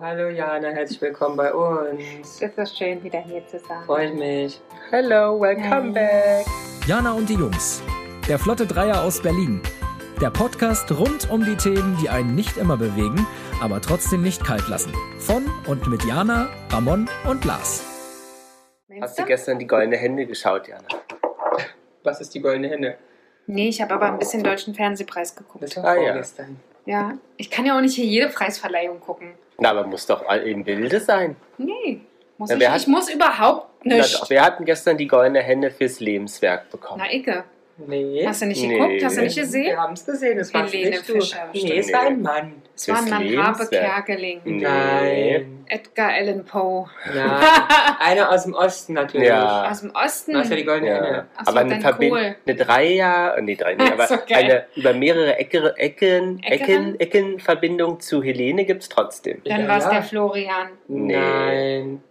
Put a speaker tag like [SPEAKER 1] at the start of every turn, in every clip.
[SPEAKER 1] hallo Jana, herzlich willkommen bei uns.
[SPEAKER 2] Es ist schön, wieder hier zu sein.
[SPEAKER 1] Freut mich.
[SPEAKER 2] Hello, welcome back.
[SPEAKER 3] Jana und die Jungs. Der Flotte Dreier aus Berlin. Der Podcast rund um die Themen, die einen nicht immer bewegen, aber trotzdem nicht kalt lassen. Von und mit Jana, Ramon und Lars.
[SPEAKER 1] Hast du gestern die goldene Hände geschaut, Jana? Was ist die goldene Hände?
[SPEAKER 2] Nee, ich habe aber ein bisschen deutschen Fernsehpreis
[SPEAKER 1] Das
[SPEAKER 2] geguckt.
[SPEAKER 1] war
[SPEAKER 3] Ah, ja.
[SPEAKER 1] vorgestern.
[SPEAKER 2] Ja, ich kann ja auch nicht hier jede Preisverleihung gucken.
[SPEAKER 4] Na, aber muss doch all im Bilde sein.
[SPEAKER 2] Nee, muss
[SPEAKER 4] Ja,
[SPEAKER 2] ich,
[SPEAKER 4] wer hat-
[SPEAKER 2] ich muss überhaupt
[SPEAKER 4] Na,
[SPEAKER 2] nicht.
[SPEAKER 4] doch, wir hatten gestern die goldene Hände fürs Lebenswerk bekommen.
[SPEAKER 2] Na, Icke,
[SPEAKER 1] Nee.
[SPEAKER 2] hast du nicht
[SPEAKER 4] Nee.
[SPEAKER 2] geguckt? Hast du nicht gesehen?
[SPEAKER 1] Wir haben es gesehen, es war
[SPEAKER 2] Helene
[SPEAKER 1] nicht du.
[SPEAKER 2] Fischer bestimmt.
[SPEAKER 1] Nee, es war ein Mann.
[SPEAKER 2] Es war ein Mann Habe Kerkeling.
[SPEAKER 1] Hm.
[SPEAKER 4] Nee.
[SPEAKER 1] Nein.
[SPEAKER 2] Edgar Allan Poe.
[SPEAKER 1] Nein. Einer aus dem Osten natürlich.
[SPEAKER 4] Ja.
[SPEAKER 2] Aus dem Osten.
[SPEAKER 1] Du hast Ah. ja die goldene
[SPEAKER 4] Ja.
[SPEAKER 1] Hände.
[SPEAKER 2] Ach so,
[SPEAKER 4] aber eine,
[SPEAKER 2] dann
[SPEAKER 4] Verbind
[SPEAKER 2] cool.
[SPEAKER 4] eine Dreier, nee, drei, nee,
[SPEAKER 2] Ist
[SPEAKER 4] aber
[SPEAKER 2] okay.
[SPEAKER 4] eine über mehrere Ecke, Ecken,
[SPEAKER 2] Eckeren?
[SPEAKER 4] Ecken, Eckenverbindung zu Helene gibt's trotzdem.
[SPEAKER 2] Dann
[SPEAKER 1] Ja,
[SPEAKER 2] war es
[SPEAKER 1] ja.
[SPEAKER 2] der Florian.
[SPEAKER 4] Nee.
[SPEAKER 1] Nein.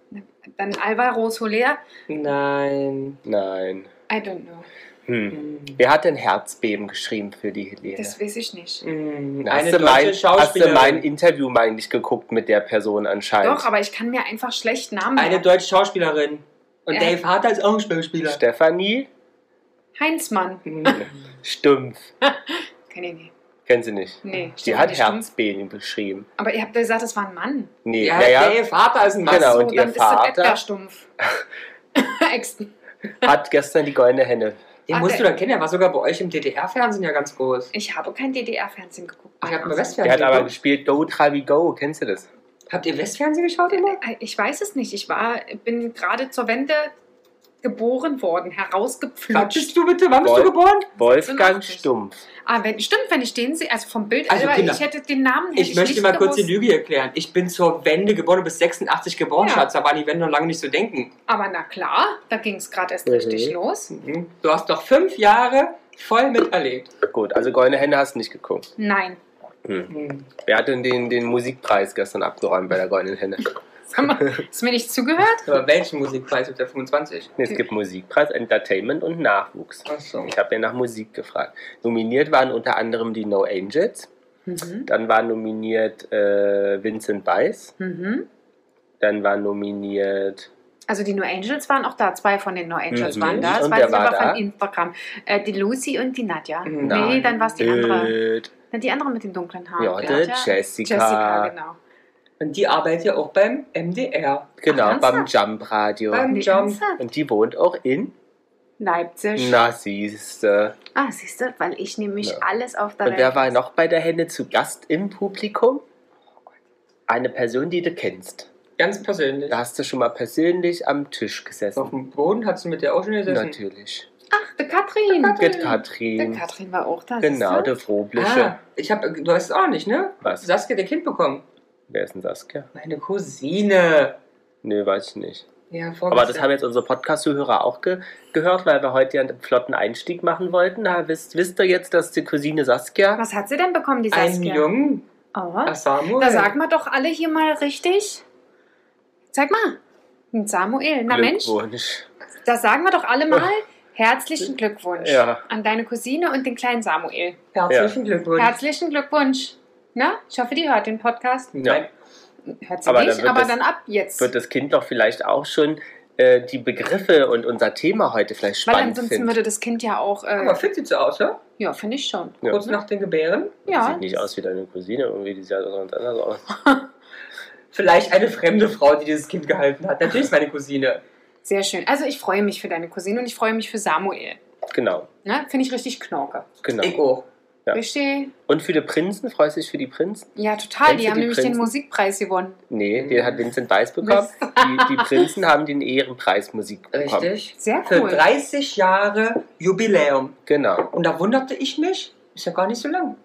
[SPEAKER 2] Dann Alvaro Soler.
[SPEAKER 1] Nein.
[SPEAKER 4] Nein.
[SPEAKER 2] I don't know.
[SPEAKER 4] Hm.
[SPEAKER 1] Mhm.
[SPEAKER 4] Wer hat denn Herzbeben geschrieben für die Helene?
[SPEAKER 2] Das weiß ich nicht.
[SPEAKER 1] Mhm.
[SPEAKER 4] Na,
[SPEAKER 1] Eine
[SPEAKER 4] hast, du
[SPEAKER 1] deutsche
[SPEAKER 4] mein, hast du
[SPEAKER 1] Schauspielerin.
[SPEAKER 4] mein Interview mal nicht geguckt mit der Person anscheinend?
[SPEAKER 2] Doch, aber ich kann mir einfach schlecht Namen
[SPEAKER 1] Eine
[SPEAKER 2] merken.
[SPEAKER 1] deutsche Schauspielerin. Und
[SPEAKER 2] Ja.
[SPEAKER 1] Dave Hart als auch ein Schauspieler.
[SPEAKER 4] Stefanie?
[SPEAKER 2] Heinzmann.
[SPEAKER 1] Mhm.
[SPEAKER 4] Stumpf.
[SPEAKER 2] Kenn ich nicht.
[SPEAKER 4] Kennen Sie nicht.
[SPEAKER 2] Nee,
[SPEAKER 4] Die
[SPEAKER 2] stimmt,
[SPEAKER 4] hat
[SPEAKER 2] nicht, stimmt.
[SPEAKER 4] Herzbeben beschrieben.
[SPEAKER 2] Aber ihr habt ja gesagt, es war ein Mann.
[SPEAKER 4] Nee,
[SPEAKER 1] Ja,
[SPEAKER 4] naja,
[SPEAKER 1] Dave Hart als ein Mann.
[SPEAKER 4] Genau,
[SPEAKER 2] Ach
[SPEAKER 4] und ihr
[SPEAKER 2] dann
[SPEAKER 4] Vater?
[SPEAKER 2] ist das Edgar Stumpf. Exten.
[SPEAKER 4] hat gestern die goldene Hände.
[SPEAKER 1] Den
[SPEAKER 2] Ah,
[SPEAKER 1] musst
[SPEAKER 2] der-
[SPEAKER 1] du dann kennen, der war sogar bei euch im DDR-Fernsehen ja ganz groß.
[SPEAKER 2] ich habe kein DDR-Fernsehen geguckt.
[SPEAKER 1] Ach, ihr habt mal
[SPEAKER 4] Der hat
[SPEAKER 1] Westfernsehen
[SPEAKER 4] aber
[SPEAKER 1] geschaut.
[SPEAKER 4] gespielt Go Trabi Go, kennst du das?
[SPEAKER 1] Habt ihr Westfernsehen geschaut immer?
[SPEAKER 2] Äh, Ich weiß es nicht. Ich war, bin gerade zur Wende geboren worden,
[SPEAKER 1] Wann
[SPEAKER 2] herausgepflutscht.
[SPEAKER 1] bist du bitte, wann bist du
[SPEAKER 4] Wolf-
[SPEAKER 1] geboren?
[SPEAKER 4] Wolfgang
[SPEAKER 2] 86.
[SPEAKER 4] Stumpf.
[SPEAKER 2] Ah, wenn, stimmt, wenn ich den sehe, also vom Bild,
[SPEAKER 1] Also,
[SPEAKER 2] aber
[SPEAKER 1] Kinder,
[SPEAKER 2] ich hätte den Namen hätte
[SPEAKER 1] Ich,
[SPEAKER 2] ich,
[SPEAKER 1] möchte
[SPEAKER 2] nicht
[SPEAKER 1] mal kurz die
[SPEAKER 2] gewusst.
[SPEAKER 1] Lüge erklären. Ich bin zur Wende geboren, du bist 86 geboren,
[SPEAKER 2] Ja.
[SPEAKER 1] Schatz. Da waren die Wende noch lange nicht so denken.
[SPEAKER 2] Aber na klar, da ging es gerade erst
[SPEAKER 4] Mhm.
[SPEAKER 2] richtig los.
[SPEAKER 1] Mhm. Du hast doch fünf Jahre voll miterlebt.
[SPEAKER 4] Gut, also goldene Hände hast du nicht geguckt.
[SPEAKER 2] Nein.
[SPEAKER 4] Hm.
[SPEAKER 1] Mhm.
[SPEAKER 4] Wer hat denn den, den Musikpreis gestern abgeräumt bei der goldenen Hände?
[SPEAKER 2] Sag mal, hast du mir nicht zugehört?
[SPEAKER 1] Aber welchen Musikpreis mit der 25?
[SPEAKER 4] Nee, es gibt Musikpreis, Entertainment und Nachwuchs.
[SPEAKER 1] Achso.
[SPEAKER 4] Ich habe ja nach Musik gefragt. Nominiert waren unter anderem die No Angels.
[SPEAKER 2] Mhm.
[SPEAKER 4] Dann war nominiert äh, Vincent Weiss.
[SPEAKER 2] Mhm.
[SPEAKER 4] Dann war nominiert
[SPEAKER 2] Also die No Angels waren auch da, zwei von den No Angels
[SPEAKER 4] Mhm.
[SPEAKER 2] waren da, das
[SPEAKER 4] Und
[SPEAKER 2] weiß ich
[SPEAKER 4] wer war
[SPEAKER 2] aber
[SPEAKER 4] da?
[SPEAKER 2] von Instagram. Äh, die Lucy und die Nadja.
[SPEAKER 1] Mhm.
[SPEAKER 2] Nee,
[SPEAKER 4] Nein.
[SPEAKER 2] dann war es die andere.
[SPEAKER 4] äh,
[SPEAKER 2] Dann die andere mit dem dunklen Haar.
[SPEAKER 4] ja,
[SPEAKER 2] Nadja?
[SPEAKER 4] die Jessica.
[SPEAKER 2] Jessica, genau.
[SPEAKER 1] Und die arbeitet ja auch beim MDR.
[SPEAKER 4] Genau,
[SPEAKER 2] Ach,
[SPEAKER 4] beim Jump Radio.
[SPEAKER 1] Beim-
[SPEAKER 2] Nee,
[SPEAKER 1] Jump.
[SPEAKER 2] ernsthaft?
[SPEAKER 4] Und die wohnt auch in
[SPEAKER 2] Leipzig.
[SPEAKER 4] Na, siehste.
[SPEAKER 2] Ah, siehst du, weil ich nämlich
[SPEAKER 4] Ja.
[SPEAKER 2] alles auf der
[SPEAKER 4] Und wer war noch bei der Hände zu Gast im Publikum? Eine Person, die du kennst.
[SPEAKER 1] Ganz persönlich.
[SPEAKER 4] Da hast du schon mal persönlich am Tisch
[SPEAKER 1] Auf
[SPEAKER 4] gesessen.
[SPEAKER 1] dem Boden hast du mit der auch schon gesessen.
[SPEAKER 4] Natürlich.
[SPEAKER 2] Ach, die Katrin.
[SPEAKER 4] Mit
[SPEAKER 2] Die
[SPEAKER 4] Katrin.
[SPEAKER 2] Katrin war auch da.
[SPEAKER 4] Genau,
[SPEAKER 2] siehst
[SPEAKER 4] der Froblische.
[SPEAKER 1] Ah, ich hab, du weißt es auch nicht, ne?
[SPEAKER 4] Was?
[SPEAKER 1] Saskia hat ihr Kind bekommen.
[SPEAKER 4] Wer ist denn Saskia?
[SPEAKER 1] Meine Cousine.
[SPEAKER 4] Nö, weiß ich nicht.
[SPEAKER 1] Ja,
[SPEAKER 4] Aber das haben
[SPEAKER 1] ich.
[SPEAKER 4] jetzt unsere Podcast-Zuhörer auch ge gehört, weil wir heute ja einen flotten Einstieg machen wollten. Da wisst, wisst ihr jetzt, dass die Cousine
[SPEAKER 2] du?
[SPEAKER 4] Saskia
[SPEAKER 2] Was hat sie denn bekommen, die
[SPEAKER 1] Einen
[SPEAKER 2] Saskia?
[SPEAKER 1] Jungen,
[SPEAKER 2] Oh.
[SPEAKER 1] das Samuel.
[SPEAKER 2] Da sagen wir doch alle hier mal richtig. Zeig mal. Ein Samuel. Na Mensch,
[SPEAKER 4] Glückwunsch.
[SPEAKER 2] da sagen wir doch alle mal herzlichen Glückwunsch
[SPEAKER 4] Oh. Ja.
[SPEAKER 2] an deine Cousine und den kleinen Samuel.
[SPEAKER 1] Herzlichen Glückwunsch.
[SPEAKER 2] Herzlichen Glückwunsch. Na, ich hoffe, die hört den Podcast.
[SPEAKER 4] Ja.
[SPEAKER 2] Hört sie
[SPEAKER 4] Aber
[SPEAKER 2] nicht,
[SPEAKER 4] dann wird
[SPEAKER 2] aber
[SPEAKER 4] das-
[SPEAKER 2] dann ab jetzt.
[SPEAKER 4] wird das Kind doch vielleicht auch schon äh, die Begriffe und unser Thema heute vielleicht
[SPEAKER 2] Weil
[SPEAKER 4] spannend
[SPEAKER 2] ansonsten
[SPEAKER 4] finden.
[SPEAKER 2] würde das Kind ja auch. Äh,
[SPEAKER 1] Aber fit sieht so aus, ne?
[SPEAKER 2] ja, finde ich schon.
[SPEAKER 4] Ja.
[SPEAKER 1] Kurz nach den Gebären.
[SPEAKER 2] Ja.
[SPEAKER 4] Sieht nicht aus wie deine Cousine, irgendwie, die sieht also ganz anders aus.
[SPEAKER 1] Vielleicht eine fremde Frau, die dieses Kind gehalten hat. Natürlich ist meine Cousine.
[SPEAKER 2] Sehr schön. Also ich freue mich für deine Cousine und ich freue mich für Samuel.
[SPEAKER 4] Genau,
[SPEAKER 2] Ne? Finde ich richtig knorke.
[SPEAKER 4] genau.
[SPEAKER 1] Ich auch.
[SPEAKER 4] Ja.
[SPEAKER 2] Richtig?
[SPEAKER 4] Und für die Prinzen, freust du dich für die Prinzen?
[SPEAKER 2] Ja, total.
[SPEAKER 4] Kennst
[SPEAKER 2] Die
[SPEAKER 4] du
[SPEAKER 2] haben
[SPEAKER 4] die
[SPEAKER 2] nämlich den
[SPEAKER 4] Prinzen?
[SPEAKER 2] Musikpreis gewonnen.
[SPEAKER 4] Nee, den hat Vincent Weiss bekommen. Die, die Prinzen haben den Ehrenpreis Musik bekommen.
[SPEAKER 1] Richtig.
[SPEAKER 2] Sehr
[SPEAKER 1] Für
[SPEAKER 2] cool.
[SPEAKER 1] 30 Jahre Jubiläum.
[SPEAKER 4] Genau.
[SPEAKER 1] Und da wunderte ich mich, ist ja gar nicht so lang.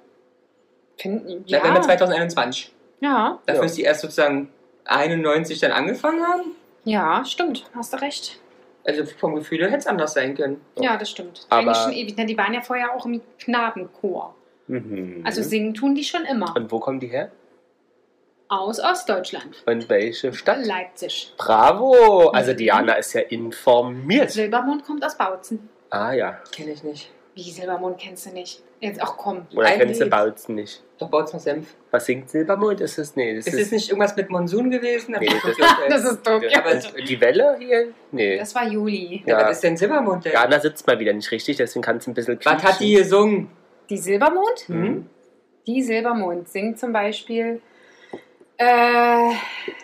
[SPEAKER 2] Finden,
[SPEAKER 1] Ja. Wenn wir
[SPEAKER 2] ja.
[SPEAKER 1] 2021.
[SPEAKER 2] ja,
[SPEAKER 1] Dafür
[SPEAKER 4] Ja.
[SPEAKER 1] ist die erst sozusagen 91 dann angefangen haben.
[SPEAKER 2] ja, stimmt. Hast du recht.
[SPEAKER 1] Also vom Gefühl her hätte es anders sein können.
[SPEAKER 2] Ja, das stimmt.
[SPEAKER 4] Aber-
[SPEAKER 2] Eigentlich schon ewig. Ne? Die waren ja vorher auch im Knabenchor.
[SPEAKER 4] Mhm.
[SPEAKER 2] Also singen tun die schon immer.
[SPEAKER 4] Und wo kommen die her?
[SPEAKER 2] Aus Ostdeutschland. Äh,
[SPEAKER 4] Und welche Stadt?
[SPEAKER 2] Leipzig.
[SPEAKER 4] Bravo! Also
[SPEAKER 2] Mhm.
[SPEAKER 4] Diana ist ja informiert.
[SPEAKER 2] Also Silbermond kommt aus Bautzen.
[SPEAKER 4] Ah ja.
[SPEAKER 1] Kenne ich nicht.
[SPEAKER 2] Wie Silbermond kennst du nicht? Jetzt auch komm.
[SPEAKER 4] Oder
[SPEAKER 1] Ein
[SPEAKER 4] kennst du
[SPEAKER 1] Lied.
[SPEAKER 4] Bautzen nicht?
[SPEAKER 1] Doch baut's noch Senf.
[SPEAKER 4] Was singt Silbermond? Ist es? Nee, das
[SPEAKER 1] Ist
[SPEAKER 4] ist.
[SPEAKER 1] es nicht irgendwas mit Monsun gewesen?
[SPEAKER 4] Nee, das ist-
[SPEAKER 2] Das ist dumm. Ja.
[SPEAKER 1] aber-
[SPEAKER 4] Und Äh, die Welle hier? Nee.
[SPEAKER 2] Das war Juli.
[SPEAKER 1] ja,
[SPEAKER 4] ja.
[SPEAKER 1] was ist denn Silbermond denn?
[SPEAKER 4] Jana sitzt mal wieder nicht richtig, deswegen kann es ein bisschen
[SPEAKER 1] Was hat die
[SPEAKER 4] quietschen.
[SPEAKER 1] gesungen?
[SPEAKER 2] Die Silbermond?
[SPEAKER 4] Mhm.
[SPEAKER 1] Hm?
[SPEAKER 2] Die Silbermond singt zum Beispiel äh,
[SPEAKER 1] Ah,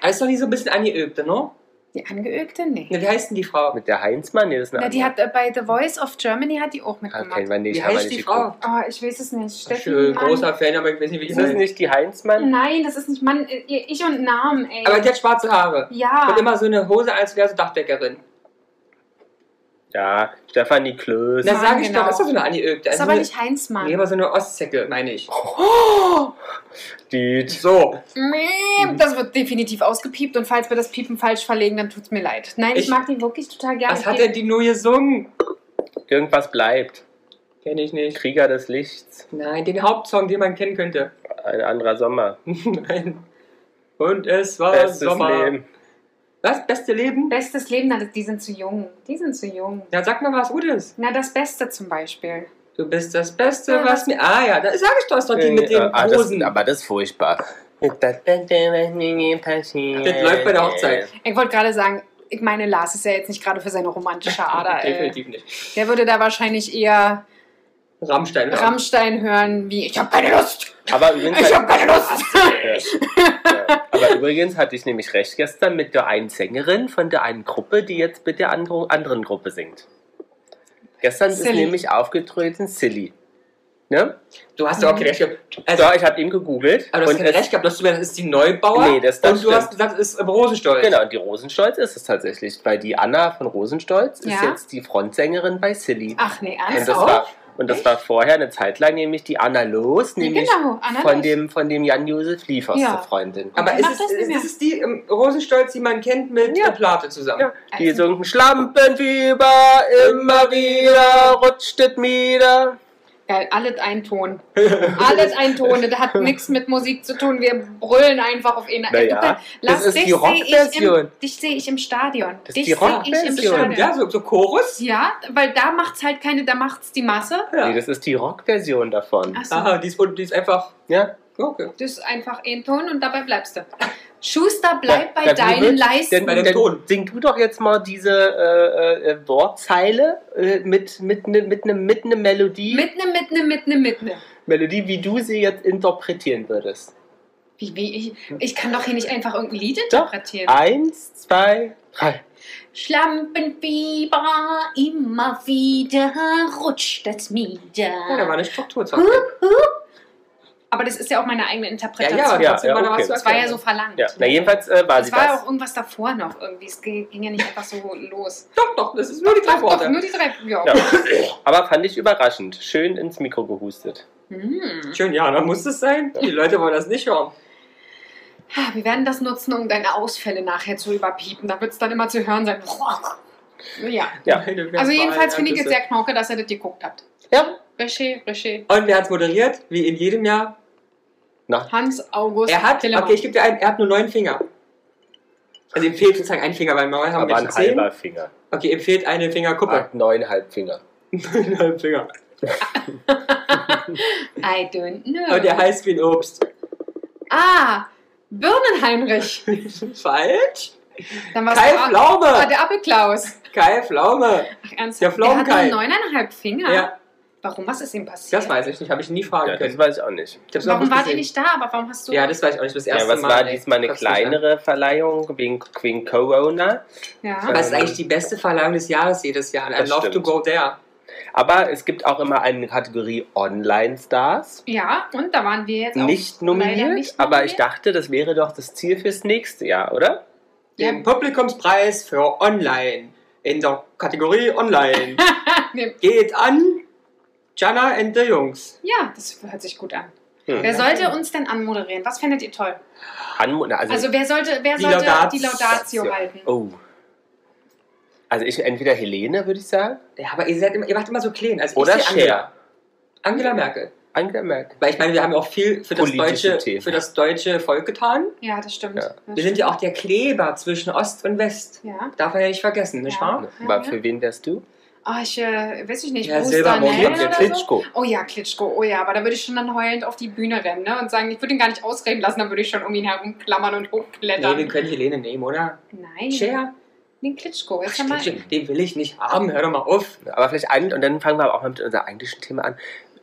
[SPEAKER 1] Ist doch nicht so ein bisschen angeöbt, ne?
[SPEAKER 2] die Angeögte? Nee.
[SPEAKER 1] Ne, Wie heißt denn die Frau?
[SPEAKER 4] Mit der Heinzmann? Nee, das ist eine
[SPEAKER 2] Na, die
[SPEAKER 4] andere.
[SPEAKER 2] hat äh, bei The Voice of Germany hat die auch
[SPEAKER 4] Ah, kennen
[SPEAKER 2] mitgemacht.
[SPEAKER 4] wir nicht.
[SPEAKER 1] Wie
[SPEAKER 4] haben wir
[SPEAKER 1] heißt
[SPEAKER 4] nicht
[SPEAKER 1] die
[SPEAKER 4] geguckt.
[SPEAKER 1] Frau?
[SPEAKER 2] Oh, ich weiß es nicht. Steffi,
[SPEAKER 1] Schön,
[SPEAKER 2] Mann.
[SPEAKER 1] großer Fan, aber ich weiß nicht, wie die
[SPEAKER 4] Ist das
[SPEAKER 1] heißt.
[SPEAKER 4] nicht die Heinzmann?
[SPEAKER 2] Nein, das ist nicht Mann. äh, ihr- Ich und Namen, ey.
[SPEAKER 1] Aber die hat schwarze Haare.
[SPEAKER 2] ja.
[SPEAKER 1] Und immer so eine Hose, als wäre sie Dachdeckerin.
[SPEAKER 4] Ja, Stefanie Klöß.
[SPEAKER 1] Na,
[SPEAKER 2] Mann,
[SPEAKER 1] sag ich
[SPEAKER 2] genau.
[SPEAKER 1] doch, ist doch so eine angeöbte.
[SPEAKER 2] ist
[SPEAKER 1] Also
[SPEAKER 2] aber
[SPEAKER 1] eine-
[SPEAKER 2] nicht Heinzmann.
[SPEAKER 1] Nee, aber so eine Ostsäcke, meine ich.
[SPEAKER 4] Oh, Die,
[SPEAKER 1] So, Mhm.
[SPEAKER 2] Mm, Das wird definitiv ausgepiept und falls wir das Piepen falsch verlegen, dann tut's mir leid. Nein, ich,
[SPEAKER 1] Ich-
[SPEAKER 2] mag die wirklich total gerne.
[SPEAKER 1] was hat denn die nur gesungen?
[SPEAKER 4] irgendwas bleibt.
[SPEAKER 1] Kenn ich nicht.
[SPEAKER 4] Krieger des Lichts.
[SPEAKER 1] Nein, den Hauptsong, den man kennen könnte.
[SPEAKER 4] Ein anderer Sommer.
[SPEAKER 1] Nein. Und es war
[SPEAKER 4] Bestes
[SPEAKER 1] Sommer.
[SPEAKER 4] Leben.
[SPEAKER 1] Was? Beste Leben?
[SPEAKER 2] Bestes Leben, na, die sind zu jung. Die sind zu jung.
[SPEAKER 1] Ja, sag mal was Gutes.
[SPEAKER 2] Na, das Beste zum Beispiel.
[SPEAKER 1] Du bist das Beste,
[SPEAKER 2] Ja,
[SPEAKER 1] was
[SPEAKER 2] was-
[SPEAKER 1] mir. Ah ja, da sag ich doch, ist doch die mit den
[SPEAKER 4] ah, das,
[SPEAKER 1] Rosen.
[SPEAKER 4] aber das ist furchtbar. Das
[SPEAKER 1] das
[SPEAKER 4] läuft
[SPEAKER 1] läuft bei der Hochzeit.
[SPEAKER 2] Ich wollte gerade sagen, ich meine, Lars ist ja jetzt nicht gerade für seine romantische Ader. äh,
[SPEAKER 1] Definitiv nicht.
[SPEAKER 2] der würde da wahrscheinlich eher
[SPEAKER 1] Rammstein. ja.
[SPEAKER 2] Rammstein hören wie Ich hab keine Lust!
[SPEAKER 4] Aber übrigens,
[SPEAKER 2] Ich hab keine Lust!
[SPEAKER 4] ja. aber übrigens hatte ich nämlich recht gestern mit der einen Sängerin von der einen Gruppe, die jetzt mit der andro- anderen Gruppe singt. Gestern ist
[SPEAKER 2] Silly.
[SPEAKER 4] nämlich aufgetreten Silly. Ne?
[SPEAKER 1] Du hast doch auch kein Recht gehabt. Also,
[SPEAKER 4] So, ich habe ihn gegoogelt.
[SPEAKER 1] aber du hast
[SPEAKER 4] und
[SPEAKER 1] kein
[SPEAKER 4] es-
[SPEAKER 1] Recht gehabt, du hast gesagt, das ist die Neubauer.
[SPEAKER 4] Nee, das- das
[SPEAKER 1] Und du
[SPEAKER 4] stimmt.
[SPEAKER 1] hast gesagt, es ist im Rosenstolz.
[SPEAKER 4] Genau, und die Rosenstolz ist es tatsächlich, weil die Anna von Rosenstolz ist
[SPEAKER 2] Ja.
[SPEAKER 4] jetzt die Frontsängerin bei Silly.
[SPEAKER 2] Ach nee,
[SPEAKER 4] und
[SPEAKER 2] ernst Oh?
[SPEAKER 4] das,
[SPEAKER 2] auch?
[SPEAKER 4] war, und das war vorher eine Zeit lang nämlich die Anna Los,
[SPEAKER 2] Ja,
[SPEAKER 4] nämlich
[SPEAKER 2] genau, Anna
[SPEAKER 4] von,
[SPEAKER 2] Los.
[SPEAKER 4] dem, von dem Jan-Josef Liefers,
[SPEAKER 2] Ja.
[SPEAKER 4] der Freundin.
[SPEAKER 1] Aber
[SPEAKER 2] Wer
[SPEAKER 1] ist
[SPEAKER 2] macht
[SPEAKER 1] es,
[SPEAKER 2] das denn
[SPEAKER 1] ist,
[SPEAKER 2] ja?
[SPEAKER 1] es die im Rosenstolz, die man kennt mit
[SPEAKER 4] Ja.
[SPEAKER 1] der Plate zusammen?
[SPEAKER 4] Ja, die
[SPEAKER 2] Also-
[SPEAKER 4] singen Schlampenfieber, immer wieder rutscht es nieder.
[SPEAKER 2] Geil, alles ein Ton. Alles ein Ton. Das hat nichts mit Musik zu tun. Wir brüllen einfach auf ihn.
[SPEAKER 4] Naja,
[SPEAKER 2] Lass
[SPEAKER 4] das ist
[SPEAKER 2] dich
[SPEAKER 4] die
[SPEAKER 2] seh ich im-
[SPEAKER 4] Rockversion.
[SPEAKER 2] Dich sehe ich im Stadion.
[SPEAKER 4] Das ist
[SPEAKER 2] dich seh
[SPEAKER 4] die
[SPEAKER 2] ich im
[SPEAKER 4] Rockversion.
[SPEAKER 2] Stadion.
[SPEAKER 1] Stimmt, ja, so, so Chorus.
[SPEAKER 2] Ja, weil da macht's halt keine, da macht's die Masse.
[SPEAKER 1] Ja.
[SPEAKER 4] Nee, das ist die Rockversion davon.
[SPEAKER 2] Achso,
[SPEAKER 1] Aha, die ist, und die ist einfach.
[SPEAKER 4] Ja?
[SPEAKER 1] Ja, Okay.
[SPEAKER 2] das ist einfach ein Ton und dabei bleibst du. Schuster, bleib bei
[SPEAKER 4] dann
[SPEAKER 2] deinen
[SPEAKER 4] wird-
[SPEAKER 2] Leisten.
[SPEAKER 4] Dann,
[SPEAKER 1] Bei dem
[SPEAKER 4] dann
[SPEAKER 1] Ton.
[SPEAKER 4] sing du doch jetzt mal diese äh, äh, Wortzeile äh, mit, mit, ne, mit, ne, mit ne Melodie.
[SPEAKER 2] Mit ne, mit ne, mit ne, mit ne.
[SPEAKER 4] Melodie, wie du sie jetzt interpretieren würdest.
[SPEAKER 2] Wie, wie, ich, ich kann doch hier nicht einfach irgendein Lied
[SPEAKER 4] Doch. Ah.
[SPEAKER 2] interpretieren.
[SPEAKER 4] Eins, zwei, drei.
[SPEAKER 2] Schlampenfieber, immer wieder rutscht das
[SPEAKER 1] Ja, da war
[SPEAKER 2] Mieder.
[SPEAKER 1] eine Struktur zwar. Ja,
[SPEAKER 2] Aber das ist ja auch meine eigene Interpretation.
[SPEAKER 1] ja, aber
[SPEAKER 4] Ja,
[SPEAKER 1] trotzdem
[SPEAKER 4] ja,
[SPEAKER 1] war da
[SPEAKER 4] okay.
[SPEAKER 1] was zu
[SPEAKER 2] Das war ja
[SPEAKER 1] erkennen.
[SPEAKER 2] so verlangt.
[SPEAKER 4] Ja, na jedenfalls äh, war
[SPEAKER 2] es
[SPEAKER 4] sie
[SPEAKER 2] war ja
[SPEAKER 4] das.
[SPEAKER 2] auch irgendwas davor noch irgendwie. Es ging ging ja nicht einfach so los.
[SPEAKER 1] Doch, doch, das ist nur die
[SPEAKER 2] Doch,
[SPEAKER 1] drei
[SPEAKER 2] doch, nur
[SPEAKER 4] ne?
[SPEAKER 1] Worte.
[SPEAKER 2] die drei. Ja.
[SPEAKER 4] Ja. Aber fand ich überraschend. Schön ins Mikro gehustet.
[SPEAKER 2] Hm.
[SPEAKER 1] Schön, ja, da muss es sein. Die Leute wollen das nicht hören.
[SPEAKER 2] Ah, Wir werden das nutzen, um deine Ausfälle nachher zu überpiepen. Da wird es dann immer zu hören sein. Ja.
[SPEAKER 4] Ja.
[SPEAKER 1] Meine
[SPEAKER 2] Also
[SPEAKER 1] verbalen
[SPEAKER 2] jedenfalls finde ich es
[SPEAKER 1] Ergüsse.
[SPEAKER 2] sehr knorke, dass ihr das geguckt habt.
[SPEAKER 4] Ja.
[SPEAKER 2] Reché, Reché.
[SPEAKER 1] Und wer hat es moderiert? Wie in jedem Jahr.
[SPEAKER 4] Na,
[SPEAKER 2] Hans August
[SPEAKER 1] Er hat,
[SPEAKER 2] Telemann.
[SPEAKER 1] okay, ich gebe dir einen, er hat nur neun Finger. Also ihm fehlt sozusagen ein Finger, weil wir haben
[SPEAKER 4] aber
[SPEAKER 1] jetzt
[SPEAKER 4] ein
[SPEAKER 1] zehn.
[SPEAKER 4] halber Finger.
[SPEAKER 1] Okay, ihm fehlt eine Fingerkuppe.
[SPEAKER 4] Ah, neuneinhalb Finger.
[SPEAKER 1] Neun Finger.
[SPEAKER 2] I don't know.
[SPEAKER 1] Und er heißt wie ein Obst.
[SPEAKER 2] ah, Birnenheinrich.
[SPEAKER 1] Falsch?
[SPEAKER 2] Dann war's
[SPEAKER 1] Kai
[SPEAKER 2] der A- Ah,
[SPEAKER 1] Pflaume!
[SPEAKER 2] der Apfelklaus.
[SPEAKER 1] Kai Pflaume!
[SPEAKER 2] Ach, ernsthaft?
[SPEAKER 1] Der
[SPEAKER 2] der hat
[SPEAKER 1] Pflaumenkai.
[SPEAKER 2] nur neuneinhalb Finger?
[SPEAKER 1] Ja,
[SPEAKER 2] Warum? Was ist ihm passiert?
[SPEAKER 1] das weiß ich nicht, habe ich nie fragen
[SPEAKER 4] Ja, das
[SPEAKER 1] können.
[SPEAKER 4] weiß ich auch nicht.
[SPEAKER 1] Ich hab's noch
[SPEAKER 2] Warum
[SPEAKER 1] nicht
[SPEAKER 2] wart ihr
[SPEAKER 1] gesehen.
[SPEAKER 2] nicht da? Aber warum hast du...
[SPEAKER 1] Ja, das weiß ich auch nicht das erste
[SPEAKER 4] Ja, was
[SPEAKER 1] Mal. ne?
[SPEAKER 4] war
[SPEAKER 1] ey.
[SPEAKER 4] diesmal eine
[SPEAKER 1] Guck's nicht an.
[SPEAKER 4] kleinere Verleihung wegen, wegen Corona?
[SPEAKER 2] Ja.
[SPEAKER 1] Aber es ist eigentlich die beste Verleihung des Jahres jedes Jahr. I
[SPEAKER 4] Das
[SPEAKER 1] love to
[SPEAKER 4] stimmt.
[SPEAKER 1] go there.
[SPEAKER 4] Aber es gibt auch immer eine Kategorie Online-Stars.
[SPEAKER 2] Ja, und da waren wir jetzt auch.
[SPEAKER 4] Nicht
[SPEAKER 2] leider
[SPEAKER 4] nominiert,
[SPEAKER 2] nicht
[SPEAKER 4] aber ich
[SPEAKER 2] nominiert.
[SPEAKER 4] dachte, das wäre doch das Ziel fürs nächste Jahr, oder?
[SPEAKER 2] Ja.
[SPEAKER 1] Den Publikumspreis für Online. In der Kategorie Online.
[SPEAKER 2] Nee.
[SPEAKER 1] Geht an Jana and the Jungs.
[SPEAKER 2] Ja, das hört sich gut an.
[SPEAKER 4] Hm.
[SPEAKER 2] Wer sollte uns denn anmoderieren? Was fändet ihr toll?
[SPEAKER 4] Anmut, also,
[SPEAKER 2] Also wer sollte, wer
[SPEAKER 1] Die
[SPEAKER 2] sollte
[SPEAKER 1] Laudat-
[SPEAKER 2] die Laudatio halten?
[SPEAKER 4] oh. Also ich entweder Helene, würde ich sagen,
[SPEAKER 1] Ja, aber ihr, seid immer, ihr macht immer so clean. Also ich
[SPEAKER 4] oder
[SPEAKER 1] seh Angela.
[SPEAKER 4] Cher.
[SPEAKER 1] Angela Merkel.
[SPEAKER 4] Angela Merkel.
[SPEAKER 1] Weil ich meine, wir haben ja auch viel für das,
[SPEAKER 4] Politische
[SPEAKER 1] deutsche,
[SPEAKER 4] Themen.
[SPEAKER 1] für das deutsche Volk getan.
[SPEAKER 2] Ja, das stimmt.
[SPEAKER 4] Ja.
[SPEAKER 2] Das
[SPEAKER 1] Wir sind ja auch der Kleber zwischen Ost und West.
[SPEAKER 2] stimmt. ja.
[SPEAKER 1] Darf man ja nicht vergessen, nicht
[SPEAKER 2] Ja.
[SPEAKER 1] wahr?
[SPEAKER 4] Aber für wen wärst du?
[SPEAKER 2] Ah, ich, äh, weiß ich nicht,
[SPEAKER 4] Ja,
[SPEAKER 2] Bruce
[SPEAKER 4] Silbermond
[SPEAKER 2] Darnell
[SPEAKER 4] kommt ja
[SPEAKER 2] oder
[SPEAKER 4] Klitschko.
[SPEAKER 2] So? Oh ja, Klitschko, oh ja, aber da würde ich schon dann heulend auf die Bühne rennen ne? und sagen, ich würde ihn gar nicht ausreden lassen, dann würde ich schon um ihn herumklammern und
[SPEAKER 1] Nee,
[SPEAKER 2] hochklettern.
[SPEAKER 1] wir können Helene nehmen, oder?
[SPEAKER 2] Nein,
[SPEAKER 1] Cher?
[SPEAKER 2] den Klitschko,
[SPEAKER 1] Ach,
[SPEAKER 2] jetzt haben wir...
[SPEAKER 1] Klitschko, den will ich nicht haben, hör doch mal auf.
[SPEAKER 4] Aber vielleicht ein, und dann fangen wir aber auch mal mit unserem eigentlichen Thema an.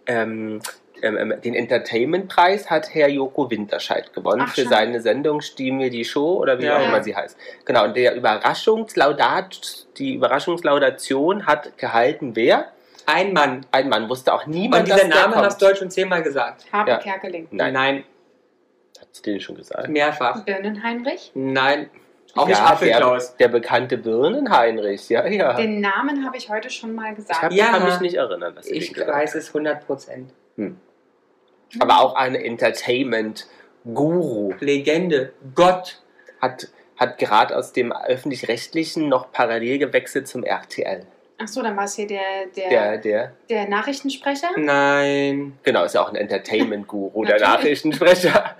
[SPEAKER 4] Ähm, ähm, ähm, den Entertainment-Preis hat Herr Joko Winterscheid gewonnen
[SPEAKER 2] Ach,
[SPEAKER 4] für
[SPEAKER 2] schade.
[SPEAKER 4] seine Sendung Stimme mir die Show oder wie
[SPEAKER 1] Ja.
[SPEAKER 4] auch immer sie heißt. Genau, und der Überraschungslaudat, die Überraschungslaudation hat gehalten wer?
[SPEAKER 1] Ein Mann.
[SPEAKER 4] Ein Mann, wusste auch niemand,
[SPEAKER 1] Und dieser
[SPEAKER 4] dass der
[SPEAKER 1] Name
[SPEAKER 4] kommt.
[SPEAKER 1] hast du heute schon zehnmal gesagt.
[SPEAKER 2] Habe
[SPEAKER 4] Ja.
[SPEAKER 2] Kerkeling.
[SPEAKER 4] Nein,
[SPEAKER 1] Nein,
[SPEAKER 4] hat sie denen schon gesagt.
[SPEAKER 1] mehrfach.
[SPEAKER 2] Birnenheinrich?
[SPEAKER 1] Nein, auch nicht
[SPEAKER 4] ja, der,
[SPEAKER 1] Apfelklaus.
[SPEAKER 4] der bekannte Birnenheinrich, ja, ja.
[SPEAKER 2] Den Namen habe ich heute schon mal
[SPEAKER 4] ich
[SPEAKER 2] gesagt.
[SPEAKER 4] hab,
[SPEAKER 1] Ja.
[SPEAKER 4] kann mich nicht erinnern, dass sie den
[SPEAKER 1] Ich
[SPEAKER 4] gesagt hat.
[SPEAKER 1] weiß es 100 Prozent.
[SPEAKER 4] Aber auch ein Entertainment-Guru
[SPEAKER 1] Legende, Gott.
[SPEAKER 4] hat, hat gerade aus dem öffentlich-rechtlichen noch parallel gewechselt zum RTL.
[SPEAKER 2] Achso, dann war es hier der, der,
[SPEAKER 4] Der,
[SPEAKER 2] der,
[SPEAKER 4] der,
[SPEAKER 2] Nachrichtensprecher.
[SPEAKER 4] Hm.
[SPEAKER 1] Nein,
[SPEAKER 4] genau, ist ja auch ein Entertainment-Guru, der
[SPEAKER 2] Natürlich.
[SPEAKER 4] Nachrichtensprecher.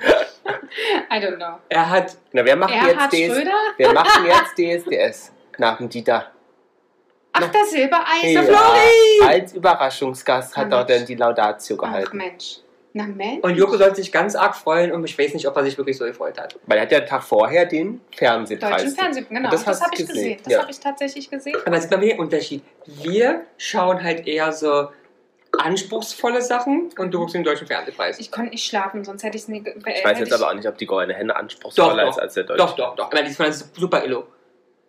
[SPEAKER 2] I don't know.
[SPEAKER 1] er hat
[SPEAKER 4] Na, wer macht
[SPEAKER 2] Erhard
[SPEAKER 4] jetzt DS,
[SPEAKER 2] Schröder?
[SPEAKER 4] wer macht denn jetzt DSDS nach dem Dieter?
[SPEAKER 2] Ach, das Silbereisen.
[SPEAKER 4] Ja.
[SPEAKER 1] Flori!
[SPEAKER 4] Als Überraschungsgast
[SPEAKER 2] Ah,
[SPEAKER 4] hat dort dann
[SPEAKER 2] Mensch.
[SPEAKER 4] die Laudatio
[SPEAKER 2] Ach
[SPEAKER 4] gehalten.
[SPEAKER 2] Mensch. Na Mensch.
[SPEAKER 1] Und Joko sollte sich ganz arg freuen und ich weiß nicht, ob er sich wirklich so gefreut hat.
[SPEAKER 4] Weil er hat ja den Tag vorher den Fernsehpreis.
[SPEAKER 2] Deutschen Fernsehen, genau.
[SPEAKER 4] Das
[SPEAKER 2] Das,
[SPEAKER 4] hast
[SPEAKER 2] habe
[SPEAKER 4] du
[SPEAKER 2] ich gesehen.
[SPEAKER 4] gesehen,
[SPEAKER 2] Das
[SPEAKER 4] ja.
[SPEAKER 2] habe ich tatsächlich gesehen.
[SPEAKER 1] Aber sieht man wieder den Unterschied. Wir schauen halt eher so anspruchsvolle Sachen und du guckst den deutschen Fernsehpreis.
[SPEAKER 2] Ich konnte nicht schlafen, sonst hätte ich es nie. ge- äh,
[SPEAKER 4] Ich weiß
[SPEAKER 2] hätte
[SPEAKER 4] jetzt aber auch nicht, ob die goldene Henne anspruchsvoller
[SPEAKER 1] Doch, doch.
[SPEAKER 4] ist als der deutsche.
[SPEAKER 1] doch, doch, doch. Ich meine, diesmal ist es super illo. Und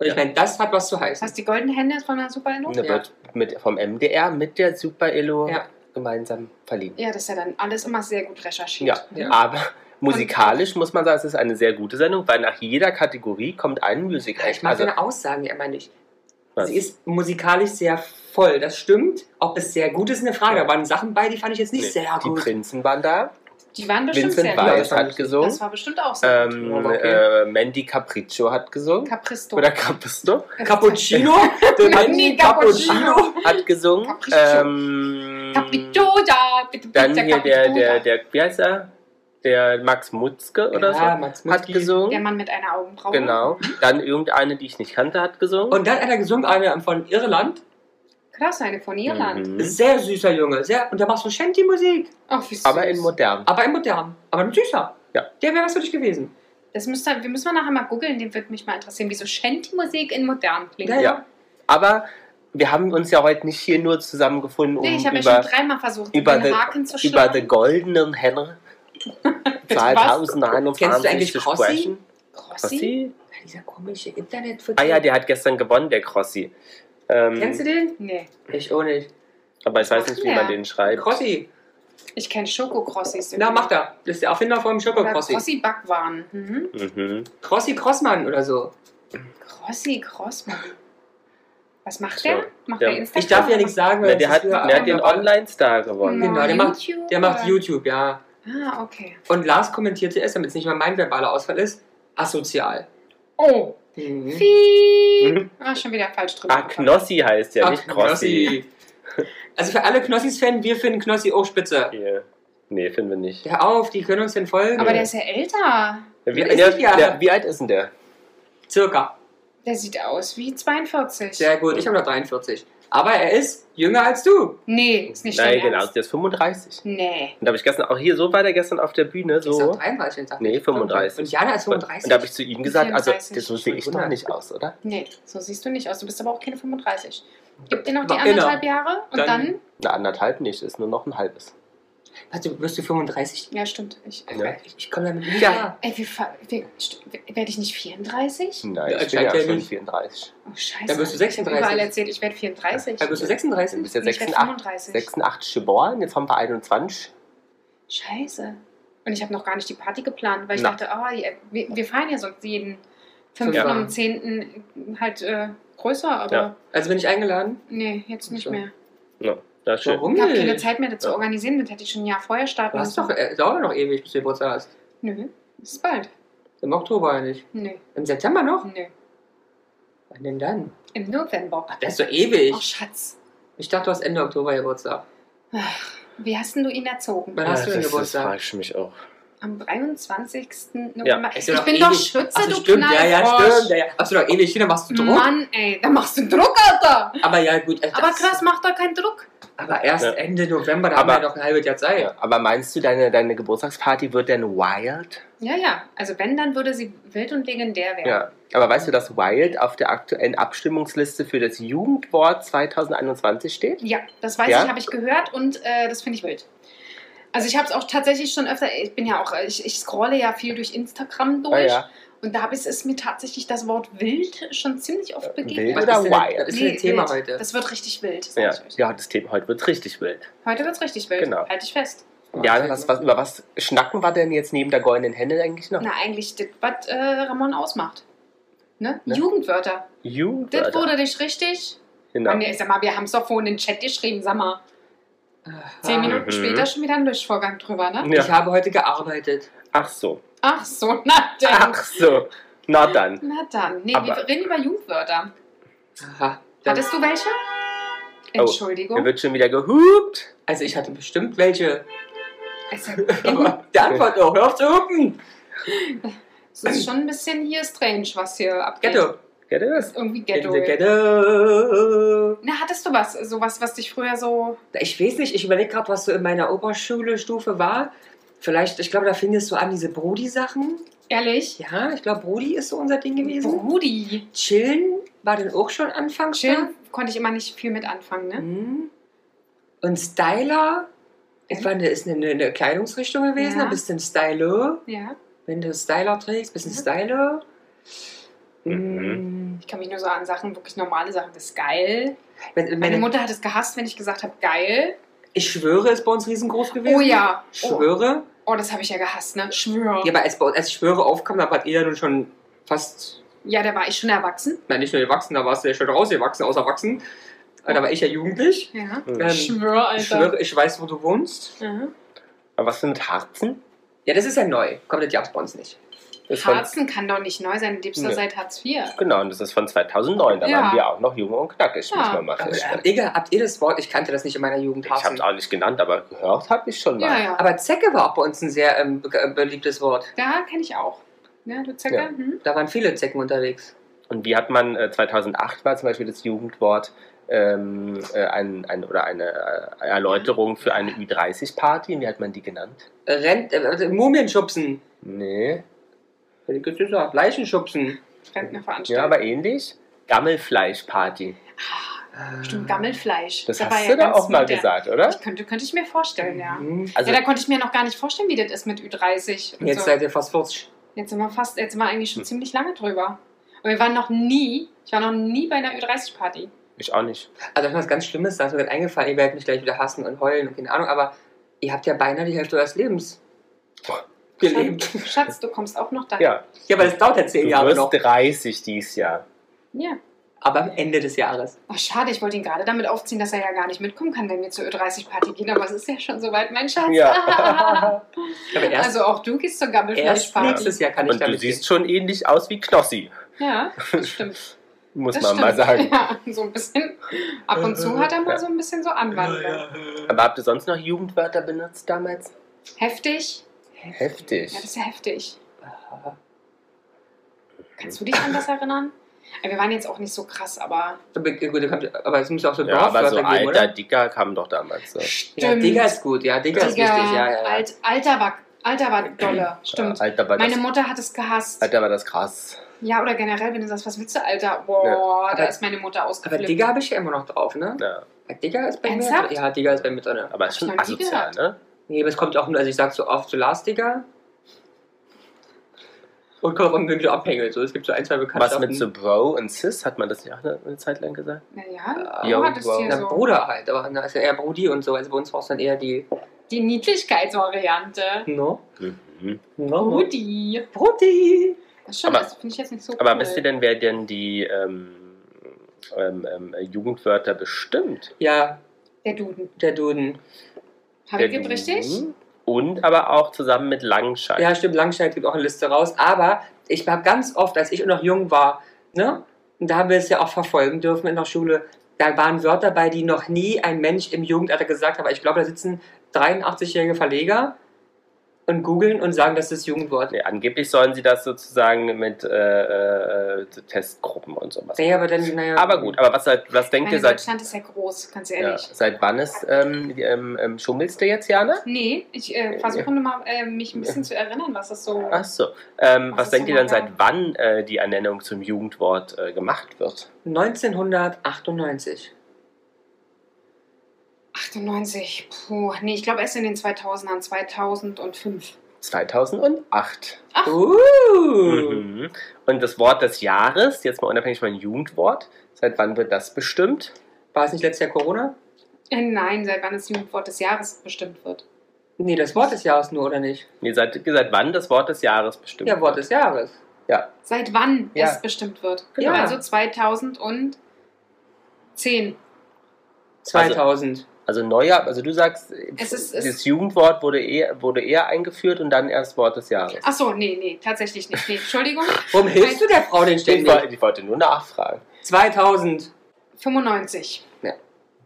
[SPEAKER 1] ich
[SPEAKER 4] Ja.
[SPEAKER 1] meine, das hat was zu heißen.
[SPEAKER 2] Hast du die goldenen Hände von der Super Elo?
[SPEAKER 4] Ne, wird mit, vom MDR mit der Super Elo
[SPEAKER 1] Ja.
[SPEAKER 4] gemeinsam verliehen.
[SPEAKER 2] Ja, das ist ja dann alles immer sehr gut recherchiert. Ne?
[SPEAKER 4] Ja,
[SPEAKER 1] Ja.
[SPEAKER 4] aber musikalisch muss man sagen, es ist eine sehr gute Sendung, weil nach jeder Kategorie kommt ein Music
[SPEAKER 1] Ja, ich
[SPEAKER 4] Act.
[SPEAKER 1] mag
[SPEAKER 4] Also,
[SPEAKER 1] seine Aussagen ja immer nicht.
[SPEAKER 4] was?
[SPEAKER 1] Sie ist musikalisch sehr voll, das stimmt. Ob es sehr gut ist, eine Frage.
[SPEAKER 4] Ja.
[SPEAKER 1] Da waren Sachen bei, die fand ich jetzt nicht
[SPEAKER 4] Nee,
[SPEAKER 1] sehr
[SPEAKER 4] die
[SPEAKER 1] gut.
[SPEAKER 4] Prinzen waren da,
[SPEAKER 2] Die waren bestimmt
[SPEAKER 4] Vincent
[SPEAKER 2] sehr gut.
[SPEAKER 4] Weiss
[SPEAKER 1] das war
[SPEAKER 4] hat
[SPEAKER 1] richtig.
[SPEAKER 4] gesungen,
[SPEAKER 2] Das war bestimmt auch so.
[SPEAKER 4] ähm,
[SPEAKER 1] Oh, okay.
[SPEAKER 4] äh, Mandy Capriccio hat gesungen,
[SPEAKER 2] Capristo. Äh,
[SPEAKER 4] oder Capristo
[SPEAKER 1] Cappuccino? Der Mandy Cappuccino?
[SPEAKER 4] hat gesungen,
[SPEAKER 2] Capriccio.
[SPEAKER 4] ähm,
[SPEAKER 2] Capriccio da, bitte, bitte,
[SPEAKER 4] dann hier der,
[SPEAKER 2] Capriccio
[SPEAKER 4] der,
[SPEAKER 2] da.
[SPEAKER 4] der, wie heißt er? Der Max Mutzke
[SPEAKER 1] Ja,
[SPEAKER 4] oder so
[SPEAKER 1] Max
[SPEAKER 4] hat
[SPEAKER 1] Mutzki.
[SPEAKER 2] Der
[SPEAKER 4] gesungen.
[SPEAKER 2] Mann mit einer Augenbraue.
[SPEAKER 4] Genau. Dann irgendeine, die ich nicht kannte, hat gesungen.
[SPEAKER 1] Und dann hat er gesungen, einer von Irland.
[SPEAKER 2] Krass, eine von Irland.
[SPEAKER 4] Mhm.
[SPEAKER 1] Sehr süßer Junge. Sehr, und der macht so Shanty-Musik.
[SPEAKER 2] Ach, wie süß.
[SPEAKER 4] Aber in modern.
[SPEAKER 1] Aber im Modern. Aber ein süßer.
[SPEAKER 4] Ja.
[SPEAKER 1] Der wäre was für dich gewesen.
[SPEAKER 2] das müsste, wir müssen mal nachher mal googeln, den würde mich mal interessieren, wieso Shanty-Musik in modern klingt.
[SPEAKER 1] Ja, ja.
[SPEAKER 4] Ja. Aber wir haben uns ja heute nicht hier nur zusammengefunden, um
[SPEAKER 2] Nee, ich habe ja schon
[SPEAKER 4] über,
[SPEAKER 2] dreimal versucht,
[SPEAKER 4] über
[SPEAKER 2] den
[SPEAKER 4] the-
[SPEAKER 2] Haken zu
[SPEAKER 4] über
[SPEAKER 2] schlagen.
[SPEAKER 4] den goldenen Henry
[SPEAKER 1] Kennst du eigentlich
[SPEAKER 4] 2021 zu
[SPEAKER 1] Crossi?
[SPEAKER 4] sprechen.
[SPEAKER 2] Crossi?
[SPEAKER 4] Crossi?
[SPEAKER 1] Ja, dieser komische internet
[SPEAKER 4] Ah ja, der hat gestern gewonnen, der Crossi. Ähm,
[SPEAKER 1] Kennst du den?
[SPEAKER 2] Nee,
[SPEAKER 1] Ich auch nicht.
[SPEAKER 4] Aber ich weiß
[SPEAKER 2] Ach,
[SPEAKER 4] nicht, wie
[SPEAKER 2] ja.
[SPEAKER 4] man den schreibt.
[SPEAKER 1] Crossi.
[SPEAKER 2] ich kenne Schokocrossis.
[SPEAKER 1] Na, macht er. Das ist der Erfinder vom
[SPEAKER 2] Oder
[SPEAKER 1] Schoko-Crossi.
[SPEAKER 2] Crossi-Backwaren. Mhm.
[SPEAKER 4] Mhm.
[SPEAKER 1] Crossi Crossmann oder so.
[SPEAKER 2] Crossi, Crossmann. Was macht
[SPEAKER 4] So,
[SPEAKER 2] der? Macht
[SPEAKER 4] ja.
[SPEAKER 2] der Instagram?
[SPEAKER 1] Ich darf ja nichts sagen,
[SPEAKER 4] Na,
[SPEAKER 1] weil
[SPEAKER 4] der
[SPEAKER 1] das
[SPEAKER 4] hat,
[SPEAKER 1] ist ja-
[SPEAKER 4] der hat den Online-Star gewonnen.
[SPEAKER 1] Genau, der macht-
[SPEAKER 2] YouTube,
[SPEAKER 1] Der macht
[SPEAKER 2] oder?
[SPEAKER 1] YouTube, ja.
[SPEAKER 2] Ah, okay.
[SPEAKER 1] Und Lars kommentierte es, damit es nicht mal mein verbaler Ausfall ist, asozial.
[SPEAKER 2] Oh,
[SPEAKER 1] Mhm.
[SPEAKER 2] Fiep.
[SPEAKER 4] Mhm.
[SPEAKER 2] Ah, schon wieder falsch drüber.
[SPEAKER 4] Ah, Knossi heißt der,
[SPEAKER 1] Ach,
[SPEAKER 4] nicht Crossi.
[SPEAKER 1] Also für alle Knossis-Fans, wir finden Knossi auch spitze.
[SPEAKER 4] Hier. Nee, finden wir nicht.
[SPEAKER 1] Hör auf, die können uns denn folgen.
[SPEAKER 2] Aber der ist ja älter.
[SPEAKER 4] Wie,
[SPEAKER 1] Wer ist
[SPEAKER 4] der,
[SPEAKER 1] denn der?
[SPEAKER 4] der, wie alt ist denn der?
[SPEAKER 1] Circa.
[SPEAKER 2] Der sieht aus wie 42.
[SPEAKER 1] Sehr gut, ich habe noch 43. Aber er ist jünger als du.
[SPEAKER 2] nee, ist nicht
[SPEAKER 4] Nein,
[SPEAKER 2] dein
[SPEAKER 4] genau,
[SPEAKER 2] Ernst.
[SPEAKER 4] der ist 35.
[SPEAKER 2] Nee,
[SPEAKER 4] Und da habe ich gestern auch hier, so war der gestern auf der Bühne,
[SPEAKER 1] Ich
[SPEAKER 4] so.
[SPEAKER 1] sag 33. ich sag
[SPEAKER 4] Nee, 35.
[SPEAKER 1] Und Jana ist
[SPEAKER 4] Und,
[SPEAKER 1] 35.
[SPEAKER 4] und da habe ich zu ihm gesagt, also
[SPEAKER 2] 34.
[SPEAKER 4] das, so sehe ich doch nicht aus, oder?
[SPEAKER 2] nee, so siehst du nicht aus. Du bist aber auch keine 35. Gib dir noch die
[SPEAKER 1] Mach inner.
[SPEAKER 2] anderthalb Jahre und
[SPEAKER 1] genau. Dann-
[SPEAKER 2] dann.
[SPEAKER 4] Na, anderthalb nicht, ist nur noch ein halbes.
[SPEAKER 1] Warte, wirst du 35?
[SPEAKER 2] Ja, stimmt. Ich,
[SPEAKER 4] Ja.
[SPEAKER 1] Ich, ich komme damit nicht
[SPEAKER 4] Ja.
[SPEAKER 1] klar.
[SPEAKER 2] Ey, wie, fa- wie, st- werde ich nicht 34?
[SPEAKER 4] Nein,
[SPEAKER 1] Ja,
[SPEAKER 4] ich bin ja
[SPEAKER 1] anscheinend ja
[SPEAKER 4] schon
[SPEAKER 1] nicht.
[SPEAKER 4] 34.
[SPEAKER 2] Oh, scheiße.
[SPEAKER 1] Hm. Dann wirst du
[SPEAKER 2] Ich habe
[SPEAKER 1] 36.
[SPEAKER 2] überall erzählt, ich werde 34.
[SPEAKER 1] Dann wirst du
[SPEAKER 4] Du
[SPEAKER 1] 36.
[SPEAKER 4] bist ja
[SPEAKER 2] Nee, ich werde
[SPEAKER 4] 86,
[SPEAKER 2] 35.
[SPEAKER 4] 86 geboren, jetzt haben wir 21.
[SPEAKER 2] Scheiße. Und ich habe noch gar nicht die Party geplant, weil ich
[SPEAKER 4] Na.
[SPEAKER 2] dachte, oh, ja, wir, wir feiern ja sonst jeden 5.
[SPEAKER 1] Ja.
[SPEAKER 2] und 10. halt äh, größer, aber
[SPEAKER 4] Ja.
[SPEAKER 1] Also bin ich eingeladen?
[SPEAKER 2] nee, jetzt nicht
[SPEAKER 1] So.
[SPEAKER 2] mehr.
[SPEAKER 4] No, das ist schön.
[SPEAKER 1] Warum
[SPEAKER 2] Ich habe keine
[SPEAKER 1] nicht?
[SPEAKER 2] Zeit mehr dazu
[SPEAKER 4] Ja.
[SPEAKER 2] organisieren, das hätte ich schon ein Jahr vorher starten
[SPEAKER 1] Du hast doch, äh, dauert noch ewig, bis du Geburtstag hast.
[SPEAKER 2] Nö, ist bald.
[SPEAKER 1] Im Oktober ja nicht.
[SPEAKER 2] Nö,
[SPEAKER 1] Im September noch?
[SPEAKER 2] nö.
[SPEAKER 1] Wann denn dann?
[SPEAKER 2] Im November.
[SPEAKER 1] Ach, das ist doch
[SPEAKER 2] Oh,
[SPEAKER 1] ewig.
[SPEAKER 2] Schatz.
[SPEAKER 1] Ich dachte, du hast Ende Oktober Geburtstag.
[SPEAKER 2] Wie hast denn du ihn erzogen?
[SPEAKER 1] Wann hast du denn
[SPEAKER 4] das, das
[SPEAKER 1] Geburtstag?
[SPEAKER 4] frage ich mich auch.
[SPEAKER 2] am 23. November.
[SPEAKER 1] Ist ja genau.
[SPEAKER 2] ich
[SPEAKER 1] noch
[SPEAKER 2] bin doch
[SPEAKER 1] ähnlich.
[SPEAKER 2] Schütze,
[SPEAKER 1] Ach so,
[SPEAKER 2] du
[SPEAKER 1] Also stimmt, ja, ja,
[SPEAKER 2] Knallfrosch.
[SPEAKER 1] stimmt. Ja, ja. Achso, doch ähnlich, dann machst du Druck.
[SPEAKER 2] Mann, ey, da machst du Druck, Alter.
[SPEAKER 1] Aber ja, gut. äh,
[SPEAKER 2] Aber
[SPEAKER 1] das-
[SPEAKER 2] krass, mach da keinen Druck.
[SPEAKER 1] Aber erst
[SPEAKER 4] Ja.
[SPEAKER 1] Ende November, da
[SPEAKER 4] Aber-
[SPEAKER 1] haben wir noch ein halbes Jahr Zeit.
[SPEAKER 4] Ja, aber meinst du, deine, deine Geburtstagsparty wird denn wild?
[SPEAKER 2] Ja, ja. Also wenn, dann würde sie wild und legendär werden.
[SPEAKER 4] Ja. Aber weißt du, dass wild auf der aktuellen Abstimmungsliste für das Jugendwort 2021 steht?
[SPEAKER 2] Ja, das weiß
[SPEAKER 4] Ja?
[SPEAKER 2] ich, habe ich gehört und äh, das finde ich wild. Also ich habe es auch tatsächlich schon öfter, ich bin ja auch, ich, ich scrolle ja viel durch Instagram
[SPEAKER 1] Oh,
[SPEAKER 2] durch
[SPEAKER 4] Ah, ja.
[SPEAKER 2] und da ist es mir tatsächlich das Wort wild schon ziemlich oft begegnet.
[SPEAKER 4] Äh, wild
[SPEAKER 1] Was
[SPEAKER 4] Oder
[SPEAKER 1] ist denn,
[SPEAKER 4] wild.
[SPEAKER 1] Das ist
[SPEAKER 2] Nee,
[SPEAKER 1] ein Thema
[SPEAKER 2] wild.
[SPEAKER 1] heute.
[SPEAKER 2] Das wird richtig wild. sag
[SPEAKER 4] Ja.
[SPEAKER 2] ich euch.
[SPEAKER 4] ja, das Thema heute wird richtig wild.
[SPEAKER 2] Heute wird es richtig wild.
[SPEAKER 4] Genau.
[SPEAKER 2] Halte ich fest.
[SPEAKER 1] Oh,
[SPEAKER 4] Ja, was, was, über was schnacken wir denn jetzt neben der goldenen Henne eigentlich noch?
[SPEAKER 2] Na, eigentlich das, was äh, Ramon ausmacht. Ne?
[SPEAKER 4] Ne?
[SPEAKER 2] Jugendwörter. Das
[SPEAKER 4] Jugendwörter.
[SPEAKER 2] wurde dich richtig.
[SPEAKER 4] Genau.
[SPEAKER 2] Mann, ich sag mal, wir haben es doch vorhin in den Chat geschrieben, sag mal. Zehn
[SPEAKER 1] Ah,
[SPEAKER 2] Minuten
[SPEAKER 4] Mhm.
[SPEAKER 2] später schon wieder ein Löschvorgang drüber, ne?
[SPEAKER 1] Ich
[SPEAKER 4] Ja.
[SPEAKER 1] habe heute gearbeitet.
[SPEAKER 4] Ach so.
[SPEAKER 2] Ach so, na dann.
[SPEAKER 4] Ach so. Na dann.
[SPEAKER 2] Na dann. Nee,
[SPEAKER 4] Aber-
[SPEAKER 2] wir reden über
[SPEAKER 1] Aha.
[SPEAKER 2] Jugendwörter.
[SPEAKER 1] Dann,
[SPEAKER 2] Hattest du welche?
[SPEAKER 4] Oh, Mir
[SPEAKER 2] Entschuldigung.
[SPEAKER 4] wird schon wieder gehupt.
[SPEAKER 1] also ich hatte bestimmt welche.
[SPEAKER 2] Es
[SPEAKER 1] Aber die Antwort auch. Hör auf zu hupen.
[SPEAKER 2] es ist schon ein bisschen hier strange, was hier abgeht.
[SPEAKER 1] Ghetto.
[SPEAKER 4] Kennt ihr das?
[SPEAKER 2] Ist irgendwie
[SPEAKER 1] Ghetto.
[SPEAKER 2] Ghetto.
[SPEAKER 1] Ghetto.
[SPEAKER 2] Na, hattest du was? Sowas, was dich früher so.
[SPEAKER 1] Ich weiß nicht, ich überlege gerade, was so in meiner Oberschulestufe war. Vielleicht, ich glaube, da fing es so an, diese Brody-Sachen.
[SPEAKER 2] Ehrlich?
[SPEAKER 1] Ja, ich glaube, Brody ist so unser Ding gewesen.
[SPEAKER 2] Brudi.
[SPEAKER 1] Chillen war dann auch schon anfangs
[SPEAKER 2] Chillen konnte ich immer nicht viel mit anfangen,
[SPEAKER 1] da.
[SPEAKER 2] ne?
[SPEAKER 1] Mhm. Und Styler, das war eine, ist eine, eine Kleidungsrichtung gewesen,
[SPEAKER 2] Ja.
[SPEAKER 1] ein bisschen Stylo.
[SPEAKER 2] Ja.
[SPEAKER 1] Wenn du Styler trägst, bisschen
[SPEAKER 2] Mhm.
[SPEAKER 1] Stylo.
[SPEAKER 4] Mhm.
[SPEAKER 1] Mhm.
[SPEAKER 2] Ich kann mich nur so an Sachen, wirklich normale Sachen. Das ist geil.
[SPEAKER 1] Wenn-
[SPEAKER 2] Meine
[SPEAKER 1] Meine,
[SPEAKER 2] Mutter hat es gehasst, wenn ich gesagt habe, geil.
[SPEAKER 1] ich schwöre, ist bei uns riesengroß gewesen.
[SPEAKER 2] Oh ja.
[SPEAKER 1] Ich
[SPEAKER 2] Oh,
[SPEAKER 1] schwöre.
[SPEAKER 2] oh das habe ich ja gehasst, ne? Schwör.
[SPEAKER 1] Ja, aber als, bei uns- als ich schwöre aufkam, da wart ihr ja nun schon fast,
[SPEAKER 2] Ja, da war ich schon erwachsen.
[SPEAKER 1] na nicht nur gewachsen, da warst du ja schon rausgewachsen, außer wachsen. Aber Da war ich ja jugendlich.
[SPEAKER 2] Ja.
[SPEAKER 4] Hm.
[SPEAKER 1] Ähm,
[SPEAKER 2] Schwör, Alter.
[SPEAKER 1] ich schwöre, ich weiß, wo du wohnst.
[SPEAKER 2] Mhm.
[SPEAKER 4] Aber was denn mit Harzen?
[SPEAKER 1] Ja, das ist ja neu. Kommt das gab's bei uns nicht.
[SPEAKER 4] Das von,
[SPEAKER 2] Harzen kann doch nicht neu sein, du lebst doch
[SPEAKER 4] Nee.
[SPEAKER 2] seit Hartz IV.
[SPEAKER 4] genau, und das ist von 2009. Da
[SPEAKER 2] Ja.
[SPEAKER 4] waren wir auch noch jung und knackig,
[SPEAKER 2] Ja.
[SPEAKER 4] muss man mal
[SPEAKER 1] Aber,
[SPEAKER 4] feststellen.
[SPEAKER 1] habt, ihr, Äh, habt ihr das Wort? Ich kannte das nicht in meiner Jugend.
[SPEAKER 4] Ich habe es auch nicht genannt, aber gehört habe ich schon mal.
[SPEAKER 2] Ja, ja.
[SPEAKER 1] Aber Zecke war auch bei uns ein sehr ähm, be äh, beliebtes Wort.
[SPEAKER 2] Da kenne ich auch. Ja, du Zecker?
[SPEAKER 4] Ja.
[SPEAKER 2] Hm?
[SPEAKER 1] Da waren viele Zecken unterwegs.
[SPEAKER 4] Und wie hat man äh, 2008 war zum Beispiel das Jugendwort ähm, äh, ein, ein, oder eine äh, Erläuterung für eine Ü30-Party? Wie hat man die genannt?
[SPEAKER 1] Äh, Rennt, äh, Mumien schubsen.
[SPEAKER 4] Nee.
[SPEAKER 1] Hätte ich gesagt, Leichen schubsen.
[SPEAKER 4] Ja,
[SPEAKER 2] Rentnerveranstaltung.
[SPEAKER 4] aber ähnlich. Gammelfleischparty.
[SPEAKER 2] Äh, Stimmt, Gammelfleisch.
[SPEAKER 4] Das
[SPEAKER 2] Da war
[SPEAKER 4] hast
[SPEAKER 2] ja
[SPEAKER 4] du da
[SPEAKER 2] ganz
[SPEAKER 4] auch mal
[SPEAKER 2] modern.
[SPEAKER 4] gesagt, oder?
[SPEAKER 2] Ich könnte, könnte ich mir vorstellen, ja.
[SPEAKER 1] Mhm.
[SPEAKER 4] Also
[SPEAKER 2] ja, da konnte ich mir noch gar nicht vorstellen, wie das ist mit Ü30. und
[SPEAKER 1] Jetzt
[SPEAKER 2] so.
[SPEAKER 1] seid ihr fast 40.
[SPEAKER 2] jetzt sind wir fast, jetzt sind wir eigentlich schon
[SPEAKER 4] Hm.
[SPEAKER 2] ziemlich lange drüber. Und wir waren noch nie, ich war noch nie bei einer Ü30-Party.
[SPEAKER 4] ich auch nicht.
[SPEAKER 1] Also ich was ganz Schlimmes, da ist mir gerade eingefallen, ihr werdet mich gleich wieder hassen und heulen und keine Ahnung, aber ihr habt ja beinahe die Hälfte eures Lebens gelebt.
[SPEAKER 2] Schatz, du kommst auch noch dahin.
[SPEAKER 4] Ja,
[SPEAKER 1] Ja, aber das dauert ja zehn
[SPEAKER 4] du
[SPEAKER 1] Jahre
[SPEAKER 4] wirst
[SPEAKER 1] noch.
[SPEAKER 4] 30 dieses Jahr.
[SPEAKER 2] ja.
[SPEAKER 1] Aber am Ende des Jahres.
[SPEAKER 2] Oh, schade, ich wollte ihn gerade damit aufziehen, dass er ja gar nicht mitkommen kann, wenn wir zur Ö30-Party gehen, aber es ist ja schon soweit, mein Schatz.
[SPEAKER 4] Ja.
[SPEAKER 1] Aber erst,
[SPEAKER 2] also auch du gehst zur
[SPEAKER 1] erst
[SPEAKER 2] Gammelfleischparty.
[SPEAKER 1] nächstes Jahr kann ich
[SPEAKER 4] Und du
[SPEAKER 1] damit
[SPEAKER 4] siehst schon ähnlich aus wie Knossi,
[SPEAKER 2] Ja, das stimmt.
[SPEAKER 4] muss
[SPEAKER 2] Das
[SPEAKER 4] man
[SPEAKER 2] stimmt.
[SPEAKER 4] mal sagen.
[SPEAKER 2] Ja, so ein bisschen. Ab und zu hat er mal so ein bisschen so Anwandlung.
[SPEAKER 4] Aber habt ihr sonst noch Jugendwörter benutzt damals?
[SPEAKER 2] Heftig?
[SPEAKER 4] Heftig.
[SPEAKER 2] Ja, das ist ja heftig. Kannst du dich an das erinnern? Äh, Wir waren jetzt auch nicht so krass, aber.
[SPEAKER 1] Äh, Gut, ihr kommt- aber es muss auch so
[SPEAKER 4] Ja, aber so
[SPEAKER 1] Dorfwörter geben,
[SPEAKER 4] alter,
[SPEAKER 1] oder?
[SPEAKER 4] dicker kam doch damals ne? so.
[SPEAKER 2] Stimmt.
[SPEAKER 1] Ja, Digga ist gut, ja, Digga, ist
[SPEAKER 2] Digga,
[SPEAKER 1] wichtig, ja, ja. ja.
[SPEAKER 2] Alt, Alter, war, Alter war dolle. Stimmt.
[SPEAKER 4] Ja, Alter, war
[SPEAKER 2] Meine
[SPEAKER 4] das,
[SPEAKER 2] Mutter hat es gehasst.
[SPEAKER 4] Alter war das krass.
[SPEAKER 2] Ja, oder generell, wenn du sagst, was willst du, Alter? Boah, da
[SPEAKER 1] Aber-
[SPEAKER 2] ist meine Mutter
[SPEAKER 1] aber
[SPEAKER 2] ausgeflippt.
[SPEAKER 1] Digga habe ich ja immer noch drauf, ne?
[SPEAKER 4] Ja,
[SPEAKER 1] Weil Digga ist bei
[SPEAKER 2] Ernsthaft?
[SPEAKER 1] mir. Ja, Digga ist bei mir drin.
[SPEAKER 4] aber ist
[SPEAKER 2] Hab
[SPEAKER 4] schon
[SPEAKER 2] ich noch nie
[SPEAKER 4] asozial,
[SPEAKER 2] gehört.
[SPEAKER 4] ne?
[SPEAKER 1] Nee, aber es kommt auch nur, also ich sag so oft so Lars Digga. Und kommt auch irgendwie wieder abhängelt. So, es gibt so ein, zwei bekannte
[SPEAKER 4] Was mit so Bro und Sis, hat man das nicht auch eine, eine Zeit lang gesagt?
[SPEAKER 2] Naja,
[SPEAKER 4] Ja,
[SPEAKER 2] du hattest
[SPEAKER 4] wow.
[SPEAKER 2] hier
[SPEAKER 1] Na,
[SPEAKER 2] so
[SPEAKER 1] Bruder halt, aber na, ist ja eher Brudi und so. Also bei uns brauchst du dann eher die.
[SPEAKER 2] die Niedlichkeitsvariante.
[SPEAKER 1] No?
[SPEAKER 4] Mhm.
[SPEAKER 1] No?
[SPEAKER 2] Rudi.
[SPEAKER 1] Brudi!
[SPEAKER 2] Das Schon,
[SPEAKER 4] Aber-
[SPEAKER 2] das finde ich jetzt nicht so
[SPEAKER 4] Aber
[SPEAKER 2] cool.
[SPEAKER 4] wisst ihr denn, wer denn die ähm, ähm, ähm, Jugendwörter bestimmt?
[SPEAKER 1] Ja,
[SPEAKER 2] Der Duden.
[SPEAKER 1] der Duden.
[SPEAKER 2] Habe ich
[SPEAKER 4] Der
[SPEAKER 2] jetzt richtig?
[SPEAKER 4] Duden Und aber auch zusammen mit Langscheid.
[SPEAKER 1] Ja, stimmt, Langscheid gibt auch eine Liste raus. Aber ich habe ganz oft, als ich noch jung war, ne? Und da haben wir es ja auch verfolgen dürfen in der Schule. Da waren Wörter bei, die noch nie ein Mensch im Jugendalter gesagt hat. Aber ich glaube, da sitzen 83-jährige Verleger und googeln und sagen, das ist Jugendwort.
[SPEAKER 4] Nee, angeblich sollen sie das sozusagen mit äh, äh, Testgruppen und sowas.
[SPEAKER 1] Naja, aber dann, naja.
[SPEAKER 4] Aber gut, aber was, seid- was denkt
[SPEAKER 2] Meine,
[SPEAKER 4] ihr seit,
[SPEAKER 2] Deutschland ist ja groß, ganz
[SPEAKER 4] ja,
[SPEAKER 2] ehrlich.
[SPEAKER 4] seit wann ist, ähm, die, ähm, ähm, schummelst du jetzt, Jana?
[SPEAKER 2] Nee, ich äh, versuche nur mal, äh, mich ein bisschen zu erinnern, was das so.
[SPEAKER 4] Ach so. Ähm,
[SPEAKER 2] Was
[SPEAKER 4] was
[SPEAKER 2] ist
[SPEAKER 4] denkt
[SPEAKER 2] denn
[SPEAKER 4] ihr denn,
[SPEAKER 2] mal
[SPEAKER 4] seit
[SPEAKER 2] da?
[SPEAKER 4] wann äh, die Ernennung zum Jugendwort äh, gemacht wird?
[SPEAKER 1] 1998.
[SPEAKER 2] 98. Puh, nee, ich glaube erst in den 2000ern, 2005.
[SPEAKER 4] 2008.
[SPEAKER 2] Ach.
[SPEAKER 1] Uh.
[SPEAKER 4] Mhm. Und das Wort des Jahres, jetzt mal unabhängig von Jugendwort, seit wann wird das bestimmt?
[SPEAKER 1] War es nicht letztes Jahr Corona?
[SPEAKER 2] Äh, Nein, seit wann das Jugendwort des Jahres bestimmt wird.
[SPEAKER 1] Nee, das Wort des Jahres nur, oder nicht?
[SPEAKER 4] Nee, seit, seit wann das Wort des Jahres bestimmt
[SPEAKER 1] Ja, Wort
[SPEAKER 4] wird?
[SPEAKER 1] des Jahres.
[SPEAKER 4] Ja,
[SPEAKER 2] Seit wann
[SPEAKER 4] Ja.
[SPEAKER 2] es bestimmt wird.
[SPEAKER 1] Genau.
[SPEAKER 2] Ja. Also 2010.
[SPEAKER 1] 2000.
[SPEAKER 4] also Neujahr, also du sagst,
[SPEAKER 2] Es ist- es-
[SPEAKER 4] das Jugendwort wurde eher, wurde eher eingeführt und dann erst Wort des Jahres.
[SPEAKER 2] Ach so, nee, nee, tatsächlich nicht. Nee, Entschuldigung.
[SPEAKER 1] Warum hilfst du der Frau denn
[SPEAKER 4] Ich
[SPEAKER 1] ständig?
[SPEAKER 4] wollte, ich wollte nur nachfragen.
[SPEAKER 1] 2000.
[SPEAKER 2] 95.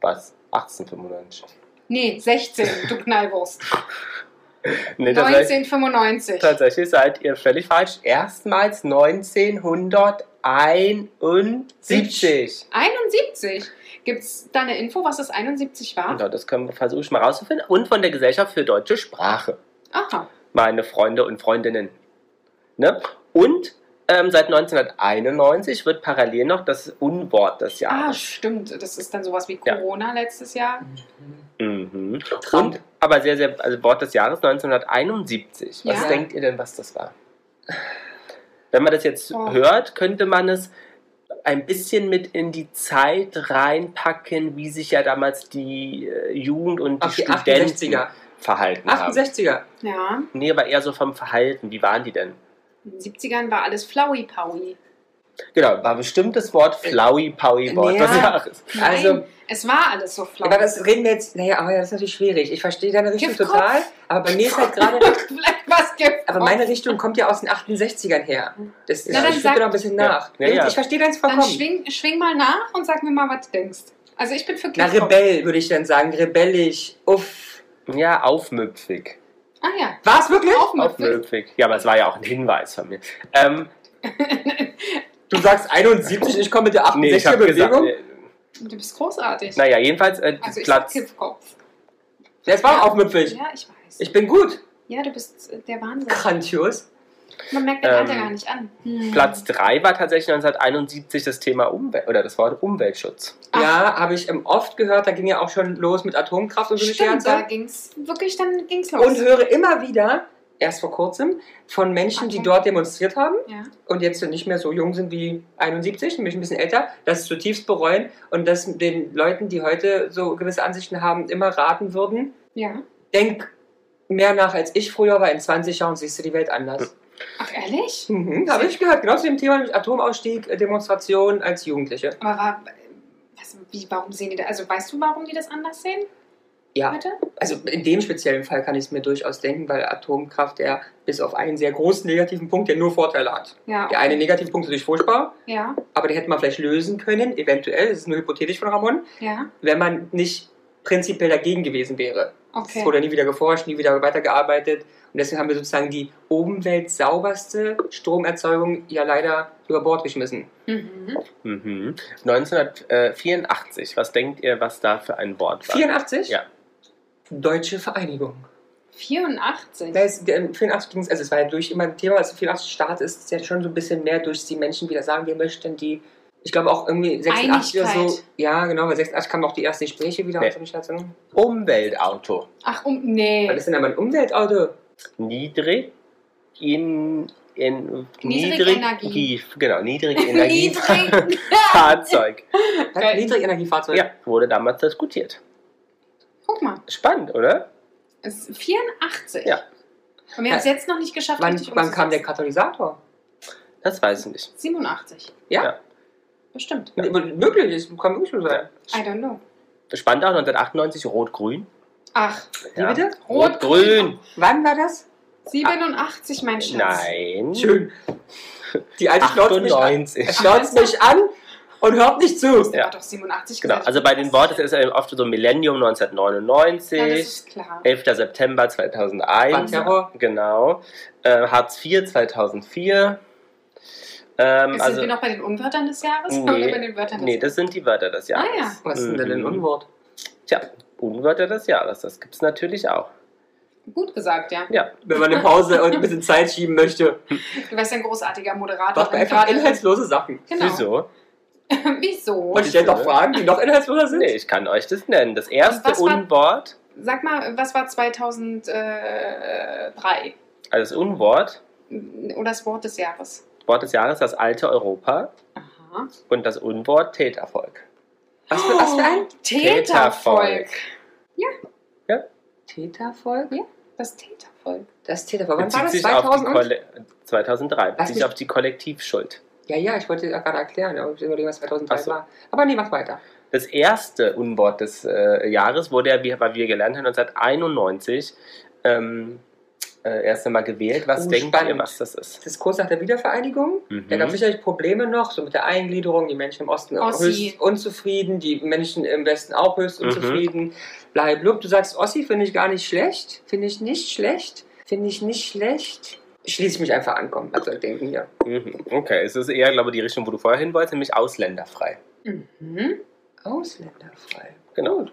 [SPEAKER 4] Was? 1895.
[SPEAKER 2] Nee, 16, du Knallwurst.
[SPEAKER 4] Nee, tatsächlich,
[SPEAKER 2] 1995.
[SPEAKER 4] tatsächlich seid ihr völlig falsch. Erstmals 1971.
[SPEAKER 2] 71. Gibt es da eine Info, was das 71 war?
[SPEAKER 4] Genau, das können wir versuchen mal rauszufinden. Und von der Gesellschaft für deutsche Sprache,
[SPEAKER 2] Aha.
[SPEAKER 4] meine Freunde und Freundinnen. Ne? Und ähm, seit 1991 wird parallel noch das Unwort des
[SPEAKER 2] Ah,
[SPEAKER 4] Jahres.
[SPEAKER 2] stimmt. Das ist dann sowas wie
[SPEAKER 4] Ja.
[SPEAKER 2] Corona letztes Jahr.
[SPEAKER 4] Mhm.
[SPEAKER 1] Trump.
[SPEAKER 4] Und aber sehr, sehr, also Wort des Jahres 1971. Was
[SPEAKER 2] Ja.
[SPEAKER 4] denkt ihr denn, was das war? Wenn man das jetzt
[SPEAKER 2] Oh.
[SPEAKER 4] hört, könnte man es ein bisschen mit in die Zeit reinpacken, wie sich ja damals die äh, Jugend und die
[SPEAKER 1] Ach, die
[SPEAKER 4] Studenten
[SPEAKER 1] 68er.
[SPEAKER 4] verhalten haben.
[SPEAKER 1] 68er.
[SPEAKER 2] Ja.
[SPEAKER 4] Nee, aber eher so vom Verhalten. Wie waren die denn?
[SPEAKER 2] In den 70ern war alles Flowey-Paui.
[SPEAKER 4] Genau, war bestimmt das Wort Flowey-Powy-Wort
[SPEAKER 1] Ja.
[SPEAKER 4] des Jahres.
[SPEAKER 2] Nein,
[SPEAKER 1] Also-
[SPEAKER 2] es war alles so flowey.
[SPEAKER 1] Aber das reden wir jetzt, naja, aber das ist natürlich schwierig. Ich verstehe deine Richtung
[SPEAKER 2] Gib Kopf.
[SPEAKER 1] total, aber bei mir ist halt gerade,
[SPEAKER 2] Vielleicht was gibt
[SPEAKER 1] aber meine Richtung kommt ja aus den 68ern her. Das ist,
[SPEAKER 2] Na, dann
[SPEAKER 1] ich schwebe
[SPEAKER 2] sag-
[SPEAKER 1] da ein bisschen
[SPEAKER 4] Ja.
[SPEAKER 1] nach.
[SPEAKER 4] Ja, ja.
[SPEAKER 1] Ich verstehe ganz
[SPEAKER 2] Dann
[SPEAKER 1] vollkommen.
[SPEAKER 2] schwing, schwing mal nach und sag mir mal, was du denkst. Also ich bin für
[SPEAKER 1] Na,
[SPEAKER 2] Kickbox.
[SPEAKER 1] Rebell, würde ich dann sagen. Rebellisch. Uff.
[SPEAKER 4] Ja, aufmüpfig.
[SPEAKER 2] Ah ja.
[SPEAKER 1] War es wirklich?
[SPEAKER 2] Aufmüpfig.
[SPEAKER 4] Aufmüpfig. Ja, aber es war ja auch ein Hinweis von mir. Ähm,
[SPEAKER 1] Du sagst 71, ich komme mit der
[SPEAKER 4] nee, ich
[SPEAKER 1] 68er
[SPEAKER 4] habe gesagt.
[SPEAKER 1] Bewegung.
[SPEAKER 4] Äh,
[SPEAKER 2] Du bist großartig.
[SPEAKER 4] naja, jedenfalls äh,
[SPEAKER 2] also ich
[SPEAKER 4] Platz.
[SPEAKER 2] sag Kippkopf.
[SPEAKER 4] äh,
[SPEAKER 1] Das war auch müpfig.
[SPEAKER 2] Ja, ich weiß.
[SPEAKER 1] Ich bin gut.
[SPEAKER 2] ja, du bist äh, der Wahnsinn.
[SPEAKER 1] Grandios.
[SPEAKER 2] Man merkt den
[SPEAKER 4] Ähm,
[SPEAKER 2] Alter gar nicht an. Hm.
[SPEAKER 4] Platz 3 war tatsächlich 1971 das Thema Umwelt oder das Wort Umweltschutz.
[SPEAKER 2] Ach.
[SPEAKER 1] Ja, habe ich ähm, oft gehört. Da ging ja auch schon los mit Atomkraft und so eine
[SPEAKER 2] Stimmt, da
[SPEAKER 1] Scherze.
[SPEAKER 2] ging's wirklich, dann ging's los.
[SPEAKER 1] Und höre immer wieder, erst vor kurzem, von Menschen, die
[SPEAKER 2] Atom-
[SPEAKER 1] dort demonstriert haben.
[SPEAKER 2] ja.
[SPEAKER 1] und jetzt nicht mehr so jung sind wie 71, nämlich ein bisschen älter, das zutiefst bereuen und das den Leuten, die heute so gewisse Ansichten haben, immer raten würden,
[SPEAKER 2] ja.
[SPEAKER 1] denk mehr nach als ich früher, weil in 20 Jahren siehst du die Welt anders.
[SPEAKER 2] Ach, ehrlich?
[SPEAKER 1] Mhm, Habe ich gehört, genau zu dem Thema nämlich Atomausstieg, äh, Demonstration als Jugendliche.
[SPEAKER 2] Aber war, was, wie, warum sehen die das? Also weißt du, warum die das anders sehen
[SPEAKER 1] Ja,
[SPEAKER 2] heute?
[SPEAKER 1] also in dem speziellen Fall kann ich es mir durchaus denken, weil Atomkraft ja bis auf einen sehr großen negativen Punkt, der nur Vorteile hat.
[SPEAKER 2] Ja.
[SPEAKER 1] Der eine negative Punkt ist natürlich furchtbar,
[SPEAKER 2] Ja,
[SPEAKER 1] aber den hätte man vielleicht lösen können, eventuell, das ist nur hypothetisch von Ramon,
[SPEAKER 2] ja.
[SPEAKER 1] wenn man nicht prinzipiell dagegen gewesen wäre.
[SPEAKER 2] Okay.
[SPEAKER 1] Es wurde nie wieder geforscht, nie wieder weitergearbeitet. Und deswegen haben wir sozusagen die umweltsauberste Stromerzeugung ja leider über Bord geschmissen.
[SPEAKER 2] Mhm.
[SPEAKER 4] Mhm. 1984, was denkt ihr, was da für ein Wort war?
[SPEAKER 1] 84?
[SPEAKER 4] Ja.
[SPEAKER 1] Deutsche Vereinigung.
[SPEAKER 2] 84.
[SPEAKER 1] Da ist, ähm, 84 ging es, also es war ja durch immer ein Thema, also 84 Staat ist es ja schon so ein bisschen mehr durch die Menschen wieder sagen, wir möchten die, ich glaube auch irgendwie 86 oder so.
[SPEAKER 2] Einigkeit.
[SPEAKER 1] Ja, genau, weil 86 kamen auch die ersten Gespräche wieder
[SPEAKER 4] Nee.
[SPEAKER 1] und so eine Station.
[SPEAKER 4] Umweltauto.
[SPEAKER 2] Ach, um, nee.
[SPEAKER 1] Was ist denn aber ein Umweltauto?
[SPEAKER 4] Niedrig in, in
[SPEAKER 2] Niedrigenergie.
[SPEAKER 4] Niedrigenergie- Genau, Niedrigenergie.
[SPEAKER 2] Niedrig.
[SPEAKER 4] Fahrzeug.
[SPEAKER 1] Das
[SPEAKER 2] Geil.
[SPEAKER 1] Niedrigenergiefahrzeug.
[SPEAKER 4] Ja, wurde damals diskutiert.
[SPEAKER 2] Guck mal,
[SPEAKER 4] Spannend, oder?
[SPEAKER 2] es ist 84.
[SPEAKER 4] Ja.
[SPEAKER 2] Und wir haben es jetzt noch nicht geschafft,
[SPEAKER 1] Wann,
[SPEAKER 2] richtig
[SPEAKER 1] wann kam der
[SPEAKER 2] umzusetzen.
[SPEAKER 1] Katalysator?
[SPEAKER 4] Das weiß ich nicht.
[SPEAKER 2] 87.
[SPEAKER 1] Ja.
[SPEAKER 4] Ja.
[SPEAKER 2] Bestimmt.
[SPEAKER 1] Nee, aber Möglich, es kann wirklich so sein.
[SPEAKER 2] I don't know.
[SPEAKER 4] Spannend auch 1998 Rot-Grün.
[SPEAKER 2] Ach,
[SPEAKER 1] Wie bitte?
[SPEAKER 4] Rot-Grün.
[SPEAKER 1] Wann war das?
[SPEAKER 2] 87, mein Schatz.
[SPEAKER 1] Uh.
[SPEAKER 4] Nein.
[SPEAKER 1] Schön. Die alte schnauzt mich an.
[SPEAKER 4] 98.
[SPEAKER 1] Es Schnauzt mich an und hört nicht zu.
[SPEAKER 2] Der
[SPEAKER 4] Ja.
[SPEAKER 2] hat doch 87
[SPEAKER 4] Genau,
[SPEAKER 2] gesagt.
[SPEAKER 4] also bei den Worten ist es oft so Millennium
[SPEAKER 2] Ja, das
[SPEAKER 4] 1999,
[SPEAKER 2] ist klar.
[SPEAKER 4] 11. September
[SPEAKER 1] War
[SPEAKER 4] 2001,
[SPEAKER 1] Terror.
[SPEAKER 4] genau, äh, Hartz IV 2004. Ähm,
[SPEAKER 2] Sind
[SPEAKER 4] also,
[SPEAKER 2] wir noch bei den Unwörtern des Jahres?
[SPEAKER 4] Nee.
[SPEAKER 2] Oder bei den Wörtern des
[SPEAKER 4] nee, das sind die Wörter des Jahres.
[SPEAKER 2] Ah ja.
[SPEAKER 1] Was ist denn denn ein
[SPEAKER 4] Mhm.
[SPEAKER 1] Unwort?
[SPEAKER 4] Tja, Unwörter des Jahres, das gibt es natürlich auch.
[SPEAKER 2] Jahres? Gut gesagt, ja.
[SPEAKER 4] Ja,
[SPEAKER 1] Wenn man eine Pause und ein bisschen Zeit schieben möchte,
[SPEAKER 2] Du wärst ja ein großartiger Moderator.
[SPEAKER 1] macht man
[SPEAKER 2] wenn
[SPEAKER 1] einfach
[SPEAKER 2] gerade-
[SPEAKER 1] inhaltslose Sachen.
[SPEAKER 2] Genau.
[SPEAKER 4] wieso?
[SPEAKER 2] Wieso?
[SPEAKER 1] Und stellt doch Fragen, die noch inhaltsloser sind.
[SPEAKER 4] Nee, ich kann euch das nennen. Das erste
[SPEAKER 2] was war-
[SPEAKER 4] Unwort,
[SPEAKER 2] Sag mal, was war 2003?
[SPEAKER 4] also das Unwort,
[SPEAKER 2] Oder das Wort des Jahres?
[SPEAKER 4] Wort des Jahres, das alte Europa
[SPEAKER 2] Aha.
[SPEAKER 1] Oh.
[SPEAKER 4] und das Unwort Tätervolk.
[SPEAKER 1] Was für, was für ein
[SPEAKER 4] Tätervolk.
[SPEAKER 1] Tätervolk?
[SPEAKER 2] Das Tätervolk.
[SPEAKER 1] Oh. Das Tätervolk. Wann war
[SPEAKER 4] Bezieht
[SPEAKER 1] das?
[SPEAKER 4] sich auf die
[SPEAKER 1] 2000? und-
[SPEAKER 4] Kolle 2003,
[SPEAKER 1] Lass
[SPEAKER 4] bezieht
[SPEAKER 1] mich-
[SPEAKER 4] sich auf die Kollektivschuld.
[SPEAKER 1] Ja, ja, ich wollte ja gerade erklären, aber ich überlege, was 2003
[SPEAKER 4] Ach so.
[SPEAKER 1] war. Aber nee, mach weiter.
[SPEAKER 4] Das erste Unwort des äh, Jahres wurde ja, wie weil wir gelernt haben, 1991 ähm, äh, erst einmal gewählt. Was
[SPEAKER 1] Oh,
[SPEAKER 4] denkt ihr,
[SPEAKER 1] spannend.
[SPEAKER 4] was das ist?
[SPEAKER 1] Das ist kurz nach der Wiedervereinigung.
[SPEAKER 4] Mhm.
[SPEAKER 1] Da gab es sicherlich Probleme noch, so mit der Eingliederung, die Menschen im Osten
[SPEAKER 2] Ossi.
[SPEAKER 1] höchst unzufrieden, die Menschen im Westen auch höchst
[SPEAKER 4] Mhm.
[SPEAKER 1] unzufrieden. Blub, du sagst Ossi, finde ich gar nicht schlecht. Finde ich nicht schlecht. Finde ich nicht schlecht. Schließe mich einfach ankommen, also denken hier.
[SPEAKER 4] Mhm. Okay, es ist eher, glaube ich, die Richtung, wo du vorher hin wolltest, nämlich ausländerfrei.
[SPEAKER 2] Mhm.
[SPEAKER 1] Ausländerfrei.
[SPEAKER 4] Genau.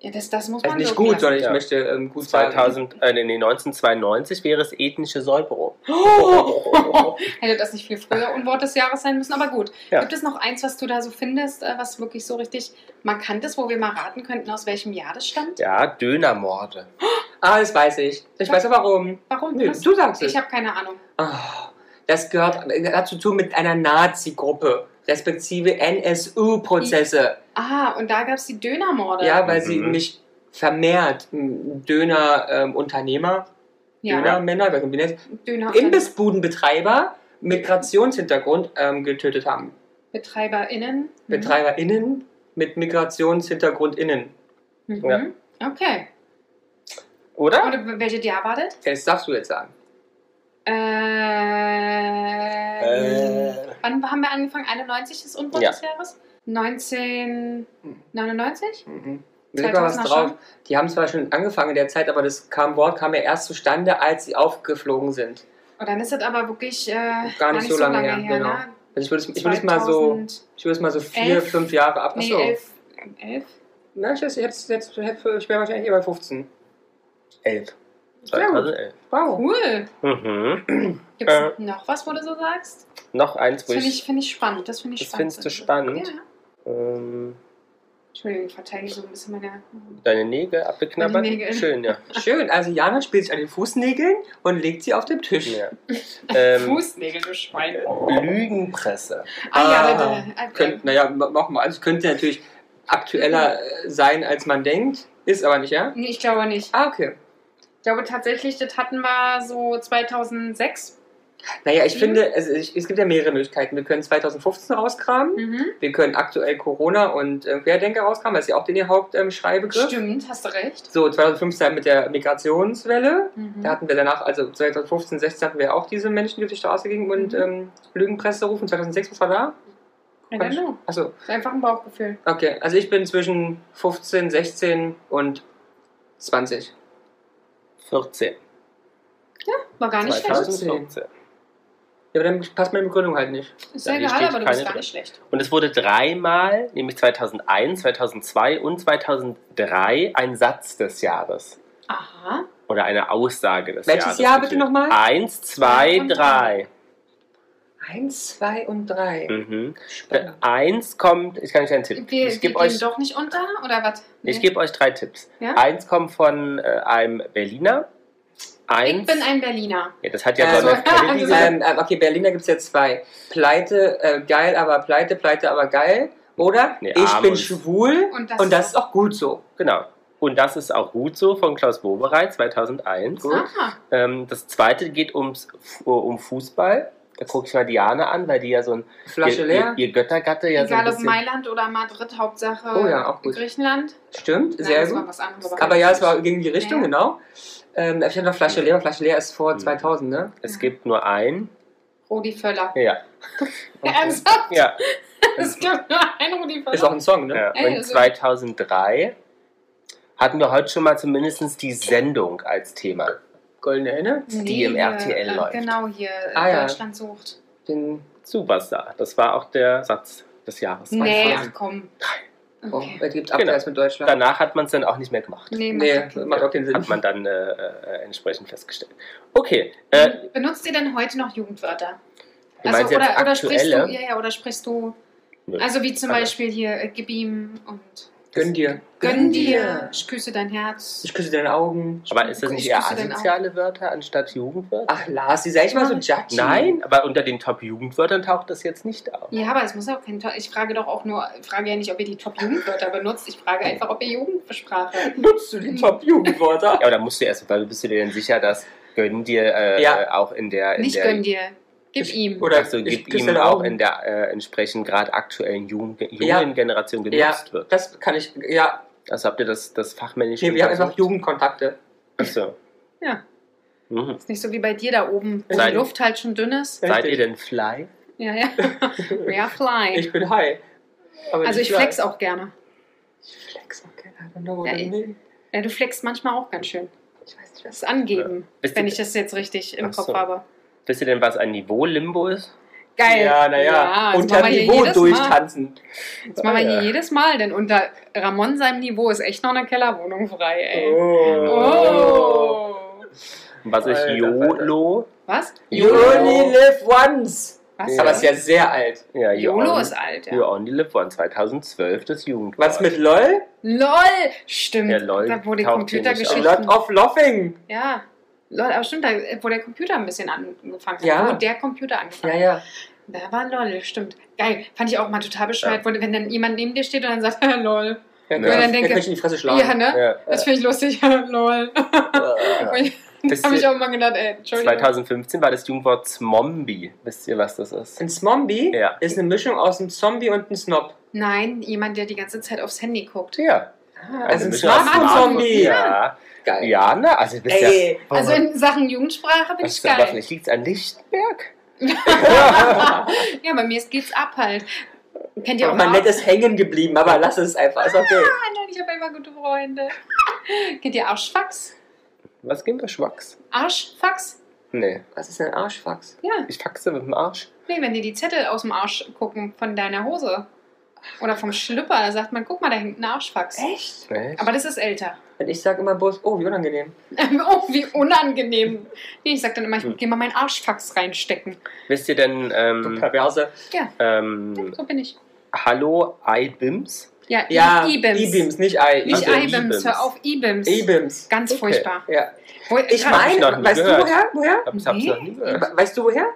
[SPEAKER 2] Ja, das, das muss
[SPEAKER 1] Also
[SPEAKER 2] man
[SPEAKER 1] nicht
[SPEAKER 2] wirken
[SPEAKER 1] gut,
[SPEAKER 2] lassen.
[SPEAKER 1] sondern ich
[SPEAKER 4] Ja.
[SPEAKER 1] möchte ähm, gut sagen.
[SPEAKER 4] 2000, äh, nee, 1992 wäre es ethnische Säuberung.
[SPEAKER 1] Oh!
[SPEAKER 2] Hätte das nicht viel früher Unwort des Jahres sein müssen, aber gut.
[SPEAKER 4] Ja.
[SPEAKER 2] Gibt es noch eins, was du da so findest, äh, was wirklich so richtig markant ist, wo wir mal raten könnten, aus welchem Jahr das stammt?
[SPEAKER 4] Ja, Dönermorde.
[SPEAKER 1] Ah, das weiß ich. Ich weiß auch warum.
[SPEAKER 2] Warum?
[SPEAKER 1] Nee,
[SPEAKER 2] Was?
[SPEAKER 1] du sagst es.
[SPEAKER 2] ich habe keine Ahnung.
[SPEAKER 1] Ah, das gehört, hat zu tun mit einer Nazi-Gruppe, respektive NSU-Prozesse.
[SPEAKER 2] Ah, und da gab es die Dönermorde.
[SPEAKER 1] Ja, weil sie
[SPEAKER 4] Mhm.
[SPEAKER 1] mich vermehrt m, ähm, Döner-Unternehmer,
[SPEAKER 2] ja.
[SPEAKER 1] Dönermänner, ich weiß nicht, wie nennt-
[SPEAKER 2] Döner
[SPEAKER 1] Imbissbudenbetreiber mit Migrationshintergrund ähm, getötet haben.
[SPEAKER 2] Mhm. BetreiberInnen. Mhm.
[SPEAKER 1] BetreiberInnen mit Migrationshintergrund innen.
[SPEAKER 2] Mhm. Okay.
[SPEAKER 4] Oder?
[SPEAKER 2] Und welche Jahr war das?
[SPEAKER 1] Das darfst du jetzt sagen.
[SPEAKER 2] Äh, Wann haben wir angefangen? 91 ist Unwort
[SPEAKER 4] Ja.
[SPEAKER 2] des Jahres? 1999?
[SPEAKER 1] Mhm. Leg mal was
[SPEAKER 2] 2000er
[SPEAKER 1] drauf.
[SPEAKER 2] schon?
[SPEAKER 1] Die haben zwar schon angefangen in der Zeit, aber das kam, Wort kam ja erst zustande, als sie aufgeflogen sind.
[SPEAKER 2] Und Oh, dann ist das aber wirklich äh, gar, nicht
[SPEAKER 1] so lange her, genau.
[SPEAKER 2] ne?
[SPEAKER 1] Also ich würde es ich würd es mal so.
[SPEAKER 2] 2000
[SPEAKER 1] Ich würde es mal so vier,
[SPEAKER 2] Elf?
[SPEAKER 1] fünf Jahre ab.
[SPEAKER 2] Nee,
[SPEAKER 1] Achso.
[SPEAKER 2] elf. elf?
[SPEAKER 1] Na, ich, jetzt, jetzt, jetzt, ich wäre wahrscheinlich eher bei 15.
[SPEAKER 4] 11.
[SPEAKER 1] Sehr gut.
[SPEAKER 4] 2011.
[SPEAKER 1] Wow.
[SPEAKER 2] Cool.
[SPEAKER 4] Mhm.
[SPEAKER 2] Gibt es
[SPEAKER 4] Äh.
[SPEAKER 2] noch was, wo du so sagst?
[SPEAKER 4] Noch eins,
[SPEAKER 2] Das
[SPEAKER 4] wo
[SPEAKER 2] finde
[SPEAKER 4] ich.
[SPEAKER 2] ich, find ich spannend. Das finde ich
[SPEAKER 4] Das
[SPEAKER 2] spannend.
[SPEAKER 4] findest du spannend?
[SPEAKER 2] Ja.
[SPEAKER 4] Ähm,
[SPEAKER 2] Entschuldigung, ich verteidige so ein bisschen meine.
[SPEAKER 4] deine Nägel abgeknabbert?
[SPEAKER 2] Meine Nägel.
[SPEAKER 4] Schön, ja.
[SPEAKER 1] Schön, also Jana spielt sich an den Fußnägeln und legt sie auf den Tisch.
[SPEAKER 4] ja. Ähm,
[SPEAKER 2] Fußnägel, du Schwein.
[SPEAKER 4] Lügenpresse.
[SPEAKER 2] Ah, ja,
[SPEAKER 1] Ah,
[SPEAKER 2] bitte. Ah,
[SPEAKER 1] Könnt, naja, nochmal. Also könnte natürlich aktueller äh, sein, als man denkt. Ist aber nicht, ja?
[SPEAKER 2] Nee, ich glaube nicht.
[SPEAKER 1] Ah, okay.
[SPEAKER 2] Ich glaube tatsächlich, das hatten wir so 2006.
[SPEAKER 1] Naja, ich
[SPEAKER 2] Mhm.
[SPEAKER 1] finde, es, ich, es gibt ja mehrere Möglichkeiten. Wir können 2015 rauskramen.
[SPEAKER 2] Mhm.
[SPEAKER 1] Wir können aktuell Corona und äh, Querdenker rauskramen. Das ist ja auch den Hauptschreibegriff.
[SPEAKER 2] Stimmt, hast du recht.
[SPEAKER 1] So, 2015 mit der Migrationswelle.
[SPEAKER 2] Mhm.
[SPEAKER 1] Da hatten wir danach, also 2015, 16 hatten wir auch diese Menschen, die auf die Straße gingen
[SPEAKER 2] Mhm.
[SPEAKER 1] und ähm, Lügenpresse rufen. 2006, was war da?
[SPEAKER 2] I don't know.
[SPEAKER 1] Achso,
[SPEAKER 2] Ist einfach ein Bauchgefühl.
[SPEAKER 1] okay. Also ich bin zwischen 15, 16 und 20.
[SPEAKER 4] 14.
[SPEAKER 2] War gar nicht schlecht.
[SPEAKER 4] 2014.
[SPEAKER 1] Ja, aber dann passt meine Begründung halt nicht.
[SPEAKER 2] Ist ja
[SPEAKER 4] Ja, hier
[SPEAKER 2] egal,
[SPEAKER 4] steht
[SPEAKER 2] aber du
[SPEAKER 4] keine
[SPEAKER 2] bist gar
[SPEAKER 4] drin.
[SPEAKER 2] nicht schlecht.
[SPEAKER 4] Und es wurde dreimal, nämlich 2001, 2002 und 2003, ein Satz des Jahres.
[SPEAKER 2] Aha.
[SPEAKER 4] Oder eine Aussage des
[SPEAKER 1] Welches
[SPEAKER 4] Jahres.
[SPEAKER 1] Jahr bitte
[SPEAKER 4] betitelt.
[SPEAKER 1] nochmal?
[SPEAKER 4] Eins, zwei,
[SPEAKER 2] Und
[SPEAKER 4] drei.
[SPEAKER 1] Eins, zwei und drei.
[SPEAKER 4] Mhm.
[SPEAKER 1] Spannend.
[SPEAKER 4] Eins kommt, ich kann euch einen Tipp.
[SPEAKER 2] Wir,
[SPEAKER 4] ich
[SPEAKER 2] wir
[SPEAKER 4] gebe
[SPEAKER 2] gehen
[SPEAKER 4] euch,
[SPEAKER 2] doch nicht unter, oder was?
[SPEAKER 4] ich
[SPEAKER 2] Nee.
[SPEAKER 4] geb euch drei Tipps.
[SPEAKER 2] Ja?
[SPEAKER 4] Eins kommt von äh, einem Berliner. Eins.
[SPEAKER 2] Ich bin ein Berliner.
[SPEAKER 4] ja, das hat ja
[SPEAKER 1] Also-
[SPEAKER 4] John F. Kennedy
[SPEAKER 2] Also-
[SPEAKER 4] gesagt.
[SPEAKER 1] Ähm, äh, okay, Berliner gibt es ja zwei. Pleite, äh, geil, aber pleite, pleite, aber geil. Oder
[SPEAKER 4] Nee,
[SPEAKER 1] ich
[SPEAKER 4] arm
[SPEAKER 1] bin
[SPEAKER 4] und-
[SPEAKER 1] schwul
[SPEAKER 2] Und das
[SPEAKER 1] und das ist auch gut so.
[SPEAKER 4] Genau. Und das ist auch gut so von Klaus Wobereit 2001.
[SPEAKER 2] Aha.
[SPEAKER 4] Ähm, das zweite geht ums, Fu- um Fußball. Da gucke ich mal Diana an, weil die ja so ein
[SPEAKER 1] Flasche
[SPEAKER 4] ihr,
[SPEAKER 1] leer.
[SPEAKER 4] Ihr, ihr Göttergatte ja
[SPEAKER 2] Egal
[SPEAKER 4] so
[SPEAKER 2] ob
[SPEAKER 4] ein bisschen.
[SPEAKER 2] Mailand oder Madrid, Hauptsache
[SPEAKER 1] Oh ja, auch gut.
[SPEAKER 2] Griechenland.
[SPEAKER 1] Stimmt,
[SPEAKER 2] Nein,
[SPEAKER 1] sehr
[SPEAKER 2] das war
[SPEAKER 1] gut.
[SPEAKER 2] was anderes.
[SPEAKER 1] Aber ja, es war gegen die Richtung,
[SPEAKER 2] Ja.
[SPEAKER 1] genau. Ähm, ich hatte noch Flasche leer. Flasche leer ist vor
[SPEAKER 4] Mhm.
[SPEAKER 1] 2000, ne?
[SPEAKER 4] Es gibt nur ein.
[SPEAKER 2] Rudi Völler.
[SPEAKER 4] Ja.
[SPEAKER 2] Ernsthaft?
[SPEAKER 4] Ja.
[SPEAKER 2] Es gibt nur einen Rudi
[SPEAKER 1] Ist auch
[SPEAKER 2] Völler.
[SPEAKER 1] ein Song, ne?
[SPEAKER 4] Ja,
[SPEAKER 2] Ey,
[SPEAKER 4] und
[SPEAKER 2] das ist-
[SPEAKER 4] 2003 hatten wir heute schon mal zumindest die Sendung als Thema.
[SPEAKER 1] Goldene Henne,
[SPEAKER 4] die im
[SPEAKER 2] hier,
[SPEAKER 4] RTL
[SPEAKER 2] äh,
[SPEAKER 4] läuft.
[SPEAKER 2] Genau, hier. äh,
[SPEAKER 1] Ah, ja.
[SPEAKER 2] Deutschland sucht.
[SPEAKER 1] den
[SPEAKER 4] Superstar. Das war auch der Satz des Jahres.
[SPEAKER 2] Nee,
[SPEAKER 1] 2000.
[SPEAKER 2] ach komm.
[SPEAKER 1] oh,
[SPEAKER 2] Okay.
[SPEAKER 1] er gibt ab,
[SPEAKER 4] Genau.
[SPEAKER 1] der ist mit Deutschland.
[SPEAKER 4] Danach hat man es dann auch nicht mehr gemacht.
[SPEAKER 2] Nee, macht
[SPEAKER 1] nee,
[SPEAKER 2] okay.
[SPEAKER 1] macht auch keinen Sinn.
[SPEAKER 4] Hat man dann äh, äh, entsprechend festgestellt. Okay, äh,
[SPEAKER 2] Benutzt ihr denn heute noch Jugendwörter?
[SPEAKER 4] du meinst jetzt
[SPEAKER 2] Also, oder, oder sprichst du,
[SPEAKER 4] aktuelle?
[SPEAKER 2] ja, ja, oder sprichst du,
[SPEAKER 4] Nö.
[SPEAKER 2] also wie zum
[SPEAKER 4] Also-
[SPEAKER 2] Beispiel hier, äh, gib ihm und
[SPEAKER 1] Gönn dir.
[SPEAKER 2] gönn dir, ich küsse dein Herz.
[SPEAKER 1] Ich küsse deine Augen.
[SPEAKER 4] Aber ist das nicht
[SPEAKER 2] Ich
[SPEAKER 4] eher
[SPEAKER 2] küsse deinen
[SPEAKER 4] asoziale Wörter anstatt Jugendwörter?
[SPEAKER 1] Ach, Lars, die sei ich mal so judgy.
[SPEAKER 4] Nein, aber unter den Top-Jugendwörtern taucht das jetzt nicht auf.
[SPEAKER 2] Ja, aber es muss auch kein Top. Ich frage doch auch nur, ich frage ja nicht, ob ihr die Top-Jugendwörter benutzt. Ich frage einfach, ob ihr Jugendsprache.
[SPEAKER 1] Nutzt du die Top-Jugendwörter?
[SPEAKER 4] Ja, aber da musst du erst mal, bist du dir denn sicher, dass gönn dir äh,
[SPEAKER 1] Ja.
[SPEAKER 4] äh, auch in der, in
[SPEAKER 2] Nicht
[SPEAKER 4] der
[SPEAKER 2] gönn dir, gib
[SPEAKER 1] Ich-
[SPEAKER 2] ihm.
[SPEAKER 1] Oder
[SPEAKER 4] also
[SPEAKER 1] ich
[SPEAKER 4] gibt
[SPEAKER 1] küsse
[SPEAKER 4] ihm
[SPEAKER 1] deine
[SPEAKER 4] auch
[SPEAKER 1] Augen.
[SPEAKER 4] in der äh, entsprechend gerade aktuellen jungen, jungen
[SPEAKER 1] Ja.
[SPEAKER 4] Generation
[SPEAKER 1] Ja.
[SPEAKER 4] genutzt wird.
[SPEAKER 1] Das kann ich, ja.
[SPEAKER 4] Also habt ihr das, das fachmännisch
[SPEAKER 1] Nee, wir haben einfach
[SPEAKER 4] untersucht?
[SPEAKER 1] Jugendkontakte.
[SPEAKER 4] Achso.
[SPEAKER 2] Ja.
[SPEAKER 4] Mhm.
[SPEAKER 2] Ist nicht so wie bei dir da oben, wo
[SPEAKER 4] Nein.
[SPEAKER 2] die Luft halt schon dünn ist.
[SPEAKER 4] Seid
[SPEAKER 1] Richtig.
[SPEAKER 4] ihr denn fly?
[SPEAKER 2] Ja, ja. We are flying.
[SPEAKER 1] Ich bin high. Aber
[SPEAKER 2] Also
[SPEAKER 1] nicht
[SPEAKER 2] ich
[SPEAKER 1] fly.
[SPEAKER 2] flex auch gerne.
[SPEAKER 1] Ich flex, okay. I don't know what
[SPEAKER 2] Ja,
[SPEAKER 1] I
[SPEAKER 2] ich-
[SPEAKER 1] mean.
[SPEAKER 2] Ja, du flexst manchmal auch ganz schön.
[SPEAKER 1] Ich weiß nicht,
[SPEAKER 2] Das
[SPEAKER 1] was.
[SPEAKER 2] ist angeben,
[SPEAKER 4] Bist
[SPEAKER 2] wenn
[SPEAKER 4] du-
[SPEAKER 2] ich das jetzt richtig im
[SPEAKER 4] Ach
[SPEAKER 2] Kopf
[SPEAKER 4] so.
[SPEAKER 2] habe.
[SPEAKER 4] Wisst ihr denn, was ein Niveau-Limbo ist?
[SPEAKER 2] Geil.
[SPEAKER 1] Ja, naja.
[SPEAKER 2] jetzt
[SPEAKER 1] Unter
[SPEAKER 2] machen wir hier
[SPEAKER 1] Niveau
[SPEAKER 2] jedes Mal,
[SPEAKER 1] durchtanzen.
[SPEAKER 2] jetzt machen wir
[SPEAKER 4] Ja.
[SPEAKER 2] hier jedes Mal, denn unter Ramon seinem Niveau ist echt noch eine Kellerwohnung frei, ey.
[SPEAKER 1] Oh.
[SPEAKER 2] Oh.
[SPEAKER 4] Und Was ist
[SPEAKER 1] Alter,
[SPEAKER 4] YOLO?
[SPEAKER 2] Was?
[SPEAKER 1] You
[SPEAKER 2] Oh.
[SPEAKER 1] only live once.
[SPEAKER 2] Was?
[SPEAKER 4] Ja.
[SPEAKER 1] Aber ist ja sehr alt.
[SPEAKER 4] Ja, you
[SPEAKER 2] YOLO
[SPEAKER 4] only-
[SPEAKER 2] ist alt, ja.
[SPEAKER 4] You Only Live One, 2012, das Jugendwort.
[SPEAKER 1] Was mit LOL?
[SPEAKER 2] LOL! Stimmt.
[SPEAKER 4] Ja, lol
[SPEAKER 2] da wurde
[SPEAKER 4] taucht hier nicht
[SPEAKER 2] Computergeschichten.
[SPEAKER 1] Lot of Laughing.
[SPEAKER 2] Ja. LOL, aber stimmt, da wurde der Computer ein bisschen angefangen. hat.
[SPEAKER 1] Ja.
[SPEAKER 2] Wo der Computer angefangen.
[SPEAKER 1] Ja, ja.
[SPEAKER 2] hat. Da war LOL, stimmt. Geil. Fand ich auch mal total bescheuert, wurde, wenn dann jemand neben dir steht und dann sagt, LOL.
[SPEAKER 1] Ja,
[SPEAKER 4] Und
[SPEAKER 1] ja.
[SPEAKER 4] dann
[SPEAKER 1] Dann
[SPEAKER 2] denke-
[SPEAKER 1] kann ich in die Fresse schlagen.
[SPEAKER 2] Ja, ne?
[SPEAKER 4] Ja.
[SPEAKER 2] Das finde ich lustig, lol.
[SPEAKER 4] Ja.
[SPEAKER 2] Und
[SPEAKER 4] Wisst
[SPEAKER 2] Habe ich
[SPEAKER 4] ihr-
[SPEAKER 2] auch immer gedacht, ey, Entschuldigung.
[SPEAKER 4] 2015 war das Jugendwort Zmombie. Wisst ihr, was das ist?
[SPEAKER 1] Ein Zombie
[SPEAKER 4] Ja.
[SPEAKER 1] ist eine Mischung aus einem Zombie und einem Snob.
[SPEAKER 2] Nein, jemand, der die ganze Zeit aufs Handy guckt.
[SPEAKER 4] Ja.
[SPEAKER 2] Ah,
[SPEAKER 1] also ein
[SPEAKER 4] Mischung aus
[SPEAKER 1] Smartphone-Zombie.
[SPEAKER 4] Ja.
[SPEAKER 1] Geil.
[SPEAKER 4] Ja, ne? Also, du bist ja-
[SPEAKER 1] Ey,
[SPEAKER 2] Also in Sachen Jugendsprache bin
[SPEAKER 4] Das
[SPEAKER 2] ich
[SPEAKER 4] ist aber
[SPEAKER 2] geil.
[SPEAKER 4] vielleicht liegt es an Lichtenberg.
[SPEAKER 2] Ja, bei mir ist- geht's ab halt. Kennt ihr
[SPEAKER 4] Oh
[SPEAKER 1] aber
[SPEAKER 2] auch
[SPEAKER 1] mein
[SPEAKER 2] mal?
[SPEAKER 1] Nett ist hängen geblieben, aber lass es einfach. Ist okay.
[SPEAKER 2] Ah, nein, ich habe immer gute Freunde. Kennt ihr Arschfax?
[SPEAKER 4] Was ging bei Schwachs?
[SPEAKER 2] Arschfax?
[SPEAKER 4] Nee,
[SPEAKER 1] Was ist denn Arschfax?
[SPEAKER 2] Ja,
[SPEAKER 4] ich faxe mit dem Arsch.
[SPEAKER 2] nee, wenn dir die Zettel aus dem Arsch gucken von deiner Hose oder vom Schlüpper, da sagt man, guck mal, da hängt ein Arschfax.
[SPEAKER 1] Echt?
[SPEAKER 4] Nee.
[SPEAKER 2] Aber das ist älter.
[SPEAKER 1] Und ich sage immer bloß, oh, wie unangenehm.
[SPEAKER 2] oh, wie unangenehm. Nee, ich sag dann immer, ich
[SPEAKER 4] Hm.
[SPEAKER 2] geh mal meinen Arschfax reinstecken.
[SPEAKER 4] Wisst ihr denn,
[SPEAKER 1] Du
[SPEAKER 4] ähm,
[SPEAKER 1] Perverse. Hm.
[SPEAKER 4] ähm,
[SPEAKER 2] So bin ich.
[SPEAKER 4] Hallo, iBims?
[SPEAKER 2] Ja,
[SPEAKER 1] Ja,
[SPEAKER 2] E-Bims.
[SPEAKER 1] E-Beams, nicht I.
[SPEAKER 2] Nicht
[SPEAKER 4] Also
[SPEAKER 2] I-Bims,
[SPEAKER 4] E-Bims.
[SPEAKER 2] hör auf, E-Bims.
[SPEAKER 1] E-Beams.
[SPEAKER 2] Ganz
[SPEAKER 4] Okay.
[SPEAKER 2] furchtbar.
[SPEAKER 1] Ja.
[SPEAKER 2] Wo-
[SPEAKER 1] Ich
[SPEAKER 2] gerade-
[SPEAKER 4] ich noch
[SPEAKER 1] meine,
[SPEAKER 4] nie
[SPEAKER 1] weißt du
[SPEAKER 4] gehört.
[SPEAKER 1] woher? woher?
[SPEAKER 4] Hab's, hab's
[SPEAKER 2] Nee.
[SPEAKER 4] noch nie gehört.
[SPEAKER 1] We- Weißt du woher?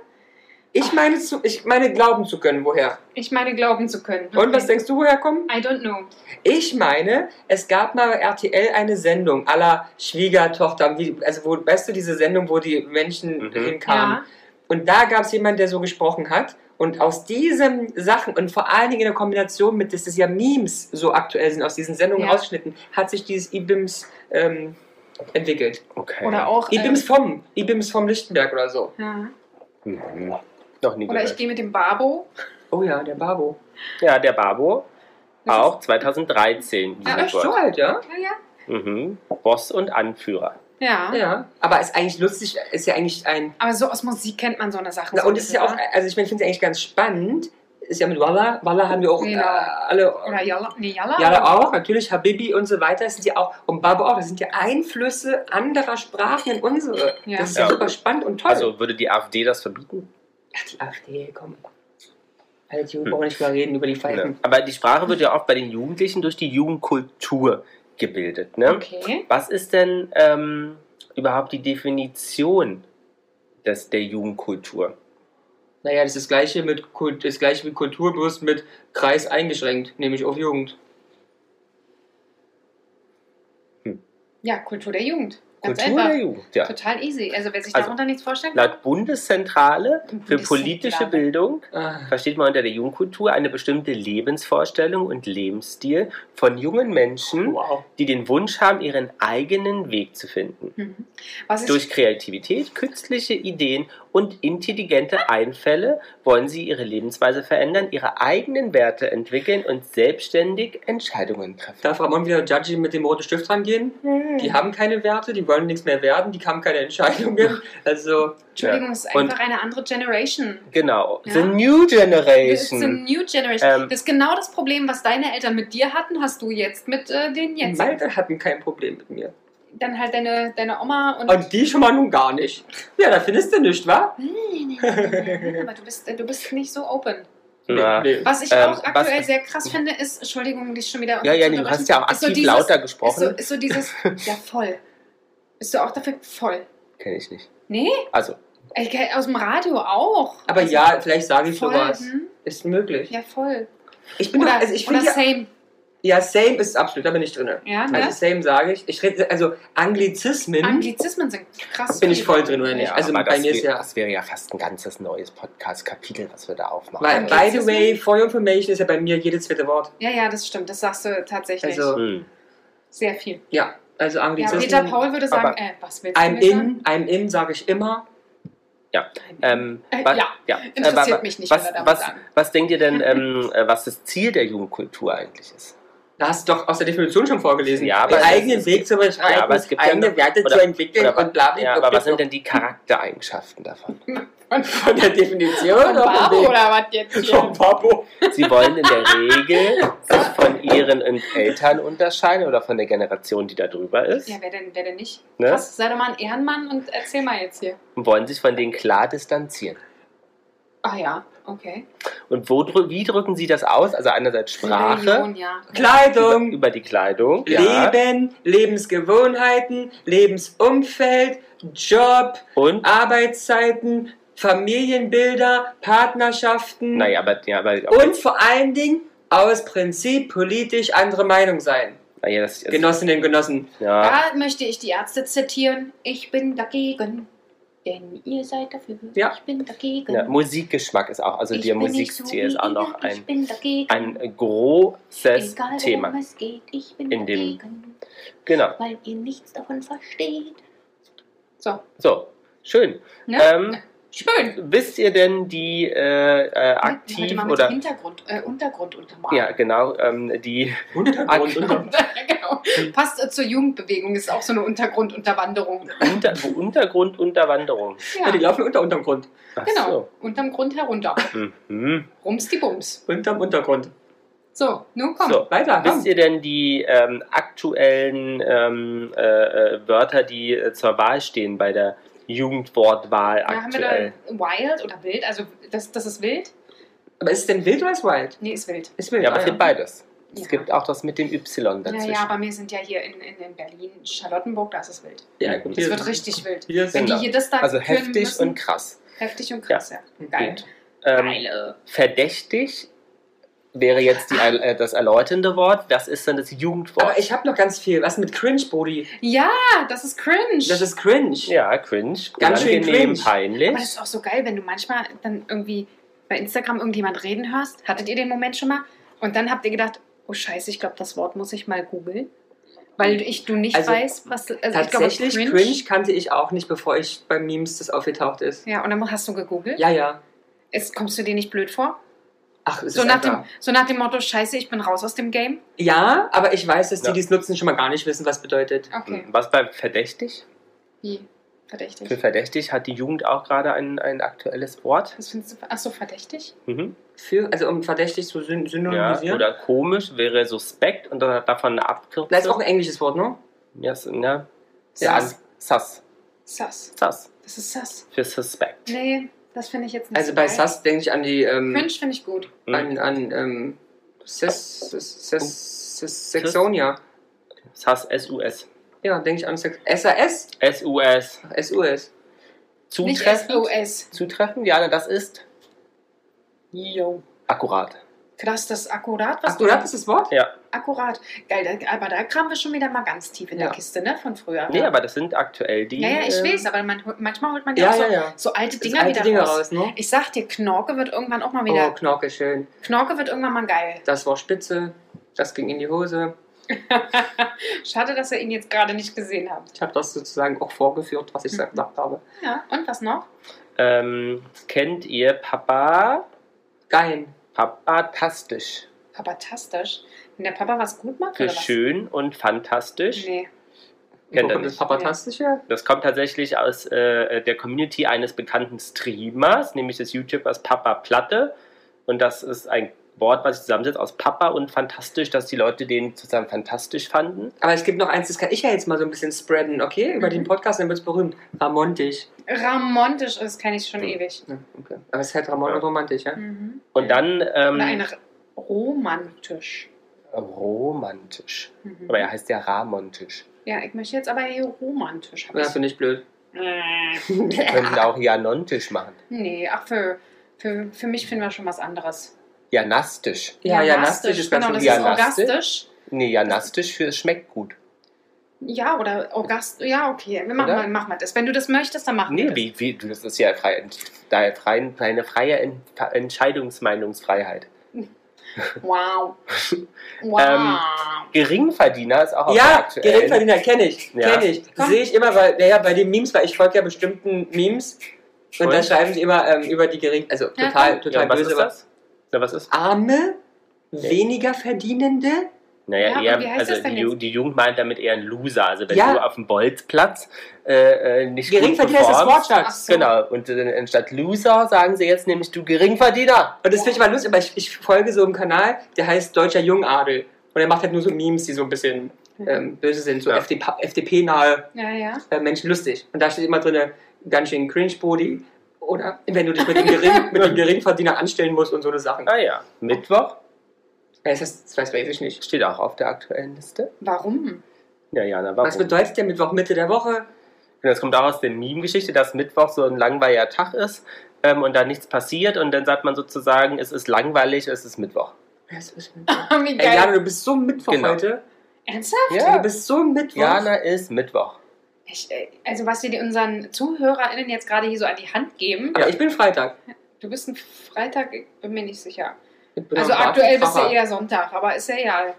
[SPEAKER 1] Ich meine, zu, ich meine glauben zu können, woher.
[SPEAKER 2] ich meine, glauben zu können.
[SPEAKER 1] Und was denkst du, woher kommen?
[SPEAKER 2] I don't know.
[SPEAKER 1] Ich meine, es gab mal bei RTL eine Sendung aller Schwiegertochter, wie, also wo, weißt du, diese Sendung, wo die Menschen
[SPEAKER 4] Mhm.
[SPEAKER 1] hinkamen. Und da gab es jemanden, der so gesprochen hat. Und aus diesen Sachen und vor allen Dingen in der Kombination mit, dass das ja Memes so aktuell sind, aus diesen Sendungen
[SPEAKER 2] Ja.
[SPEAKER 1] ausschnitten, hat sich dieses Ibims ähm, entwickelt.
[SPEAKER 4] Okay.
[SPEAKER 2] Ja. Oder auch.
[SPEAKER 1] Ibims vom, Ibims vom Lichtenberg oder so.
[SPEAKER 2] ähm, ja.
[SPEAKER 4] Mhm. Noch nie
[SPEAKER 2] Oder ich
[SPEAKER 4] gehört.
[SPEAKER 2] gehe mit dem Babo.
[SPEAKER 1] Oh ja, der Babo.
[SPEAKER 4] Ja, der Babo.
[SPEAKER 2] Das Ah,
[SPEAKER 4] auch 2013.
[SPEAKER 2] Ja,
[SPEAKER 1] Ach,
[SPEAKER 4] Jugendwort.
[SPEAKER 1] so alt, ja?
[SPEAKER 2] Ist, ja, ja.
[SPEAKER 4] mhm. Boss und Anführer.
[SPEAKER 2] Ja.
[SPEAKER 1] Ja. Aber ist eigentlich lustig, ist ja eigentlich ein
[SPEAKER 2] Aber so aus Musik kennt man so eine Sache.
[SPEAKER 1] Na,
[SPEAKER 2] so ne?
[SPEAKER 1] und es ist ja auch, also ich finde es eigentlich ganz spannend, ist ja mit Walla, Walla haben wir auch
[SPEAKER 2] Genau.
[SPEAKER 1] äh, alle,
[SPEAKER 2] Oder Jalla. Nee, Jalla.
[SPEAKER 1] ja da auch, natürlich Habibi und so weiter, das sind ja auch, und Babu auch, das sind ja Einflüsse anderer Sprachen in unsere.
[SPEAKER 2] Ja.
[SPEAKER 1] Das ist ja,
[SPEAKER 4] Ja.
[SPEAKER 1] super spannend und toll.
[SPEAKER 4] Also würde die AfD das verbieten?
[SPEAKER 1] Ach, die AfD, komm. Halt, wir brauchen nicht mal reden über die
[SPEAKER 4] Hm. Ja.
[SPEAKER 1] Falken.
[SPEAKER 4] Aber die Sprache wird ja oft bei den Jugendlichen durch die Jugendkultur gebildet. Ne?
[SPEAKER 2] Okay.
[SPEAKER 4] Was ist denn ähm, überhaupt die Definition des, der Jugendkultur?
[SPEAKER 1] Naja, das ist das gleiche, mit Kult, das gleiche wie Kultur, bloß mit Kreis eingeschränkt, nämlich auf Jugend.
[SPEAKER 2] Ja, Kultur der Jugend. Ganz
[SPEAKER 4] Kultur
[SPEAKER 2] einfach.
[SPEAKER 4] der Jugend, ja.
[SPEAKER 2] Total easy. Also wer sich
[SPEAKER 4] Also,
[SPEAKER 2] darunter nichts vorstellen kann.
[SPEAKER 4] Laut Bundeszentrale für politische
[SPEAKER 2] Bundeszentrale.
[SPEAKER 4] Bildung
[SPEAKER 1] Ah,
[SPEAKER 4] versteht man unter der Jugendkultur eine bestimmte Lebensvorstellung und Lebensstil von jungen Menschen,
[SPEAKER 1] wow.
[SPEAKER 4] die den Wunsch haben, ihren eigenen Weg zu finden.
[SPEAKER 2] Mhm. Was ich,
[SPEAKER 4] Durch Kreativität, künstliche Ideen und intelligente Einfälle wollen sie ihre Lebensweise verändern, ihre eigenen Werte entwickeln und selbstständig Entscheidungen treffen.
[SPEAKER 1] Darf Ramon wieder Judgy mit dem roten Stift rangehen?
[SPEAKER 2] Hm.
[SPEAKER 1] Die haben keine Werte, die wollen nichts mehr werden, die haben keine Entscheidungen. Also,
[SPEAKER 2] Entschuldigung, es ist
[SPEAKER 4] Und-
[SPEAKER 2] einfach eine andere Generation.
[SPEAKER 4] Genau.
[SPEAKER 2] Ja.
[SPEAKER 4] The New
[SPEAKER 2] It's a
[SPEAKER 4] Generation.
[SPEAKER 2] new generation.
[SPEAKER 4] Ähm.
[SPEAKER 2] das ist genau das Problem, was deine Eltern mit dir hatten, hast du jetzt mit äh, den jetzt.
[SPEAKER 1] Malte hatten kein Problem mit mir.
[SPEAKER 2] Dann halt deine, deine Oma und.
[SPEAKER 1] Und die schon mal nun gar nicht. Ja, da findest du nichts, wa?
[SPEAKER 2] aber du bist, du bist nicht so open.
[SPEAKER 4] Na.
[SPEAKER 1] Nee, nee.
[SPEAKER 2] Was ich
[SPEAKER 4] Ähm,
[SPEAKER 2] auch aktuell
[SPEAKER 4] was-
[SPEAKER 2] sehr krass finde, ist, Entschuldigung, dich schon wieder.
[SPEAKER 4] Ja, ja, nee, du
[SPEAKER 2] unterbrechen,
[SPEAKER 4] hast ja auch
[SPEAKER 2] ist so
[SPEAKER 4] aktiv
[SPEAKER 2] dieses-
[SPEAKER 4] lauter
[SPEAKER 2] Ist so,
[SPEAKER 4] gesprochen.
[SPEAKER 2] ist so dieses, ja, voll. Bist du auch dafür voll?
[SPEAKER 4] Kenne ich nicht.
[SPEAKER 2] Nee?
[SPEAKER 4] Also,
[SPEAKER 2] Ich, kenn- aus dem Radio auch.
[SPEAKER 1] Aber
[SPEAKER 2] Also,
[SPEAKER 1] ja, vielleicht sage ich
[SPEAKER 2] voll,
[SPEAKER 1] sowas.
[SPEAKER 2] hm?
[SPEAKER 1] Ist möglich.
[SPEAKER 2] Ja, voll.
[SPEAKER 1] Ich bin
[SPEAKER 4] Genau,
[SPEAKER 2] Oder,
[SPEAKER 1] also ich
[SPEAKER 2] oder
[SPEAKER 1] finde ja,
[SPEAKER 2] same.
[SPEAKER 1] ja, same ist absolut, da bin ich drin.
[SPEAKER 2] Ja, ne?
[SPEAKER 1] Also same sage ich. Ich rede also Anglizismen.
[SPEAKER 2] Anglizismen sind krass.
[SPEAKER 1] Bin ich
[SPEAKER 2] viel.
[SPEAKER 1] voll drin, oder nicht?
[SPEAKER 4] ja,
[SPEAKER 1] also
[SPEAKER 4] aber
[SPEAKER 1] bei
[SPEAKER 4] das,
[SPEAKER 1] mir ist
[SPEAKER 4] wär-
[SPEAKER 1] ja.
[SPEAKER 4] das wäre ja fast ein ganzes neues Podcast-Kapitel, was wir da aufmachen.
[SPEAKER 1] Weil, by the
[SPEAKER 2] Anglizismen?
[SPEAKER 1] way, for your information ist ja bei mir jedes zweite Wort.
[SPEAKER 2] Ja, ja, das stimmt. Das sagst du tatsächlich.
[SPEAKER 1] Also-
[SPEAKER 4] Hm.
[SPEAKER 2] Sehr viel.
[SPEAKER 1] Ja, also
[SPEAKER 2] Ja,
[SPEAKER 1] Anglizismen.
[SPEAKER 2] Peter Paul würde sagen,
[SPEAKER 4] Aber-
[SPEAKER 2] äh, was willst du
[SPEAKER 1] I'm
[SPEAKER 2] mir sagen?
[SPEAKER 1] in, I'm in sage ich immer.
[SPEAKER 4] Ähm,
[SPEAKER 2] Äh,
[SPEAKER 4] wa-
[SPEAKER 2] ja.
[SPEAKER 4] ja.
[SPEAKER 2] Interessiert
[SPEAKER 4] Aber
[SPEAKER 2] mich nicht,
[SPEAKER 4] was,
[SPEAKER 2] was er damit
[SPEAKER 4] was,
[SPEAKER 2] sagen.
[SPEAKER 4] was denkt ihr denn, ähm, äh, was das Ziel der Jugendkultur eigentlich ist?
[SPEAKER 1] Da hast du doch aus der Definition schon vorgelesen.
[SPEAKER 4] Ja, aber
[SPEAKER 1] Den
[SPEAKER 4] es-
[SPEAKER 1] eigenen
[SPEAKER 4] es
[SPEAKER 1] Weg zu beschreiten,
[SPEAKER 4] Ja, aber es gibt ja
[SPEAKER 1] eigene
[SPEAKER 4] noch-
[SPEAKER 1] Werte
[SPEAKER 4] oder-
[SPEAKER 1] zu
[SPEAKER 2] Genau,
[SPEAKER 1] entwickeln
[SPEAKER 4] oder-
[SPEAKER 1] und bla bla
[SPEAKER 4] Ja,
[SPEAKER 1] bla,
[SPEAKER 4] aber was
[SPEAKER 1] bla.
[SPEAKER 4] sind denn die Charaktereigenschaften davon?
[SPEAKER 1] von der Definition?
[SPEAKER 2] Von
[SPEAKER 1] oder
[SPEAKER 2] Babo
[SPEAKER 1] von
[SPEAKER 2] oder was jetzt
[SPEAKER 1] wem?
[SPEAKER 2] hier?
[SPEAKER 1] Von Babo.
[SPEAKER 4] Sie wollen in der Regel sich von ihren Eltern unterscheiden oder von der Generation, die da drüber ist.
[SPEAKER 2] Ja, wer denn, wer denn nicht?
[SPEAKER 4] Ne?
[SPEAKER 2] Krass, sei doch mal ein Ehrenmann und erzähl mal jetzt hier.
[SPEAKER 4] Und wollen sich von denen klar distanzieren.
[SPEAKER 2] Ah ja, okay.
[SPEAKER 4] Und wo, drü- wie drücken sie das aus? Also einerseits Sprache
[SPEAKER 2] Religion, ja.
[SPEAKER 4] über,
[SPEAKER 1] Kleidung,
[SPEAKER 4] über die Kleidung, ja,
[SPEAKER 1] Leben, Lebensgewohnheiten, Lebensumfeld, Job,
[SPEAKER 2] Ah.
[SPEAKER 4] und
[SPEAKER 1] Arbeitszeiten, Familienbilder, Partnerschaften
[SPEAKER 4] naja, aber, ja, aber
[SPEAKER 1] und vor allen Dingen aus Prinzip politisch andere Meinung sein.
[SPEAKER 4] naja, das, das,
[SPEAKER 2] Genau.
[SPEAKER 1] Genossinnen, Genossen.
[SPEAKER 4] ja,
[SPEAKER 2] Da möchte ich die Ärzte zitieren. Ich bin dagegen, denn ihr seid dafür.
[SPEAKER 1] Ja.
[SPEAKER 2] Ich bin dagegen.
[SPEAKER 4] ja, Musikgeschmack ist auch, also
[SPEAKER 2] ich
[SPEAKER 4] der
[SPEAKER 2] bin nicht so
[SPEAKER 4] Musikstil
[SPEAKER 2] wie
[SPEAKER 4] ist auch
[SPEAKER 2] ihr,
[SPEAKER 4] noch
[SPEAKER 2] Ich
[SPEAKER 4] ein,
[SPEAKER 2] bin dagegen.
[SPEAKER 4] ein großes
[SPEAKER 2] Egal, worum
[SPEAKER 4] Thema.
[SPEAKER 2] es geht, ich bin
[SPEAKER 4] In dem-
[SPEAKER 2] dagegen,
[SPEAKER 4] Genau.
[SPEAKER 2] weil ihr nichts davon versteht. So,
[SPEAKER 4] So, schön.
[SPEAKER 2] ne?
[SPEAKER 4] Ähm,
[SPEAKER 2] Schön.
[SPEAKER 4] wisst ihr denn die äh, äh,
[SPEAKER 2] Heute
[SPEAKER 4] aktiv
[SPEAKER 2] mal mit
[SPEAKER 4] oder
[SPEAKER 2] Hintergrund, äh, Untergrund untermalt.
[SPEAKER 4] ja genau ähm, die
[SPEAKER 1] Untergrund, Untergrund.
[SPEAKER 2] genau. Passt äh, zur Jugendbewegung, ist auch so eine Untergrundunterwanderung.
[SPEAKER 4] Unter Untergrundunterwanderung?
[SPEAKER 1] Ja,
[SPEAKER 2] Ja,
[SPEAKER 1] die laufen unter Untergrund.
[SPEAKER 4] Ach
[SPEAKER 2] genau. Unterm Grund herunter.
[SPEAKER 4] So. Mhm.
[SPEAKER 2] Rums die Bums.
[SPEAKER 1] Unterm Untergrund.
[SPEAKER 2] So, nun komm.
[SPEAKER 4] so.
[SPEAKER 1] Weiter. komm.
[SPEAKER 4] Wisst ihr denn die ähm, aktuellen ähm, äh, äh, Wörter, die äh, zur Wahl stehen bei der Jugendwortwahl
[SPEAKER 2] Da haben wir
[SPEAKER 4] aktuell?
[SPEAKER 2] da Wild oder Wild, also das, das ist wild?
[SPEAKER 1] Aber ist es denn wild oder ist wild?
[SPEAKER 2] Nee, ist wild.
[SPEAKER 1] Ist wild.
[SPEAKER 4] ja, aber es
[SPEAKER 1] ah,
[SPEAKER 4] gibt beides.
[SPEAKER 2] Ja.
[SPEAKER 4] Es gibt auch das mit dem Y
[SPEAKER 2] Ja,
[SPEAKER 4] dazwischen.
[SPEAKER 2] ja, aber wir sind ja hier in, in, in Berlin, Charlottenburg, das ist wild.
[SPEAKER 1] Ja, gut.
[SPEAKER 4] Das
[SPEAKER 2] Das
[SPEAKER 1] hier-
[SPEAKER 2] wird richtig wild.
[SPEAKER 1] Hier ist
[SPEAKER 2] Wenn
[SPEAKER 4] Genau.
[SPEAKER 2] die hier das da
[SPEAKER 4] also
[SPEAKER 2] führen
[SPEAKER 4] heftig
[SPEAKER 2] müssen,
[SPEAKER 4] und krass.
[SPEAKER 2] heftig und krass, ja. Geil.
[SPEAKER 4] Gut. Ähm,
[SPEAKER 2] Geile.
[SPEAKER 4] verdächtig wäre jetzt die, äh, das erläuternde Wort. Das ist dann das Jugendwort.
[SPEAKER 1] Aber ich habe noch ganz viel. Was mit Cringe, Brody?
[SPEAKER 2] Ja, das ist cringe.
[SPEAKER 1] Das ist Cringe.
[SPEAKER 4] ja, cringe,
[SPEAKER 1] Ganz schön
[SPEAKER 4] unangenehm,
[SPEAKER 1] cringe.
[SPEAKER 4] peinlich.
[SPEAKER 2] Aber das ist auch so geil, wenn du manchmal dann irgendwie bei Instagram irgendjemand reden hörst. Hattet ihr den Moment schon mal? Und dann habt ihr gedacht, oh Scheiße, ich glaube, das Wort muss ich mal googeln. Weil ich du nicht
[SPEAKER 1] Also,
[SPEAKER 2] weißt, was. Also ich glaube,
[SPEAKER 1] Tatsächlich, cringe. kannte ich auch nicht, bevor ich bei Memes das aufgetaucht ist.
[SPEAKER 2] Ja, und dann hast du gegoogelt.
[SPEAKER 1] Ja, ja.
[SPEAKER 2] Jetzt kommst du dir nicht blöd vor?
[SPEAKER 1] Ach, es
[SPEAKER 2] So
[SPEAKER 1] ist
[SPEAKER 2] nach, dem,
[SPEAKER 1] einfach-
[SPEAKER 2] so nach dem Motto, Scheiße, ich bin raus aus dem Game.
[SPEAKER 1] Ja, aber ich weiß, dass die,
[SPEAKER 4] Ja.
[SPEAKER 1] die es nutzen, schon mal gar nicht wissen, was bedeutet.
[SPEAKER 2] Okay.
[SPEAKER 4] Hm, Was bei verdächtig?
[SPEAKER 2] Wie?
[SPEAKER 4] Für
[SPEAKER 2] Verdächtig.
[SPEAKER 4] verdächtig hat die Jugend auch gerade ein, ein aktuelles Wort.
[SPEAKER 2] Was findest du? Achso, verdächtig?
[SPEAKER 4] Mhm.
[SPEAKER 1] Für, also um verdächtig zu syn
[SPEAKER 4] Ja,
[SPEAKER 1] synonymisieren.
[SPEAKER 4] oder komisch wäre suspekt und dann hat davon eine Abkürzung.
[SPEAKER 1] das ist auch ein englisches Wort, ne?
[SPEAKER 4] yes, ne?
[SPEAKER 1] Ja. also-
[SPEAKER 4] Sus. Sus.
[SPEAKER 2] Sass.
[SPEAKER 4] Sus.
[SPEAKER 2] Das ist Sass.
[SPEAKER 4] Für suspect.
[SPEAKER 2] Nee, das finde ich jetzt nicht.
[SPEAKER 1] Also
[SPEAKER 2] so
[SPEAKER 1] bei
[SPEAKER 2] geil.
[SPEAKER 1] Sus denke ich an die. Ähm,
[SPEAKER 2] Cringe finde ich gut.
[SPEAKER 4] Mhm.
[SPEAKER 1] An, an ähm, Ses, Ses, Ses,
[SPEAKER 4] Hm.
[SPEAKER 1] Ses, Sexonia.
[SPEAKER 4] Sus, S-U-S.
[SPEAKER 1] Ja, denke ich an Sex SAS?
[SPEAKER 4] S-U-S.
[SPEAKER 1] Ach, SUS.
[SPEAKER 2] Nicht
[SPEAKER 4] Zutreffend?
[SPEAKER 2] SOS.
[SPEAKER 4] Zutreffend? Ja, ne, das ist
[SPEAKER 1] Jo.
[SPEAKER 4] akkurat.
[SPEAKER 2] Krass, das ist akkurat, was
[SPEAKER 1] Akkurat
[SPEAKER 2] du
[SPEAKER 1] ist das Wort?
[SPEAKER 4] Ja.
[SPEAKER 2] Akkurat. Geil, da- aber da kamen wir schon wieder mal ganz tief in
[SPEAKER 1] Ja.
[SPEAKER 2] der Kiste, ne? Von früher.
[SPEAKER 4] Nee, aber das sind aktuell die.
[SPEAKER 2] ja, ja, ich
[SPEAKER 4] ähm,
[SPEAKER 2] weiß, aber man, holt- manchmal holt man ja,
[SPEAKER 1] Ja,
[SPEAKER 2] auch so,
[SPEAKER 1] ja, ja.
[SPEAKER 2] so alte
[SPEAKER 1] Das
[SPEAKER 2] Dinger
[SPEAKER 1] alte
[SPEAKER 2] wieder
[SPEAKER 1] Dinge
[SPEAKER 2] raus.
[SPEAKER 1] raus, ne?
[SPEAKER 2] Ich sag dir, Knorke wird irgendwann auch mal
[SPEAKER 1] Oh,
[SPEAKER 2] wieder.
[SPEAKER 1] Knorke, schön.
[SPEAKER 2] Knorke wird irgendwann mal geil.
[SPEAKER 1] Das war spitze, das ging in die Hose.
[SPEAKER 2] Schade, dass ihr ihn jetzt gerade nicht gesehen habt. Mhm.
[SPEAKER 1] Ich habe das sozusagen auch vorgeführt, was ich gesagt habe.
[SPEAKER 2] Ja, und was noch?
[SPEAKER 4] Ähm, kennt ihr Papa?
[SPEAKER 1] Geil.
[SPEAKER 4] Papatastisch.
[SPEAKER 2] Papatastisch. Wenn der Papa was gut macht,
[SPEAKER 4] Für
[SPEAKER 2] oder was?
[SPEAKER 4] schön und fantastisch.
[SPEAKER 2] Nee.
[SPEAKER 4] Kennt
[SPEAKER 1] Wo
[SPEAKER 4] er
[SPEAKER 1] kommt das
[SPEAKER 4] nicht.
[SPEAKER 1] Papatastische? her?
[SPEAKER 4] Das kommt tatsächlich aus äh, der Community eines bekannten Streamers, nämlich des YouTubers Papa Platte. Und das ist ein Wort, was sich zusammensetzt aus Papa und fantastisch, dass die Leute den zusammen fantastisch fanden.
[SPEAKER 1] Aber es gibt noch eins, das kann ich ja jetzt mal so ein bisschen spreaden, okay? Über
[SPEAKER 2] Mhm.
[SPEAKER 1] den Podcast, dann wird es berühmt. Ramontisch.
[SPEAKER 2] Ramontisch ist, kenne ich schon
[SPEAKER 4] Hm.
[SPEAKER 2] ewig.
[SPEAKER 1] Ja, okay. Aber es ist halt Ramon
[SPEAKER 4] Ja.
[SPEAKER 1] und romantisch, ja?
[SPEAKER 2] Mhm.
[SPEAKER 4] Und dann ähm,
[SPEAKER 2] Nein, r- romantisch.
[SPEAKER 4] romantisch.
[SPEAKER 2] Mhm.
[SPEAKER 4] Aber er heißt ja ramontisch.
[SPEAKER 2] Ja, ich möchte jetzt aber hier romantisch. Hab
[SPEAKER 1] Das
[SPEAKER 2] ich.
[SPEAKER 1] finde ich blöd.
[SPEAKER 2] Äh,
[SPEAKER 4] Wir könnten auch janontisch machen.
[SPEAKER 2] nee, ach, für, für, für mich finden wir schon was anderes.
[SPEAKER 4] Janastisch.
[SPEAKER 1] Ja, ja, nastisch ist ganz
[SPEAKER 2] genau,
[SPEAKER 1] schön. Ja,
[SPEAKER 2] das ist
[SPEAKER 4] nastisch.
[SPEAKER 2] orgastisch.
[SPEAKER 4] Nee, janastisch für es schmeckt gut.
[SPEAKER 2] Ja, oder orgast. Ja, okay, wir machen,
[SPEAKER 4] Oder?
[SPEAKER 2] mal, machen wir das. Wenn du das möchtest, dann machen wir
[SPEAKER 4] Nee,
[SPEAKER 2] das.
[SPEAKER 4] wie, wie, das ist ja frei, da frei, eine freie Ent Entscheidungsmeinungsfreiheit.
[SPEAKER 2] Wow.
[SPEAKER 1] Ähm,
[SPEAKER 2] Wow.
[SPEAKER 4] Geringverdiener ist auch auf der
[SPEAKER 1] Ja,
[SPEAKER 4] aktuellen-
[SPEAKER 1] Geringverdiener kenne ich.
[SPEAKER 4] Ja.
[SPEAKER 1] Kenne ich.
[SPEAKER 2] Komm.
[SPEAKER 1] Sehe ich immer, weil, naja, bei den Memes, weil ich folge ja bestimmten Memes. Und
[SPEAKER 4] Und?
[SPEAKER 1] da schreiben sie immer ähm, über die Gering... Also
[SPEAKER 2] Ja,
[SPEAKER 1] total,
[SPEAKER 2] komm.
[SPEAKER 1] total
[SPEAKER 4] ja, was
[SPEAKER 1] böse.
[SPEAKER 4] ist
[SPEAKER 1] aber-
[SPEAKER 4] das? Na, was ist?
[SPEAKER 1] Arme, weniger Verdienende.
[SPEAKER 2] Ja,
[SPEAKER 4] Naja, eher,
[SPEAKER 2] und wie heißt
[SPEAKER 4] also
[SPEAKER 2] das denn
[SPEAKER 4] die, Ju-
[SPEAKER 2] jetzt?
[SPEAKER 4] die Jugend meint damit eher ein Loser. Also wenn
[SPEAKER 1] Ja.
[SPEAKER 4] du auf dem Bolzplatz äh, äh, nicht
[SPEAKER 1] Geringverdiener ist
[SPEAKER 4] gut
[SPEAKER 1] das
[SPEAKER 4] performst,
[SPEAKER 2] Ach
[SPEAKER 1] Wortschatz.
[SPEAKER 2] so.
[SPEAKER 4] Genau, und äh, anstatt Loser sagen sie jetzt nämlich du Geringverdiener.
[SPEAKER 1] Und das finde ich mal lustig, aber ich, ich folge so einem Kanal, der heißt Deutscher Jungadel. Und er macht halt nur so Memes, die so ein bisschen ähm, böse sind, so
[SPEAKER 4] Ja.
[SPEAKER 1] FDP-nahe FDP
[SPEAKER 2] Ja, ja.
[SPEAKER 1] äh, Menschen lustig. Und da steht immer drin, ganz schön Cringe-Body. Oder wenn du dich mit dem, Gering, mit dem Geringverdiener anstellen musst und so eine Sachen.
[SPEAKER 4] Ah ja, Mittwoch
[SPEAKER 1] Das, heißt, das weiß, weiß ich nicht.
[SPEAKER 4] steht auch auf der aktuellen Liste.
[SPEAKER 2] Warum?
[SPEAKER 4] Ja, Jana, warum?
[SPEAKER 1] Was bedeutet der Mittwoch Mitte der Woche?
[SPEAKER 4] Und das kommt auch aus der Meme-Geschichte, dass Mittwoch so ein langweiliger Tag ist ähm, und da nichts passiert und dann sagt man sozusagen, es ist langweilig, es ist Mittwoch.
[SPEAKER 1] Das ist
[SPEAKER 2] Wie
[SPEAKER 1] Ey,
[SPEAKER 2] geil.
[SPEAKER 1] Jana, du bist so Mittwoch
[SPEAKER 4] Genau.
[SPEAKER 1] heute.
[SPEAKER 2] Ernsthaft?
[SPEAKER 1] Du bist so Mittwoch.
[SPEAKER 4] Jana ist Mittwoch.
[SPEAKER 2] Ich, äh, also, was wir die- unseren ZuhörerInnen jetzt gerade hier so an die Hand geben,
[SPEAKER 1] Aber ich bin Freitag.
[SPEAKER 2] du bist ein Freitag, ich bin mir nicht sicher.
[SPEAKER 1] Ich bin
[SPEAKER 2] also,
[SPEAKER 1] am Rad-
[SPEAKER 2] aktuell bist du
[SPEAKER 1] Fahrer.
[SPEAKER 2] eher Sonntag, aber ist ja egal.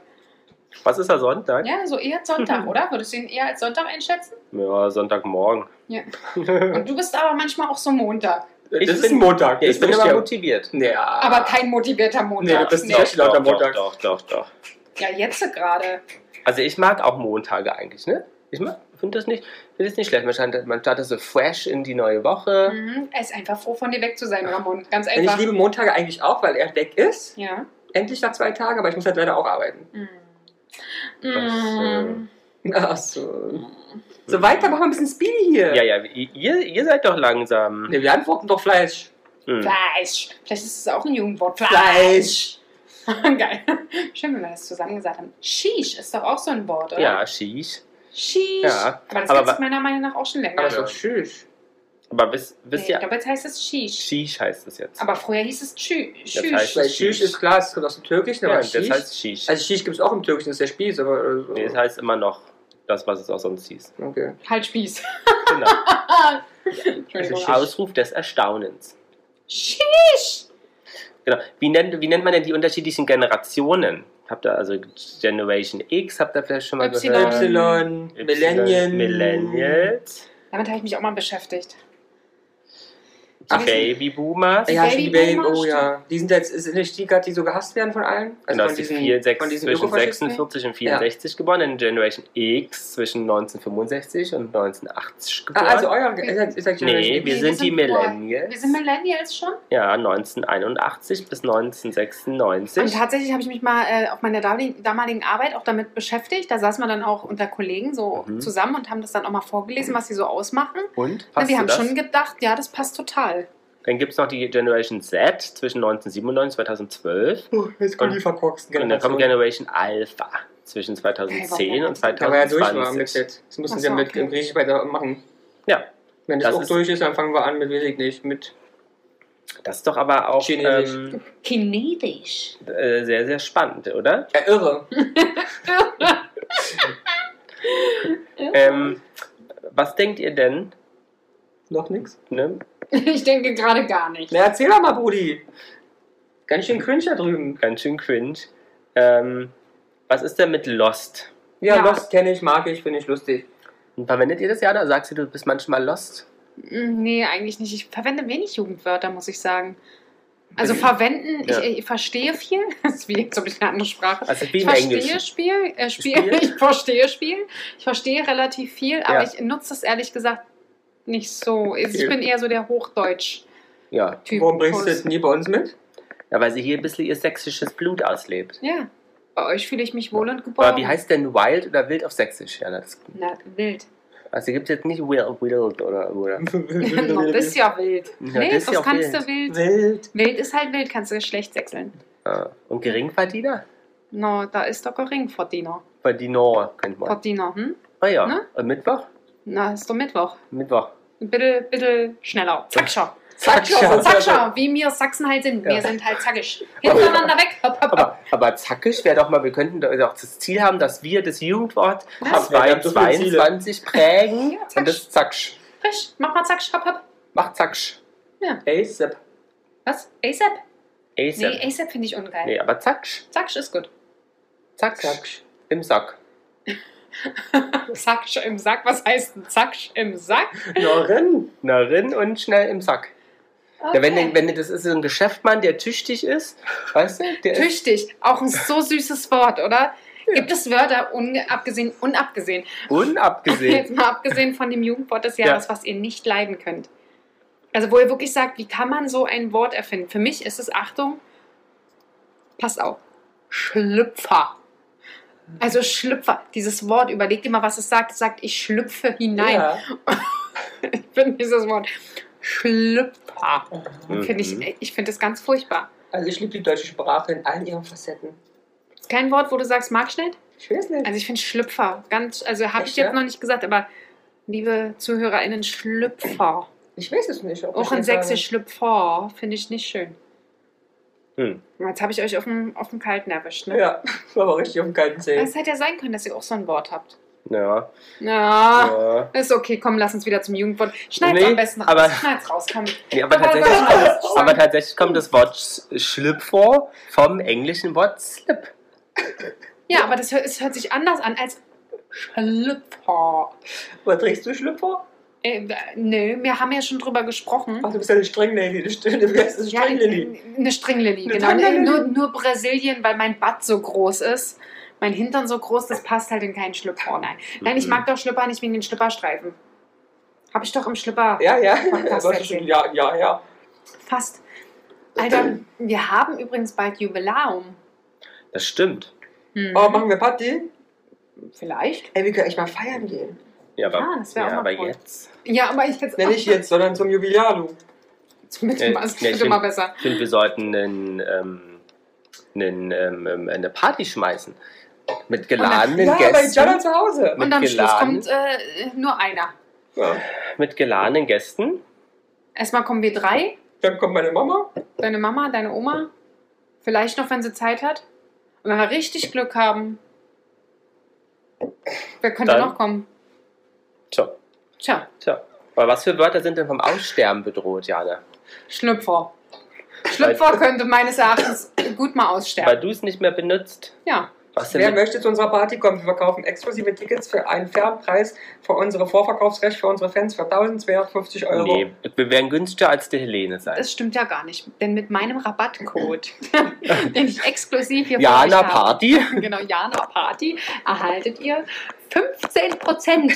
[SPEAKER 4] Was ist da Sonntag?
[SPEAKER 2] Ja, so eher Sonntag, oder? Würdest du ihn eher als Sonntag einschätzen?
[SPEAKER 4] Ja, Sonntagmorgen.
[SPEAKER 2] Ja. Und du bist aber manchmal auch so Montag.
[SPEAKER 4] Ich
[SPEAKER 1] Das ist
[SPEAKER 4] bin-
[SPEAKER 1] ein Montag.
[SPEAKER 4] Ja, ich
[SPEAKER 1] Das
[SPEAKER 4] bin
[SPEAKER 1] bin
[SPEAKER 4] immer
[SPEAKER 1] ja-
[SPEAKER 4] motiviert.
[SPEAKER 1] Naja.
[SPEAKER 2] Aber kein motivierter
[SPEAKER 1] Nee,
[SPEAKER 2] Montag.
[SPEAKER 1] du bist
[SPEAKER 2] Nee.
[SPEAKER 1] nicht richtig lauter
[SPEAKER 4] doch,
[SPEAKER 1] Montag.
[SPEAKER 4] doch, doch, doch.
[SPEAKER 2] Ja, jetzt gerade.
[SPEAKER 4] Also ich mag auch Montage eigentlich, ne? Ich finde das nicht, find das nicht schlecht. Man startet, man startet so fresh in die neue Woche.
[SPEAKER 2] Mhm. Er ist einfach froh, von dir weg zu sein, Ramon. Ganz
[SPEAKER 1] Denn ich
[SPEAKER 2] einfach.
[SPEAKER 1] liebe Montage eigentlich auch, weil er weg ist.
[SPEAKER 2] Ja.
[SPEAKER 1] Endlich nach zwei Tagen, aber ich muss halt leider auch arbeiten.
[SPEAKER 2] Mhm.
[SPEAKER 4] Mhm.
[SPEAKER 1] Ach so. So weiter, machen wir ein bisschen Speedy
[SPEAKER 2] Mhm.
[SPEAKER 1] hier.
[SPEAKER 4] Ja, ja, ihr, ihr seid doch langsam.
[SPEAKER 1] Nee, wir antworten doch Fleisch.
[SPEAKER 4] Hm.
[SPEAKER 2] Fleisch. Vielleicht ist es auch ein Jugendwort.
[SPEAKER 1] Fleisch.
[SPEAKER 2] Geil. Schön, wenn wir das zusammen gesagt haben. Sheesh ist doch auch so ein Wort, oder?
[SPEAKER 4] Ja, sheesh.
[SPEAKER 2] Sheesh.
[SPEAKER 4] Ja.
[SPEAKER 2] Aber das
[SPEAKER 4] Aber
[SPEAKER 2] gibt
[SPEAKER 4] wa-
[SPEAKER 2] es meiner Meinung nach auch schon länger.
[SPEAKER 1] Aber ist
[SPEAKER 4] Ja.
[SPEAKER 1] doch schüch.
[SPEAKER 4] Aber wisst,
[SPEAKER 2] nee,
[SPEAKER 4] wisst
[SPEAKER 2] ich
[SPEAKER 4] ihr,
[SPEAKER 2] glaube, jetzt heißt es Sheesh.
[SPEAKER 4] sheesh heißt es jetzt.
[SPEAKER 2] Aber früher hieß es Tschü.
[SPEAKER 4] heißt
[SPEAKER 1] Weil
[SPEAKER 4] es-
[SPEAKER 2] Sheesh.
[SPEAKER 1] schüch ist klar, es kommt aus dem Türkischen,
[SPEAKER 4] ja,
[SPEAKER 1] aber
[SPEAKER 4] das
[SPEAKER 1] schüch.
[SPEAKER 4] heißt sheesh.
[SPEAKER 1] also schüch gibt es auch im Türkischen, das ist der Spieß, aber. äh, so.
[SPEAKER 4] Nee, es heißt immer noch das, was es auch sonst hieß.
[SPEAKER 1] okay.
[SPEAKER 2] Halt Spieß.
[SPEAKER 4] Genau. Also
[SPEAKER 2] Entschuldigung.
[SPEAKER 1] Sheesh.
[SPEAKER 4] Ausruf des Erstaunens.
[SPEAKER 2] Sheesh.
[SPEAKER 4] Genau. Wie nennt, wie nennt man denn die unterschiedlichen Generationen? Habt ihr also Generation X, habt ihr vielleicht schon mal
[SPEAKER 2] Y.
[SPEAKER 4] gehört?
[SPEAKER 1] Y,
[SPEAKER 4] Y,
[SPEAKER 1] Millennium.
[SPEAKER 4] Millennials.
[SPEAKER 2] Damit habe ich mich auch mal beschäftigt.
[SPEAKER 1] Ach,
[SPEAKER 4] Babyboomers.
[SPEAKER 1] Ja, schon die Baby,
[SPEAKER 2] Babyboomer,
[SPEAKER 1] oh ja. Die sind jetzt, sind nicht die gerade, die so gehasst werden von allen?
[SPEAKER 4] Also
[SPEAKER 1] von
[SPEAKER 4] genau, diesen, vier, sechs,
[SPEAKER 1] von diesen
[SPEAKER 4] zwischen
[SPEAKER 1] Ökofaschisten?
[SPEAKER 4] 46 und 64 geboren, in Generation X zwischen 1965 und 1980
[SPEAKER 1] Ah,
[SPEAKER 4] geboren.
[SPEAKER 1] also euer. Ist, ist, ist
[SPEAKER 4] nee, wir
[SPEAKER 2] wir
[SPEAKER 4] sind
[SPEAKER 2] sind
[SPEAKER 4] die
[SPEAKER 2] vor-
[SPEAKER 4] Millennials.
[SPEAKER 2] Wir sind Millennials schon.
[SPEAKER 4] ja, 1981 bis
[SPEAKER 2] Und
[SPEAKER 4] 1996.
[SPEAKER 2] tatsächlich habe ich mich mal äh, auf meiner damaligen- damaligen Arbeit auch damit beschäftigt. Da saßen wir dann auch unter Kollegen so
[SPEAKER 4] Mhm.
[SPEAKER 2] zusammen und haben das dann auch mal vorgelesen, was sie so ausmachen.
[SPEAKER 4] Und?
[SPEAKER 2] Na,
[SPEAKER 4] Passt
[SPEAKER 2] wir haben
[SPEAKER 4] das?
[SPEAKER 2] schon gedacht, ja, das passt total.
[SPEAKER 4] Dann gibt es noch die Generation Z zwischen 1997 und 2012.
[SPEAKER 1] Oh, jetzt kommen die verkorksten
[SPEAKER 4] Und dann
[SPEAKER 1] Generationen.
[SPEAKER 4] kommt Genau, Generation Alpha zwischen 2010 und
[SPEAKER 1] Da war ja durch war mit
[SPEAKER 4] 2020.
[SPEAKER 1] Set. Das müssen
[SPEAKER 2] Ach
[SPEAKER 1] sie ja
[SPEAKER 2] so,
[SPEAKER 1] mit
[SPEAKER 2] okay.
[SPEAKER 1] im Griechisch weiter machen.
[SPEAKER 4] Ja.
[SPEAKER 1] Wenn das,
[SPEAKER 4] Das
[SPEAKER 1] auch
[SPEAKER 4] ist-
[SPEAKER 1] durch ist, dann fangen wir an mit, weiß ich nicht, mit.
[SPEAKER 4] Das ist doch aber auch
[SPEAKER 1] Chinesisch.
[SPEAKER 4] ähm,
[SPEAKER 2] Kinetisch.
[SPEAKER 4] äh, sehr, sehr spannend, oder?
[SPEAKER 1] Ja, irre.
[SPEAKER 4] Ähm, was denkt ihr denn?
[SPEAKER 1] Noch nix?
[SPEAKER 4] Ne?
[SPEAKER 2] Ich denke gerade gar nicht.
[SPEAKER 1] Na, erzähl doch mal, Brudi. Ganz schön cringe da drüben.
[SPEAKER 4] Ganz schön cringe. Ähm, was ist denn mit Lost?
[SPEAKER 1] Ja,
[SPEAKER 2] Ja.
[SPEAKER 1] Lost kenne ich, mag ich, finde ich lustig.
[SPEAKER 4] Und verwendet ihr das ja oder sagst du, du bist manchmal Lost?
[SPEAKER 2] Mm, Nee, eigentlich nicht. Ich verwende wenig Jugendwörter, muss ich sagen. Also verwenden,
[SPEAKER 4] Ja.
[SPEAKER 2] ich, ich verstehe viel. Das ist wie jetzt ob ich eine andere Sprache.
[SPEAKER 4] Also wie
[SPEAKER 2] Ich
[SPEAKER 4] im
[SPEAKER 2] verstehe
[SPEAKER 4] Englischen.
[SPEAKER 2] Spiel, äh, Spiel,
[SPEAKER 4] Spiel?
[SPEAKER 2] ich verstehe Spiel. Ich verstehe relativ viel, aber
[SPEAKER 4] Ja.
[SPEAKER 2] ich nutze das ehrlich gesagt nicht so. Also Ich
[SPEAKER 1] Okay.
[SPEAKER 2] bin eher so der Hochdeutsch-Typ.
[SPEAKER 4] Ja.
[SPEAKER 1] Warum bringst du das nie bei uns mit?
[SPEAKER 4] ja, weil sie hier ein bisschen ihr sächsisches Blut auslebt.
[SPEAKER 2] Ja. Bei euch fühle ich mich wohl und geborgen.
[SPEAKER 4] Aber wie heißt denn Wild oder Wild auf Sächsisch? Ja, das,
[SPEAKER 2] Na, wild.
[SPEAKER 4] also gibt es jetzt nicht Wild, wild oder. oder.
[SPEAKER 2] Noch das ist ja wild.
[SPEAKER 4] Ja,
[SPEAKER 2] nee, das,
[SPEAKER 4] das ist ja auch
[SPEAKER 2] kannst
[SPEAKER 4] wild.
[SPEAKER 2] du wild.
[SPEAKER 1] Wild.
[SPEAKER 2] Wild ist halt wild, kannst du schlecht sechseln.
[SPEAKER 4] Ja. Ah. Und Geringverdiener?
[SPEAKER 2] No, da ist doch gering Verdiener.
[SPEAKER 4] Verdiener, könnte man.
[SPEAKER 2] Verdiener, hm?
[SPEAKER 4] Ah ja.
[SPEAKER 2] Ne?
[SPEAKER 4] Und Mittwoch?
[SPEAKER 2] Na, ist doch Mittwoch.
[SPEAKER 4] Mittwoch.
[SPEAKER 2] Bitte, bitte schneller. Zackscher.
[SPEAKER 1] Zack,
[SPEAKER 4] Zack,
[SPEAKER 1] schon.
[SPEAKER 4] Zack,
[SPEAKER 2] Zackscher, wie wir Sachsen halt sind.
[SPEAKER 4] Ja.
[SPEAKER 2] Wir sind halt zackisch. Hintereinander weg. Hopp, hopp, hopp.
[SPEAKER 4] Aber, aber zackisch wäre doch mal, wir könnten doch also auch das Ziel haben, dass wir das Jugendwort
[SPEAKER 2] Was?
[SPEAKER 1] Wir haben so viele
[SPEAKER 4] 22 prägen.
[SPEAKER 2] Ja, zacksch.
[SPEAKER 4] und das Zacksch.
[SPEAKER 2] Frisch. Mach mal Zacksch. Hopp, hopp.
[SPEAKER 4] Mach Zacksch.
[SPEAKER 1] Hey, Sepp.
[SPEAKER 2] Was? ASAP?
[SPEAKER 4] ASAP.
[SPEAKER 2] Nee, ASAP finde ich ungeil.
[SPEAKER 4] Nee, aber Zacksch.
[SPEAKER 2] Zacksch ist gut.
[SPEAKER 4] Zacksch.
[SPEAKER 1] Zack.
[SPEAKER 4] Im Sack.
[SPEAKER 2] Zacksch im Sack. Was heißt ein Zacksch im Sack?
[SPEAKER 1] Norin.
[SPEAKER 4] Na, rin und schnell im Sack. Ja, wenn, du- wenn du- das ist so ein Geschäftsmann, der tüchtig ist, weißt du? Der ist,
[SPEAKER 2] Tüchtig. Auch ein so süßes Wort, oder? Gibt es Wörter, unge- abgesehen, unabgesehen,
[SPEAKER 4] unabgesehen.
[SPEAKER 2] Jetzt mal abgesehen von dem Jugendwort des Jahres, was ihr nicht leiden könnt. Also wo ihr wirklich sagt, wie kann man so ein Wort erfinden? Für mich ist es, Achtung, passt auf, Schlüpfer. Also Schlüpfer, dieses Wort, überlegt dir mal, was es sagt. Es sagt, ich schlüpfe hinein.
[SPEAKER 1] Ja.
[SPEAKER 2] Ich finde dieses Wort Schlüpfer. Find ich
[SPEAKER 4] Mhm.
[SPEAKER 2] ich finde das ganz furchtbar.
[SPEAKER 1] Also ich liebe die deutsche Sprache in allen ihren Facetten.
[SPEAKER 2] Ist kein Wort, wo du sagst, mag ich nicht?
[SPEAKER 1] Ich weiß nicht.
[SPEAKER 2] Also ich finde Schlüpfer ganz, also habe ich
[SPEAKER 1] Echt,
[SPEAKER 2] jetzt
[SPEAKER 1] ja?
[SPEAKER 2] noch nicht gesagt, aber liebe ZuhörerInnen, Schlüpfer.
[SPEAKER 1] ich weiß es nicht. ob ich
[SPEAKER 2] Auch in
[SPEAKER 1] das sage.
[SPEAKER 2] Sächsisch Schlüpfer finde ich nicht schön.
[SPEAKER 4] Hm.
[SPEAKER 2] Jetzt habe ich euch auf dem, auf dem Kalten erwischt, ne?
[SPEAKER 1] Ja, war aber richtig auf dem kalten Zeh.
[SPEAKER 2] Es hätte ja sein können, dass ihr auch so ein Wort habt.
[SPEAKER 4] Ja.
[SPEAKER 2] Ja,
[SPEAKER 4] ja.
[SPEAKER 2] ist okay, komm, lass uns wieder zum Jugendwort. Schneid's
[SPEAKER 4] Nee,
[SPEAKER 2] am besten raus.
[SPEAKER 4] aber-
[SPEAKER 2] Schneid's raus, komm.
[SPEAKER 4] Nee, aber, tatsächlich, aber tatsächlich kommt das Wort Sch- Schlüpfer vor vom englischen Wort Slip.
[SPEAKER 2] Ja, aber das hört, es hört sich anders an als Schlüpfer.
[SPEAKER 1] Was trägst du Schlüpfer?
[SPEAKER 2] Äh, nö, wir haben ja schon drüber gesprochen.
[SPEAKER 1] Ach, du bist ja eine Stringlady. Du bist eine
[SPEAKER 2] Ja,
[SPEAKER 1] Stringlady.
[SPEAKER 2] eine Stringlilly,
[SPEAKER 1] Eine
[SPEAKER 2] genau.
[SPEAKER 1] Tanglilly.
[SPEAKER 2] Nur, nur Brasilien, weil mein Bad so groß ist. Mein Hintern so groß, das passt halt in keinen Schlüpper. Nein, Nein ich
[SPEAKER 4] Mhm.
[SPEAKER 2] mag doch Schlüpper nicht wegen den Schlüpperstreifen. Habe ich doch im Schlüpper
[SPEAKER 1] Ja, ja.
[SPEAKER 2] Podcast
[SPEAKER 1] Aber schon-
[SPEAKER 2] erzählen.
[SPEAKER 1] Ja, ja, ja.
[SPEAKER 2] fast. Alter, wir haben übrigens bald Jubiläum.
[SPEAKER 4] Das stimmt.
[SPEAKER 2] Hm.
[SPEAKER 1] Oh, machen wir Party?
[SPEAKER 2] Vielleicht.
[SPEAKER 1] Ey, wir können echt mal feiern gehen.
[SPEAKER 4] Ja, aber,
[SPEAKER 2] Ah, das wär auch
[SPEAKER 4] ja,
[SPEAKER 2] mal
[SPEAKER 4] aber
[SPEAKER 2] cool.
[SPEAKER 4] jetzt.
[SPEAKER 2] Ja, aber ich jetzt
[SPEAKER 1] Ne, nicht jetzt, sondern zum Jubiläum.
[SPEAKER 2] Zumindest
[SPEAKER 4] Nee,
[SPEAKER 2] mal, das
[SPEAKER 4] nee, ich
[SPEAKER 2] wird immer
[SPEAKER 4] find-
[SPEAKER 2] besser.
[SPEAKER 4] Ich finde, wir sollten einen, ähm, einen, ähm, ähm, eine Party schmeißen. Mit geladenen
[SPEAKER 1] Ja, bei Jana
[SPEAKER 4] Gästen.
[SPEAKER 1] zu Hause.
[SPEAKER 2] Und am Schluss
[SPEAKER 4] geladen.
[SPEAKER 2] kommt äh, nur einer.
[SPEAKER 1] Ja.
[SPEAKER 4] Mit geladenen Gästen.
[SPEAKER 2] Erstmal kommen wir drei.
[SPEAKER 1] Dann kommt meine Mama.
[SPEAKER 2] Deine Mama, deine Oma. Vielleicht noch, wenn sie Zeit hat. Und wenn wir richtig Glück haben. Wer könnte
[SPEAKER 4] Dann-
[SPEAKER 2] noch kommen?
[SPEAKER 4] Tja,
[SPEAKER 2] Tja,
[SPEAKER 4] tja. Aber was für Wörter sind denn vom Aussterben bedroht, Jana?
[SPEAKER 2] Schlüpfer. Schlüpfer könnte meines Erachtens gut mal
[SPEAKER 4] Weil
[SPEAKER 2] aussterben.
[SPEAKER 4] du es nicht mehr benutzt.
[SPEAKER 2] Ja.
[SPEAKER 4] Was denn
[SPEAKER 1] Wer
[SPEAKER 4] mit,
[SPEAKER 1] möchte zu unserer Party kommen? Wir verkaufen exklusive Tickets für einen fairen Preis für unsere Vorverkaufsrecht für unsere Fans für 1250 Euro.
[SPEAKER 4] nee, wir wären günstiger als die Helene sein.
[SPEAKER 2] Das stimmt ja gar nicht, denn mit meinem Rabattcode, den ich exklusiv hier für euch
[SPEAKER 4] Jana
[SPEAKER 2] habe,
[SPEAKER 4] Party.
[SPEAKER 2] genau, Jana Party, erhaltet ihr 15 Prozent.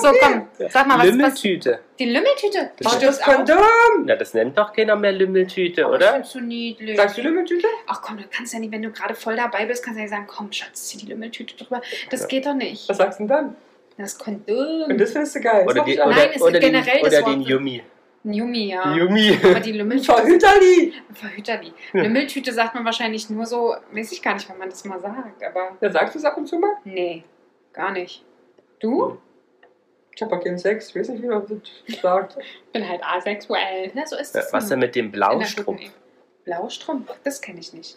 [SPEAKER 2] So, komm, sag mal, was, was
[SPEAKER 4] Lümmeltüte.
[SPEAKER 2] Die Lümmeltüte.
[SPEAKER 4] Das
[SPEAKER 2] Oh,
[SPEAKER 1] Das
[SPEAKER 2] auch-
[SPEAKER 1] Kondom.
[SPEAKER 4] Na, das nennt doch keiner mehr Lümmeltüte,
[SPEAKER 2] Oh,
[SPEAKER 4] oder?
[SPEAKER 2] Das ist so niedlich.
[SPEAKER 1] Sagst du Lümmeltüte?
[SPEAKER 2] Ach komm, du kannst ja nicht, wenn du gerade voll dabei bist, kannst du ja nicht sagen, komm, Schatz, zieh die Lümmeltüte drüber. Das
[SPEAKER 4] Ja.
[SPEAKER 2] geht doch nicht.
[SPEAKER 1] Was sagst du denn dann?
[SPEAKER 2] Das äh, Kondom.
[SPEAKER 1] Und das findest du geil.
[SPEAKER 4] Oder,
[SPEAKER 1] Sag
[SPEAKER 4] die,
[SPEAKER 1] ich auch.
[SPEAKER 4] oder,
[SPEAKER 2] Nein, es
[SPEAKER 4] oder
[SPEAKER 2] ist
[SPEAKER 4] den,
[SPEAKER 2] generell das
[SPEAKER 4] oder den
[SPEAKER 2] Wort.
[SPEAKER 4] Yummy.
[SPEAKER 2] Ein Yummy, ja.
[SPEAKER 4] Yummy.
[SPEAKER 2] Aber die Lümmeltüte,
[SPEAKER 1] Verhüterli.
[SPEAKER 2] Verhüterli.
[SPEAKER 4] Ja.
[SPEAKER 2] Lümmeltüte sagt man wahrscheinlich nur so, weiß ich gar nicht, wann man das mal sagt, aber
[SPEAKER 1] Ja, sagst du es ab und zu mal?
[SPEAKER 2] nee, gar nicht. Du?
[SPEAKER 1] Ich hab auch keinen Sex. Ich weiß nicht, wie man das sagt.
[SPEAKER 2] Ich bin halt asexuell. Na, so ist
[SPEAKER 4] Ja,
[SPEAKER 2] das.
[SPEAKER 4] Was
[SPEAKER 2] nun.
[SPEAKER 4] denn mit dem
[SPEAKER 2] In der
[SPEAKER 4] Blaustrumpf?
[SPEAKER 2] guten Ehe. Blaustrumpf? Das kenne ich nicht.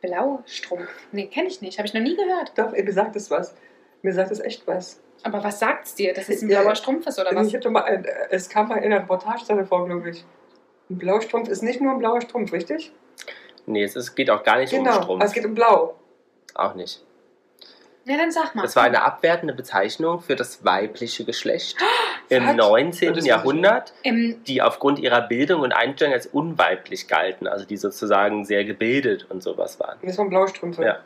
[SPEAKER 2] Blaustrumpf? Nee, kenne ich nicht. Habe ich noch nie gehört.
[SPEAKER 1] Doch, ey, mir sagt es was. Mir sagt es echt was.
[SPEAKER 2] Aber was sagt's dir, dass es ein
[SPEAKER 1] Ja.
[SPEAKER 2] blauer Strumpf ist oder was?
[SPEAKER 1] Ich hab doch mal, ein- äh, es kam mal in der Reportage davor, glaube ich. Ein blauer Strumpf ist nicht nur ein blauer Strumpf, richtig?
[SPEAKER 4] Nee, es ist, geht auch gar nicht um
[SPEAKER 1] genau,
[SPEAKER 4] Strumpf.
[SPEAKER 1] aber es geht um blau.
[SPEAKER 4] Auch nicht.
[SPEAKER 2] Ja, dann sag mal.
[SPEAKER 4] Das war eine abwertende Bezeichnung für das weibliche Geschlecht im
[SPEAKER 1] Was?
[SPEAKER 4] 19.
[SPEAKER 1] Das ist
[SPEAKER 4] Jahrhundert,
[SPEAKER 2] Im,
[SPEAKER 4] die aufgrund ihrer Bildung und Einstellung als unweiblich galten, also die sozusagen sehr gebildet und sowas waren.
[SPEAKER 1] Das waren Blaustrümpfe.
[SPEAKER 4] Ja.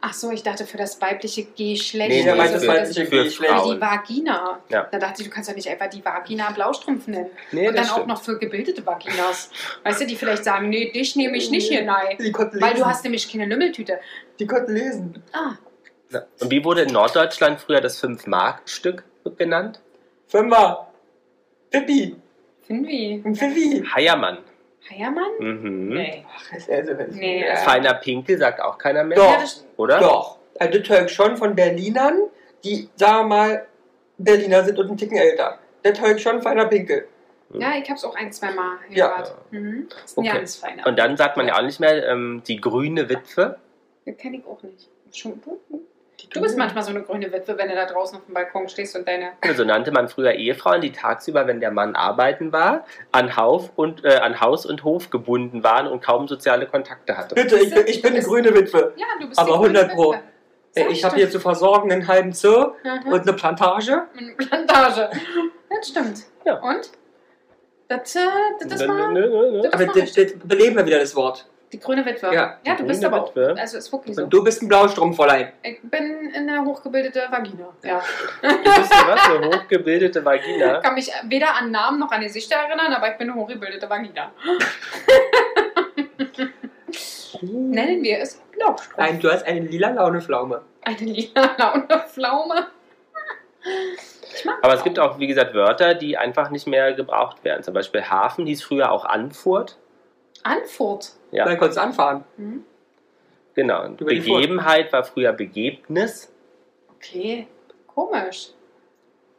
[SPEAKER 2] ach so, ich dachte für das weibliche Geschlecht.
[SPEAKER 4] Nee,
[SPEAKER 1] Nee,
[SPEAKER 4] nee,
[SPEAKER 1] weil
[SPEAKER 4] das
[SPEAKER 1] das
[SPEAKER 4] für-
[SPEAKER 1] weibliche
[SPEAKER 4] für
[SPEAKER 1] Geschlecht.
[SPEAKER 4] Frauen.
[SPEAKER 2] die Vagina.
[SPEAKER 4] Ja.
[SPEAKER 2] Da dachte ich, du kannst doch nicht einfach die Vagina Blaustrumpf nennen.
[SPEAKER 4] Nee,
[SPEAKER 2] Und dann auch noch für gebildete Vaginas. Weißt du, die vielleicht sagen, nee, dich nehme ich nicht hier,
[SPEAKER 4] Mhm.
[SPEAKER 2] nein.
[SPEAKER 1] Die konnten
[SPEAKER 2] Weil du hast nämlich keine Lümmeltüte.
[SPEAKER 1] Die konnten lesen.
[SPEAKER 2] Ah,
[SPEAKER 4] Ja. Und wie wurde in Norddeutschland früher das 5-Mark-Stück benannt?
[SPEAKER 1] Fünfer. Pippi.
[SPEAKER 2] Finwi.
[SPEAKER 1] Ein Pfiffi.
[SPEAKER 4] Heiermann.
[SPEAKER 2] Heiermann?
[SPEAKER 4] Mhm.
[SPEAKER 2] Nee.
[SPEAKER 1] Ach, ist er so witzig.
[SPEAKER 2] Nee, äh,
[SPEAKER 1] Ja.
[SPEAKER 2] das
[SPEAKER 4] Feiner Pinkel sagt auch keiner mehr,
[SPEAKER 1] Doch.
[SPEAKER 2] Ja, das,
[SPEAKER 4] oder?
[SPEAKER 1] Doch. Also das höre ich schon von Berlinern, die, sagen wir mal, Berliner sind und einen Ticken älter. Das höre ich schon feiner Pinkel.
[SPEAKER 2] ja ich habe es auch ein, zwei Mal
[SPEAKER 1] Ja.
[SPEAKER 2] gehört. Mhm. Das ist ein
[SPEAKER 4] Okay.
[SPEAKER 2] ganz feiner.
[SPEAKER 4] Und dann sagt man ja auch nicht mehr ähm, die grüne Witwe.
[SPEAKER 2] das kenne ich auch nicht. Schon, hm. du bist manchmal so eine grüne Witwe, wenn du da draußen auf dem Balkon stehst und deine...
[SPEAKER 4] So nannte man früher Ehefrauen, die tagsüber, wenn der Mann arbeiten war, an, Hauf und, äh, an Haus und Hof gebunden waren und kaum soziale Kontakte hatten.
[SPEAKER 1] Bitte, ich bin, ich bin eine grüne Witwe.
[SPEAKER 2] Ja, du bist
[SPEAKER 1] Aber
[SPEAKER 2] die grüne
[SPEAKER 1] 100 Pro.
[SPEAKER 2] Witwe.
[SPEAKER 1] Äh,
[SPEAKER 2] Sag
[SPEAKER 1] Ich habe
[SPEAKER 2] doch.
[SPEAKER 1] hier zu versorgen einen halben Zoo
[SPEAKER 2] Mhm.
[SPEAKER 1] und eine Plantage.
[SPEAKER 2] Eine Plantage. Das stimmt.
[SPEAKER 4] Ja.
[SPEAKER 2] Und? Das, äh, das ist
[SPEAKER 4] Nö,
[SPEAKER 2] mal
[SPEAKER 4] nö, nö, nö.
[SPEAKER 2] Das
[SPEAKER 1] Aber
[SPEAKER 2] mach
[SPEAKER 1] das, das beleben wir wieder das Wort.
[SPEAKER 2] die grüne Witwe.
[SPEAKER 1] Ja,
[SPEAKER 4] die
[SPEAKER 2] du bist
[SPEAKER 4] grüne
[SPEAKER 2] aber auch.
[SPEAKER 4] Witwe.
[SPEAKER 2] Also ist wirklich so.
[SPEAKER 1] Und du bist ein Blaustrumpfverleih.
[SPEAKER 2] Ich bin eine hochgebildete Vagina. Ja.
[SPEAKER 4] Du bist eine was, eine hochgebildete Vagina.
[SPEAKER 2] Ich kann mich weder an Namen noch an Gesichter erinnern, aber ich bin eine hochgebildete Vagina. Nennen wir es Laubstrumpf.
[SPEAKER 1] Nein, du hast eine lila Launeflaume.
[SPEAKER 2] Eine lila laune Pflaume. Ich mag
[SPEAKER 4] Aber es gibt auch, wie gesagt, Wörter, die einfach nicht mehr gebraucht werden. Zum Beispiel Hafen hieß früher auch Anfurt.
[SPEAKER 2] Anfurt.
[SPEAKER 4] Ja.
[SPEAKER 1] Dann konntest du anfahren.
[SPEAKER 2] Hm?
[SPEAKER 4] Genau. Und
[SPEAKER 1] Über die Furt.
[SPEAKER 4] Begebenheit war früher Begebnis.
[SPEAKER 2] Okay, komisch.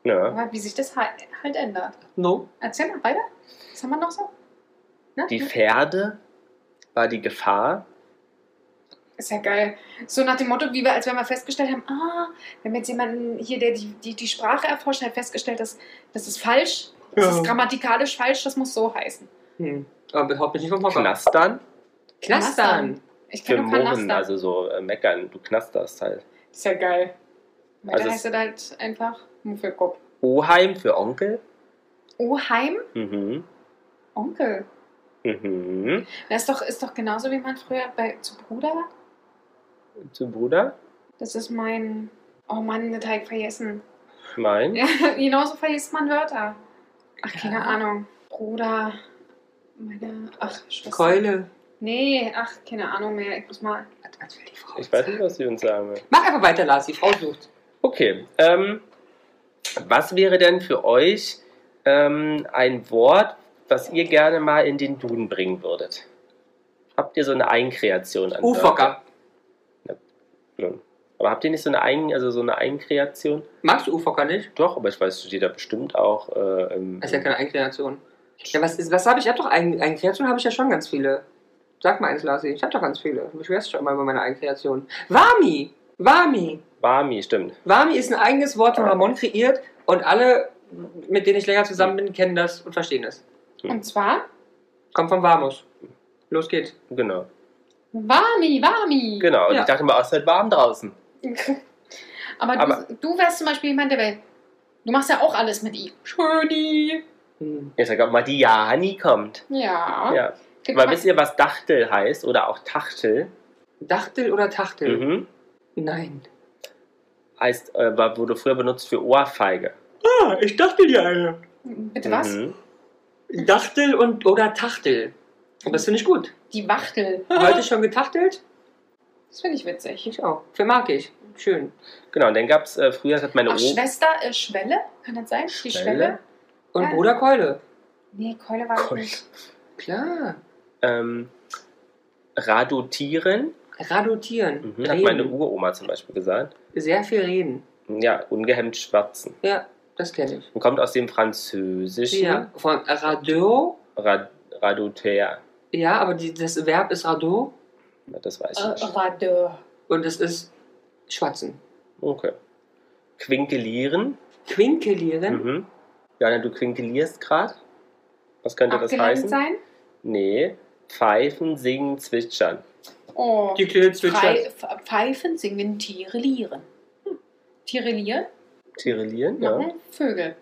[SPEAKER 4] Ja.
[SPEAKER 2] Aber wie sich das halt, halt ändert.
[SPEAKER 1] No.
[SPEAKER 2] Erzähl mal weiter. Was haben wir noch so? Ne?
[SPEAKER 4] Die Pferde war die Gefahr.
[SPEAKER 2] Ist ja geil. So nach dem Motto, wie wir, als wir mal festgestellt haben, ah, wir haben jetzt jemanden hier, der die, die, die Sprache erforscht hat, festgestellt, dass das ist falsch, das
[SPEAKER 1] Ja.
[SPEAKER 2] ist grammatikalisch falsch, das muss so heißen.
[SPEAKER 1] Hm. Aber behaupte ich nicht vom Hocker.
[SPEAKER 4] Knastern.
[SPEAKER 1] Knastern.
[SPEAKER 2] Ich
[SPEAKER 4] Für
[SPEAKER 2] kann nur
[SPEAKER 4] Murren,
[SPEAKER 2] Kanasta.
[SPEAKER 4] also so äh, meckern. Du knasterst halt.
[SPEAKER 2] Ist ja geil. Weil
[SPEAKER 4] Also
[SPEAKER 2] da
[SPEAKER 4] es-
[SPEAKER 2] heißt es halt einfach Muffelkopf.
[SPEAKER 4] Oheim für Onkel.
[SPEAKER 2] Oheim,
[SPEAKER 4] Mhm.
[SPEAKER 2] Onkel.
[SPEAKER 4] Mhm.
[SPEAKER 2] Das ist doch, ist doch genauso wie man früher bei, zu Bruder.
[SPEAKER 4] Zu Bruder.
[SPEAKER 2] Das ist mein. Oh Mann, den Teig vergessen.
[SPEAKER 4] Mein.
[SPEAKER 2] Ja, genauso vergisst man Wörter. Ach, keine Ahnung. Bruder, meine. Ach, Schwester.
[SPEAKER 1] Keule.
[SPEAKER 2] Nee, ach, keine Ahnung mehr. Ich muss mal.
[SPEAKER 1] Was, was will die Frau
[SPEAKER 4] Ich
[SPEAKER 1] jetzt
[SPEAKER 4] weiß
[SPEAKER 1] sagen?
[SPEAKER 4] nicht, was sie uns sagen will.
[SPEAKER 1] Mach einfach weiter, Lars. Die Frau sucht.
[SPEAKER 4] Okay. Ähm, was wäre denn für euch ähm, ein Wort, was ihr gerne mal in den Duden bringen würdet? Habt ihr so eine Eigenkreation? an Wörtern?
[SPEAKER 1] Ufocker.
[SPEAKER 4] Nun. Aber habt ihr nicht so eine, Eigen, also so eine Eigenkreation?
[SPEAKER 1] Magst du Ufocker nicht?
[SPEAKER 4] Doch, aber ich weiß, steht da bestimmt auch. Äh, im,
[SPEAKER 1] Das ist ja keine Einkreation. Ja, was, ist- was habe ich? Ich habe doch ein, Einkreation, habe ich ja schon ganz viele. Sag mal eins, Lasi. Ich habe doch ganz viele. Du beschwerst dich schon mal über meine Einkreation. Wami! Wami!
[SPEAKER 4] Bami, stimmt.
[SPEAKER 1] Wami ist ein eigenes Wort von Ramon kreiert und alle, mit denen ich länger zusammen bin, kennen das und verstehen es.
[SPEAKER 2] Und zwar
[SPEAKER 1] Kommt von Vamos. Los geht's.
[SPEAKER 4] Genau.
[SPEAKER 2] Wami, Wami.
[SPEAKER 4] Genau. Und
[SPEAKER 1] Ja.
[SPEAKER 4] ich dachte immer, es ist halt warm draußen.
[SPEAKER 2] Aber, du,
[SPEAKER 4] Aber-
[SPEAKER 2] du wärst zum Beispiel jemand, der will. Du machst ja auch alles mit I. Schöni.
[SPEAKER 1] Hm.
[SPEAKER 4] Ich sag auch mal, die Jani kommt.
[SPEAKER 2] Ja.
[SPEAKER 4] Ja.
[SPEAKER 2] Gibt
[SPEAKER 4] Aber
[SPEAKER 2] mal-
[SPEAKER 4] wisst ihr, was Dachtel heißt oder auch Tachtel?
[SPEAKER 1] Dachtel oder Tachtel?
[SPEAKER 4] Mhm.
[SPEAKER 1] Nein.
[SPEAKER 4] Heißt, äh, war- wurde früher benutzt für Ohrfeige.
[SPEAKER 1] Ah, ich dachte dir eine.
[SPEAKER 2] Bitte was?
[SPEAKER 4] Mhm.
[SPEAKER 1] Dachtel und oder Tachtel. Und das finde ich gut.
[SPEAKER 2] Die Wachtel.
[SPEAKER 1] Heute schon getachtelt?
[SPEAKER 2] Das finde ich witzig.
[SPEAKER 1] Ich auch. Für mag ich. Schön.
[SPEAKER 4] Genau. Und dann gab es äh, früher, das hat meine
[SPEAKER 2] Ach,
[SPEAKER 4] O-
[SPEAKER 2] Schwester, äh, Schwelle? Kann das sein? Die
[SPEAKER 4] Schwelle?
[SPEAKER 2] Schwelle?
[SPEAKER 1] Und
[SPEAKER 2] Ja.
[SPEAKER 1] Bruder Keule.
[SPEAKER 2] Nee, Keule war das nicht.
[SPEAKER 1] Klar.
[SPEAKER 4] ähm, Radotieren.
[SPEAKER 1] Radotieren.
[SPEAKER 4] Mhm. Hat
[SPEAKER 1] Reden.
[SPEAKER 4] meine Uroma zum Beispiel gesagt.
[SPEAKER 1] Sehr viel reden.
[SPEAKER 4] Ja, ungehemmt schwatzen.
[SPEAKER 1] Ja, das kenne ich.
[SPEAKER 4] Und kommt aus dem Französischen.
[SPEAKER 1] Ja. Von Radio.
[SPEAKER 4] Rad Radoter.
[SPEAKER 1] Ja, aber die, das Verb ist Rado
[SPEAKER 4] Na, Das weiß ich
[SPEAKER 2] Äh,
[SPEAKER 4] nicht.
[SPEAKER 2] Radö.
[SPEAKER 1] und es ist Schwatzen.
[SPEAKER 4] Okay. Quinkelieren.
[SPEAKER 1] Quinkelieren.
[SPEAKER 4] Mhm. Jana, du quinkelierst gerade. Was könnte das
[SPEAKER 2] Abgelenkt
[SPEAKER 4] heißen?
[SPEAKER 2] sein?
[SPEAKER 4] Nee. Pfeifen, singen, zwitschern.
[SPEAKER 2] Oh.
[SPEAKER 1] Die kleine
[SPEAKER 2] Frei,
[SPEAKER 1] Zwitschers.
[SPEAKER 2] f- pfeifen, singen, Tiere lieren. Hm. Tiere lieren?
[SPEAKER 4] Tirillieren, ja.
[SPEAKER 2] machen Vögel.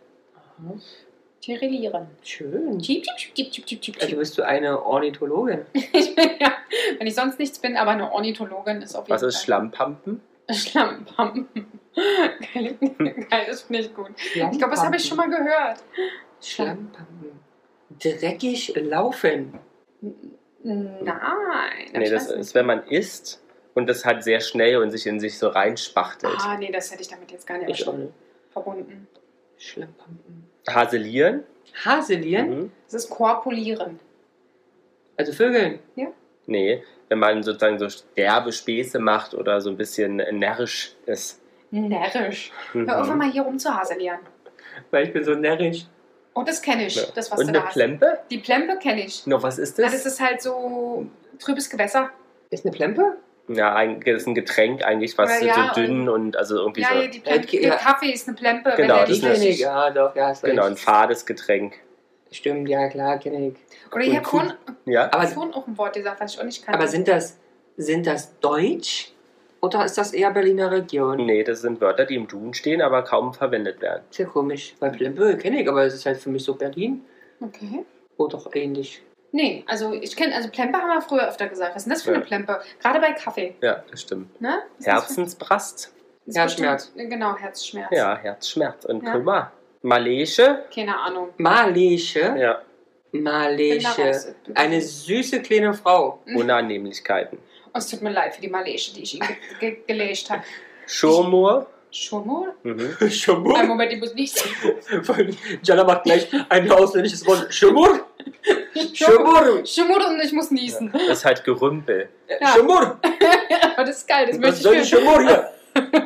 [SPEAKER 2] Tiere lieren.
[SPEAKER 1] Schön.
[SPEAKER 2] Tschip, tschip, tschip, tschip, tschip, tschip,
[SPEAKER 1] Also
[SPEAKER 2] tschip.
[SPEAKER 1] bist du eine Ornithologin.
[SPEAKER 2] Ich bin ja, wenn ich sonst nichts bin, aber eine Ornithologin ist auf jeden
[SPEAKER 4] Was ist
[SPEAKER 2] Fall.
[SPEAKER 4] Schlammpampen?
[SPEAKER 2] Schlammpampen. Geil, geil, das finde ich gut. Ich glaube, das habe ich schon mal gehört.
[SPEAKER 1] Schlammpampen. Dreckig laufen.
[SPEAKER 2] Nein. hab
[SPEAKER 4] Nee,
[SPEAKER 2] ich
[SPEAKER 4] das
[SPEAKER 2] nicht.
[SPEAKER 4] ist, wenn man isst und das halt sehr schnell und sich in sich so reinspachtelt.
[SPEAKER 2] Ah, nee, das hätte ich damit jetzt gar nicht
[SPEAKER 1] Ich auch nicht.
[SPEAKER 2] verbunden.
[SPEAKER 1] Schlammpampen.
[SPEAKER 4] Haselieren.
[SPEAKER 1] Haselieren?
[SPEAKER 4] Mhm.
[SPEAKER 2] Das ist korpulieren.
[SPEAKER 1] Also Vögeln.
[SPEAKER 4] Nee, wenn man sozusagen so derbe Späße macht oder so ein bisschen närrisch ist.
[SPEAKER 2] Närrisch.
[SPEAKER 4] Mhm.
[SPEAKER 2] Hör auf, mal hier rumzuhaselieren.
[SPEAKER 1] Weil ich bin so närrisch.
[SPEAKER 2] Oh, das kenne ich.
[SPEAKER 4] Ja.
[SPEAKER 2] Das, was
[SPEAKER 4] und
[SPEAKER 2] du
[SPEAKER 4] eine
[SPEAKER 2] da hast.
[SPEAKER 4] Plempe?
[SPEAKER 2] Die Plempe kenne ich.
[SPEAKER 4] Noch was ist
[SPEAKER 2] Na,
[SPEAKER 4] das?
[SPEAKER 2] das ist halt so trübes Gewässer.
[SPEAKER 1] Ist eine Plempe?
[SPEAKER 4] ja, ein, das ist ein Getränk eigentlich, was
[SPEAKER 2] Ja, ja,
[SPEAKER 4] so dünn und also irgendwie
[SPEAKER 2] Ja,
[SPEAKER 4] so.
[SPEAKER 2] ja, die Plempe,
[SPEAKER 1] Okay,
[SPEAKER 2] der
[SPEAKER 1] ja.
[SPEAKER 2] Kaffee ist eine Plempe. wenn
[SPEAKER 4] Genau,
[SPEAKER 2] der
[SPEAKER 4] das
[SPEAKER 1] Die
[SPEAKER 2] nicht
[SPEAKER 4] ist eine-
[SPEAKER 1] kenne ich.
[SPEAKER 2] richtig-
[SPEAKER 1] Ja, doch, ja, hast
[SPEAKER 4] Genau, ein
[SPEAKER 1] recht.
[SPEAKER 4] fades Getränk.
[SPEAKER 1] Stimmt, ja, klar, kenne ich.
[SPEAKER 2] Oder hier
[SPEAKER 4] Und
[SPEAKER 2] Kuhn,
[SPEAKER 4] Ja,
[SPEAKER 1] Aber,
[SPEAKER 2] Kuhn auch ein Wort gesagt, was ich auch nicht kannte.
[SPEAKER 1] aber sind, das, sind das Deutsch? Oder ist das eher Berliner Region?
[SPEAKER 4] nee, das sind Wörter, die im Duden stehen, aber kaum verwendet werden.
[SPEAKER 1] Sehr komisch. Weil Plempe kenne ich, aber es ist halt für mich so Berlin.
[SPEAKER 2] Okay.
[SPEAKER 1] Oder doch ähnlich.
[SPEAKER 2] Nee, also ich kenne, also Plempe haben wir früher öfter gesagt. Was ist denn das für eine
[SPEAKER 4] Ja.
[SPEAKER 2] Plempe? Gerade bei Kaffee,
[SPEAKER 4] Ja, das stimmt.
[SPEAKER 2] ne? Was ist das für-
[SPEAKER 4] Herzensbrast?
[SPEAKER 2] Das ist bestimmt-
[SPEAKER 1] Herzschmerz.
[SPEAKER 2] Genau, Herzschmerz.
[SPEAKER 4] Ja, Herzschmerz und
[SPEAKER 2] Ja.
[SPEAKER 4] Kummer. Malesche?
[SPEAKER 2] Keine Ahnung.
[SPEAKER 1] Malische.
[SPEAKER 4] Ja,
[SPEAKER 2] Bin da
[SPEAKER 1] Malische.
[SPEAKER 2] raus.
[SPEAKER 1] äh, Eine süße kleine Frau.
[SPEAKER 2] Mhm.
[SPEAKER 4] Unannehmlichkeiten.
[SPEAKER 2] Oh, es tut mir leid für die Malesche, die ich ihm ge ge gelegt habe.
[SPEAKER 4] Schurmur?
[SPEAKER 2] Schon mal?
[SPEAKER 4] Mhm.
[SPEAKER 1] Schumur?
[SPEAKER 2] Einen Äh, Moment, ich muss nicht.
[SPEAKER 1] Jana macht gleich ein ausländisches Wort. Schumur? Schumur?
[SPEAKER 2] Schumur und ich muss niesen.
[SPEAKER 4] Das ist halt Gerümpel.
[SPEAKER 2] Ja.
[SPEAKER 1] Schumur?
[SPEAKER 2] Aber das ist geil, das
[SPEAKER 1] Ah, Was
[SPEAKER 2] möchte
[SPEAKER 1] soll die
[SPEAKER 2] ich mir.
[SPEAKER 1] Schumur hier?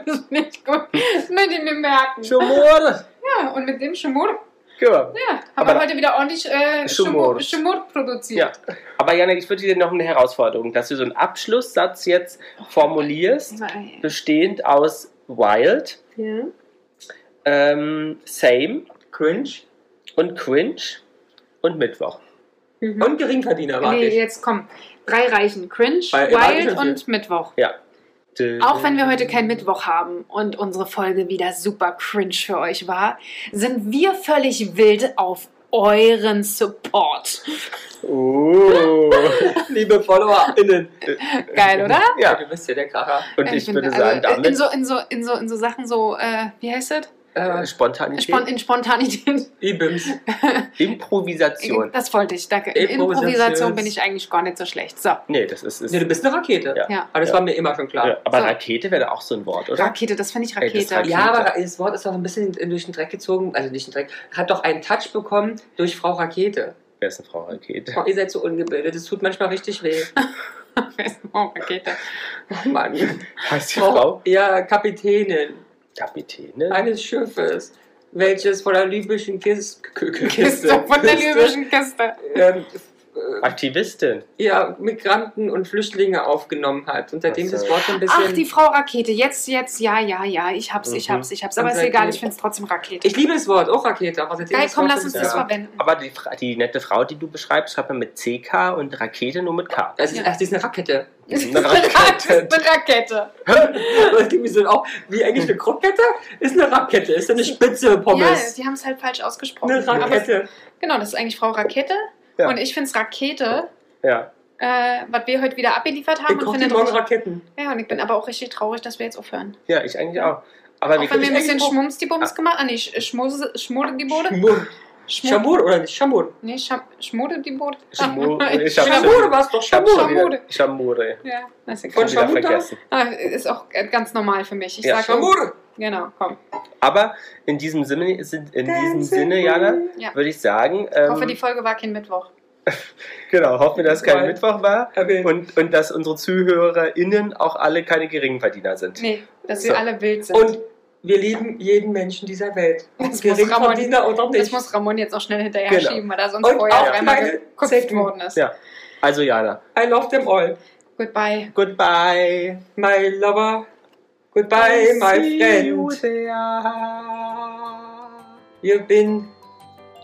[SPEAKER 2] Das ist nicht gut. Das möchte ich mir merken.
[SPEAKER 4] Schurmur!
[SPEAKER 2] Ja, und mit dem Schumur
[SPEAKER 4] Ja.
[SPEAKER 2] Ja, haben
[SPEAKER 4] Aber
[SPEAKER 2] wir
[SPEAKER 4] da-
[SPEAKER 2] heute wieder ordentlich äh, Schumur.
[SPEAKER 4] Schumur.
[SPEAKER 2] Schumur produziert.
[SPEAKER 4] Aber Janek, ich würde dir noch eine Herausforderung, dass du so einen Abschlusssatz jetzt
[SPEAKER 2] Mhm.
[SPEAKER 4] formulierst, bestehend aus Wild,
[SPEAKER 2] Ja.
[SPEAKER 4] ähm, Same
[SPEAKER 1] Cringe?
[SPEAKER 4] und Cringe und Mittwoch.
[SPEAKER 2] Mhm.
[SPEAKER 1] Und Geringverdiener, warte
[SPEAKER 2] nee,
[SPEAKER 1] ich.
[SPEAKER 2] jetzt komm. Drei Reichen. Cringe,
[SPEAKER 1] Weil- warte
[SPEAKER 2] Wild
[SPEAKER 1] schon viel.
[SPEAKER 2] und Mittwoch.
[SPEAKER 4] Ja.
[SPEAKER 2] Auch wenn wir heute kein Mittwoch haben und unsere Folge wieder super cringe für euch war, sind wir völlig wild auf euren Support.
[SPEAKER 4] Oh.
[SPEAKER 1] Liebe FollowerInnen.
[SPEAKER 2] Geil, oder?
[SPEAKER 1] Ja,
[SPEAKER 4] ja.
[SPEAKER 1] du bist ja der Kracher.
[SPEAKER 4] Und ich,
[SPEAKER 2] finde,
[SPEAKER 4] würde
[SPEAKER 2] also,
[SPEAKER 4] sagen,
[SPEAKER 2] in
[SPEAKER 4] damit
[SPEAKER 2] so, in, so, in, so, in so Sachen so, äh, wie heißt das?
[SPEAKER 1] Äh,
[SPEAKER 4] Spontanität,
[SPEAKER 2] Spon in Spontanität.
[SPEAKER 1] Ibims.
[SPEAKER 4] Improvisation.
[SPEAKER 2] Das wollte ich, danke. In Improvisation
[SPEAKER 1] Improvisations-
[SPEAKER 2] bin ich eigentlich gar nicht so schlecht. So.
[SPEAKER 4] Nee, das ist. ist
[SPEAKER 1] Nee, du bist eine Rakete.
[SPEAKER 4] Ja.
[SPEAKER 2] Ja.
[SPEAKER 1] Aber das
[SPEAKER 4] Ja.
[SPEAKER 1] war mir immer schon klar.
[SPEAKER 4] ja, aber
[SPEAKER 2] So.
[SPEAKER 4] Rakete wäre da auch so ein Wort, oder?
[SPEAKER 2] Rakete, das finde ich
[SPEAKER 4] Ey, das
[SPEAKER 2] Rakete.
[SPEAKER 4] Rakete.
[SPEAKER 1] Ja, aber das Wort ist doch ein bisschen durch den Dreck gezogen, also nicht den Dreck, hat doch einen Touch bekommen durch Frau Rakete.
[SPEAKER 4] Wer ist eine Frau Rakete?
[SPEAKER 1] Oh, ihr seid so ungebildet, es tut manchmal richtig weh.
[SPEAKER 2] Oh, Rakete.
[SPEAKER 1] Oh Mann.
[SPEAKER 4] Heißt die Frau?
[SPEAKER 1] Ja, Kapitänin
[SPEAKER 4] Kapitäne?
[SPEAKER 1] eines Schiffes, welches von der libyschen Kis K- K-
[SPEAKER 2] Kiste
[SPEAKER 1] Kiste,
[SPEAKER 2] von der
[SPEAKER 1] Küste,
[SPEAKER 2] libyschen Kiste.
[SPEAKER 1] ähm,
[SPEAKER 4] Aktivistin.
[SPEAKER 1] ja, Migranten und Flüchtlinge aufgenommen hat. Und seitdem
[SPEAKER 4] Ach so.
[SPEAKER 1] das Wort so ein bisschen.
[SPEAKER 2] Ach, die Frau Rakete. Jetzt, jetzt, ja, ja, ja. Ich hab's, ich
[SPEAKER 4] Mhm.
[SPEAKER 2] hab's, ich hab's. Aber
[SPEAKER 1] Und
[SPEAKER 2] ist egal,
[SPEAKER 1] Rakete.
[SPEAKER 2] ich find's trotzdem Rakete.
[SPEAKER 1] ich liebe das Wort, auch Rakete. Aber seitdem
[SPEAKER 2] Geil,
[SPEAKER 1] das
[SPEAKER 2] komm,
[SPEAKER 1] Wort
[SPEAKER 2] lass
[SPEAKER 1] so
[SPEAKER 2] uns
[SPEAKER 1] ein
[SPEAKER 2] das
[SPEAKER 1] bisschen-
[SPEAKER 2] verwenden.
[SPEAKER 4] Aber die, Fra- die nette Frau, die du beschreibst, schreibt man mit CK und Rakete nur mit K.
[SPEAKER 1] Es ist, ach, die ist eine Rakete.
[SPEAKER 4] Das
[SPEAKER 2] Eine Rakete. Eine Rakete.
[SPEAKER 1] Aber es klingt wie so auch, wie eigentlich eine Krockkette ist eine Rakete, ist eine spitze
[SPEAKER 2] Ja,
[SPEAKER 1] Pommes.
[SPEAKER 2] die haben's halt falsch ausgesprochen.
[SPEAKER 1] eine
[SPEAKER 2] Aber es-
[SPEAKER 1] Rakete.
[SPEAKER 2] genau, das ist eigentlich Frau Rakete.
[SPEAKER 4] Ja.
[SPEAKER 2] Und ich find's Rakete,
[SPEAKER 4] Ja.
[SPEAKER 2] äh, was wir heute wieder abgeliefert haben.
[SPEAKER 1] Ich
[SPEAKER 2] und
[SPEAKER 1] koche
[SPEAKER 2] finde
[SPEAKER 1] morgen Raketen.
[SPEAKER 2] ja, und ich bin aber auch richtig traurig, dass wir jetzt aufhören.
[SPEAKER 4] ja, ich eigentlich auch. Aber
[SPEAKER 2] Auch wenn
[SPEAKER 4] wir
[SPEAKER 2] wir ein
[SPEAKER 4] können
[SPEAKER 2] bisschen Schmumsdibums gemacht haben. Ah, nee, Schmudedibode.
[SPEAKER 1] Schmur. Schamur oder nicht? Schamur.
[SPEAKER 2] Nee, Scham Schmudedibode.
[SPEAKER 4] Schmu- ich hab's
[SPEAKER 2] Schamur.
[SPEAKER 1] Schamur war es doch,
[SPEAKER 4] Ich hab's schon
[SPEAKER 1] Schamur.
[SPEAKER 4] wieder, Schamure.
[SPEAKER 2] Ja, das ist
[SPEAKER 1] Von
[SPEAKER 2] egal.
[SPEAKER 4] Schon
[SPEAKER 1] Schamute?
[SPEAKER 4] wieder vergessen.
[SPEAKER 2] Ah, Ist auch ganz normal für mich. Ich
[SPEAKER 4] Ja,
[SPEAKER 2] sag sage
[SPEAKER 1] Schamur.
[SPEAKER 2] Genau, komm.
[SPEAKER 4] Aber in diesem Sinne, in diesem Sinne Jana,
[SPEAKER 2] Ja.
[SPEAKER 4] würde ich sagen,
[SPEAKER 2] Ich
[SPEAKER 4] ähm,
[SPEAKER 2] hoffe, die Folge war kein Mittwoch.
[SPEAKER 4] genau, hoffen wir, dass kein
[SPEAKER 1] Weil-
[SPEAKER 4] Mittwoch war
[SPEAKER 1] Okay. Und,
[SPEAKER 4] und, und dass unsere ZuhörerInnen auch alle keine Geringverdiener sind.
[SPEAKER 2] Nee, dass wir
[SPEAKER 4] So.
[SPEAKER 2] alle wild sind.
[SPEAKER 1] und wir lieben jeden Menschen dieser Welt.
[SPEAKER 2] Das muss
[SPEAKER 1] Geringverdiener oder
[SPEAKER 2] das
[SPEAKER 1] nicht.
[SPEAKER 2] muss Ramon jetzt auch schnell hinterher
[SPEAKER 4] Genau.
[SPEAKER 2] schieben, weil er sonst
[SPEAKER 1] Und
[SPEAKER 2] vorher
[SPEAKER 1] auch
[SPEAKER 2] auch einmal
[SPEAKER 1] kleine
[SPEAKER 2] gekupft
[SPEAKER 1] Zecken.
[SPEAKER 2] worden ist.
[SPEAKER 4] Ja. Also Jana,
[SPEAKER 1] I love them all.
[SPEAKER 2] Goodbye.
[SPEAKER 4] goodbye.
[SPEAKER 1] My lover. Goodbye, my friend. You've been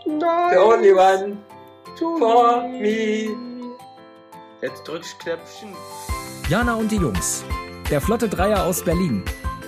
[SPEAKER 1] the only one.
[SPEAKER 4] to
[SPEAKER 1] For me.
[SPEAKER 4] Jetzt drückst Knöpfchen.
[SPEAKER 3] Jana und die Jungs. Der Flotte Dreier aus Berlin.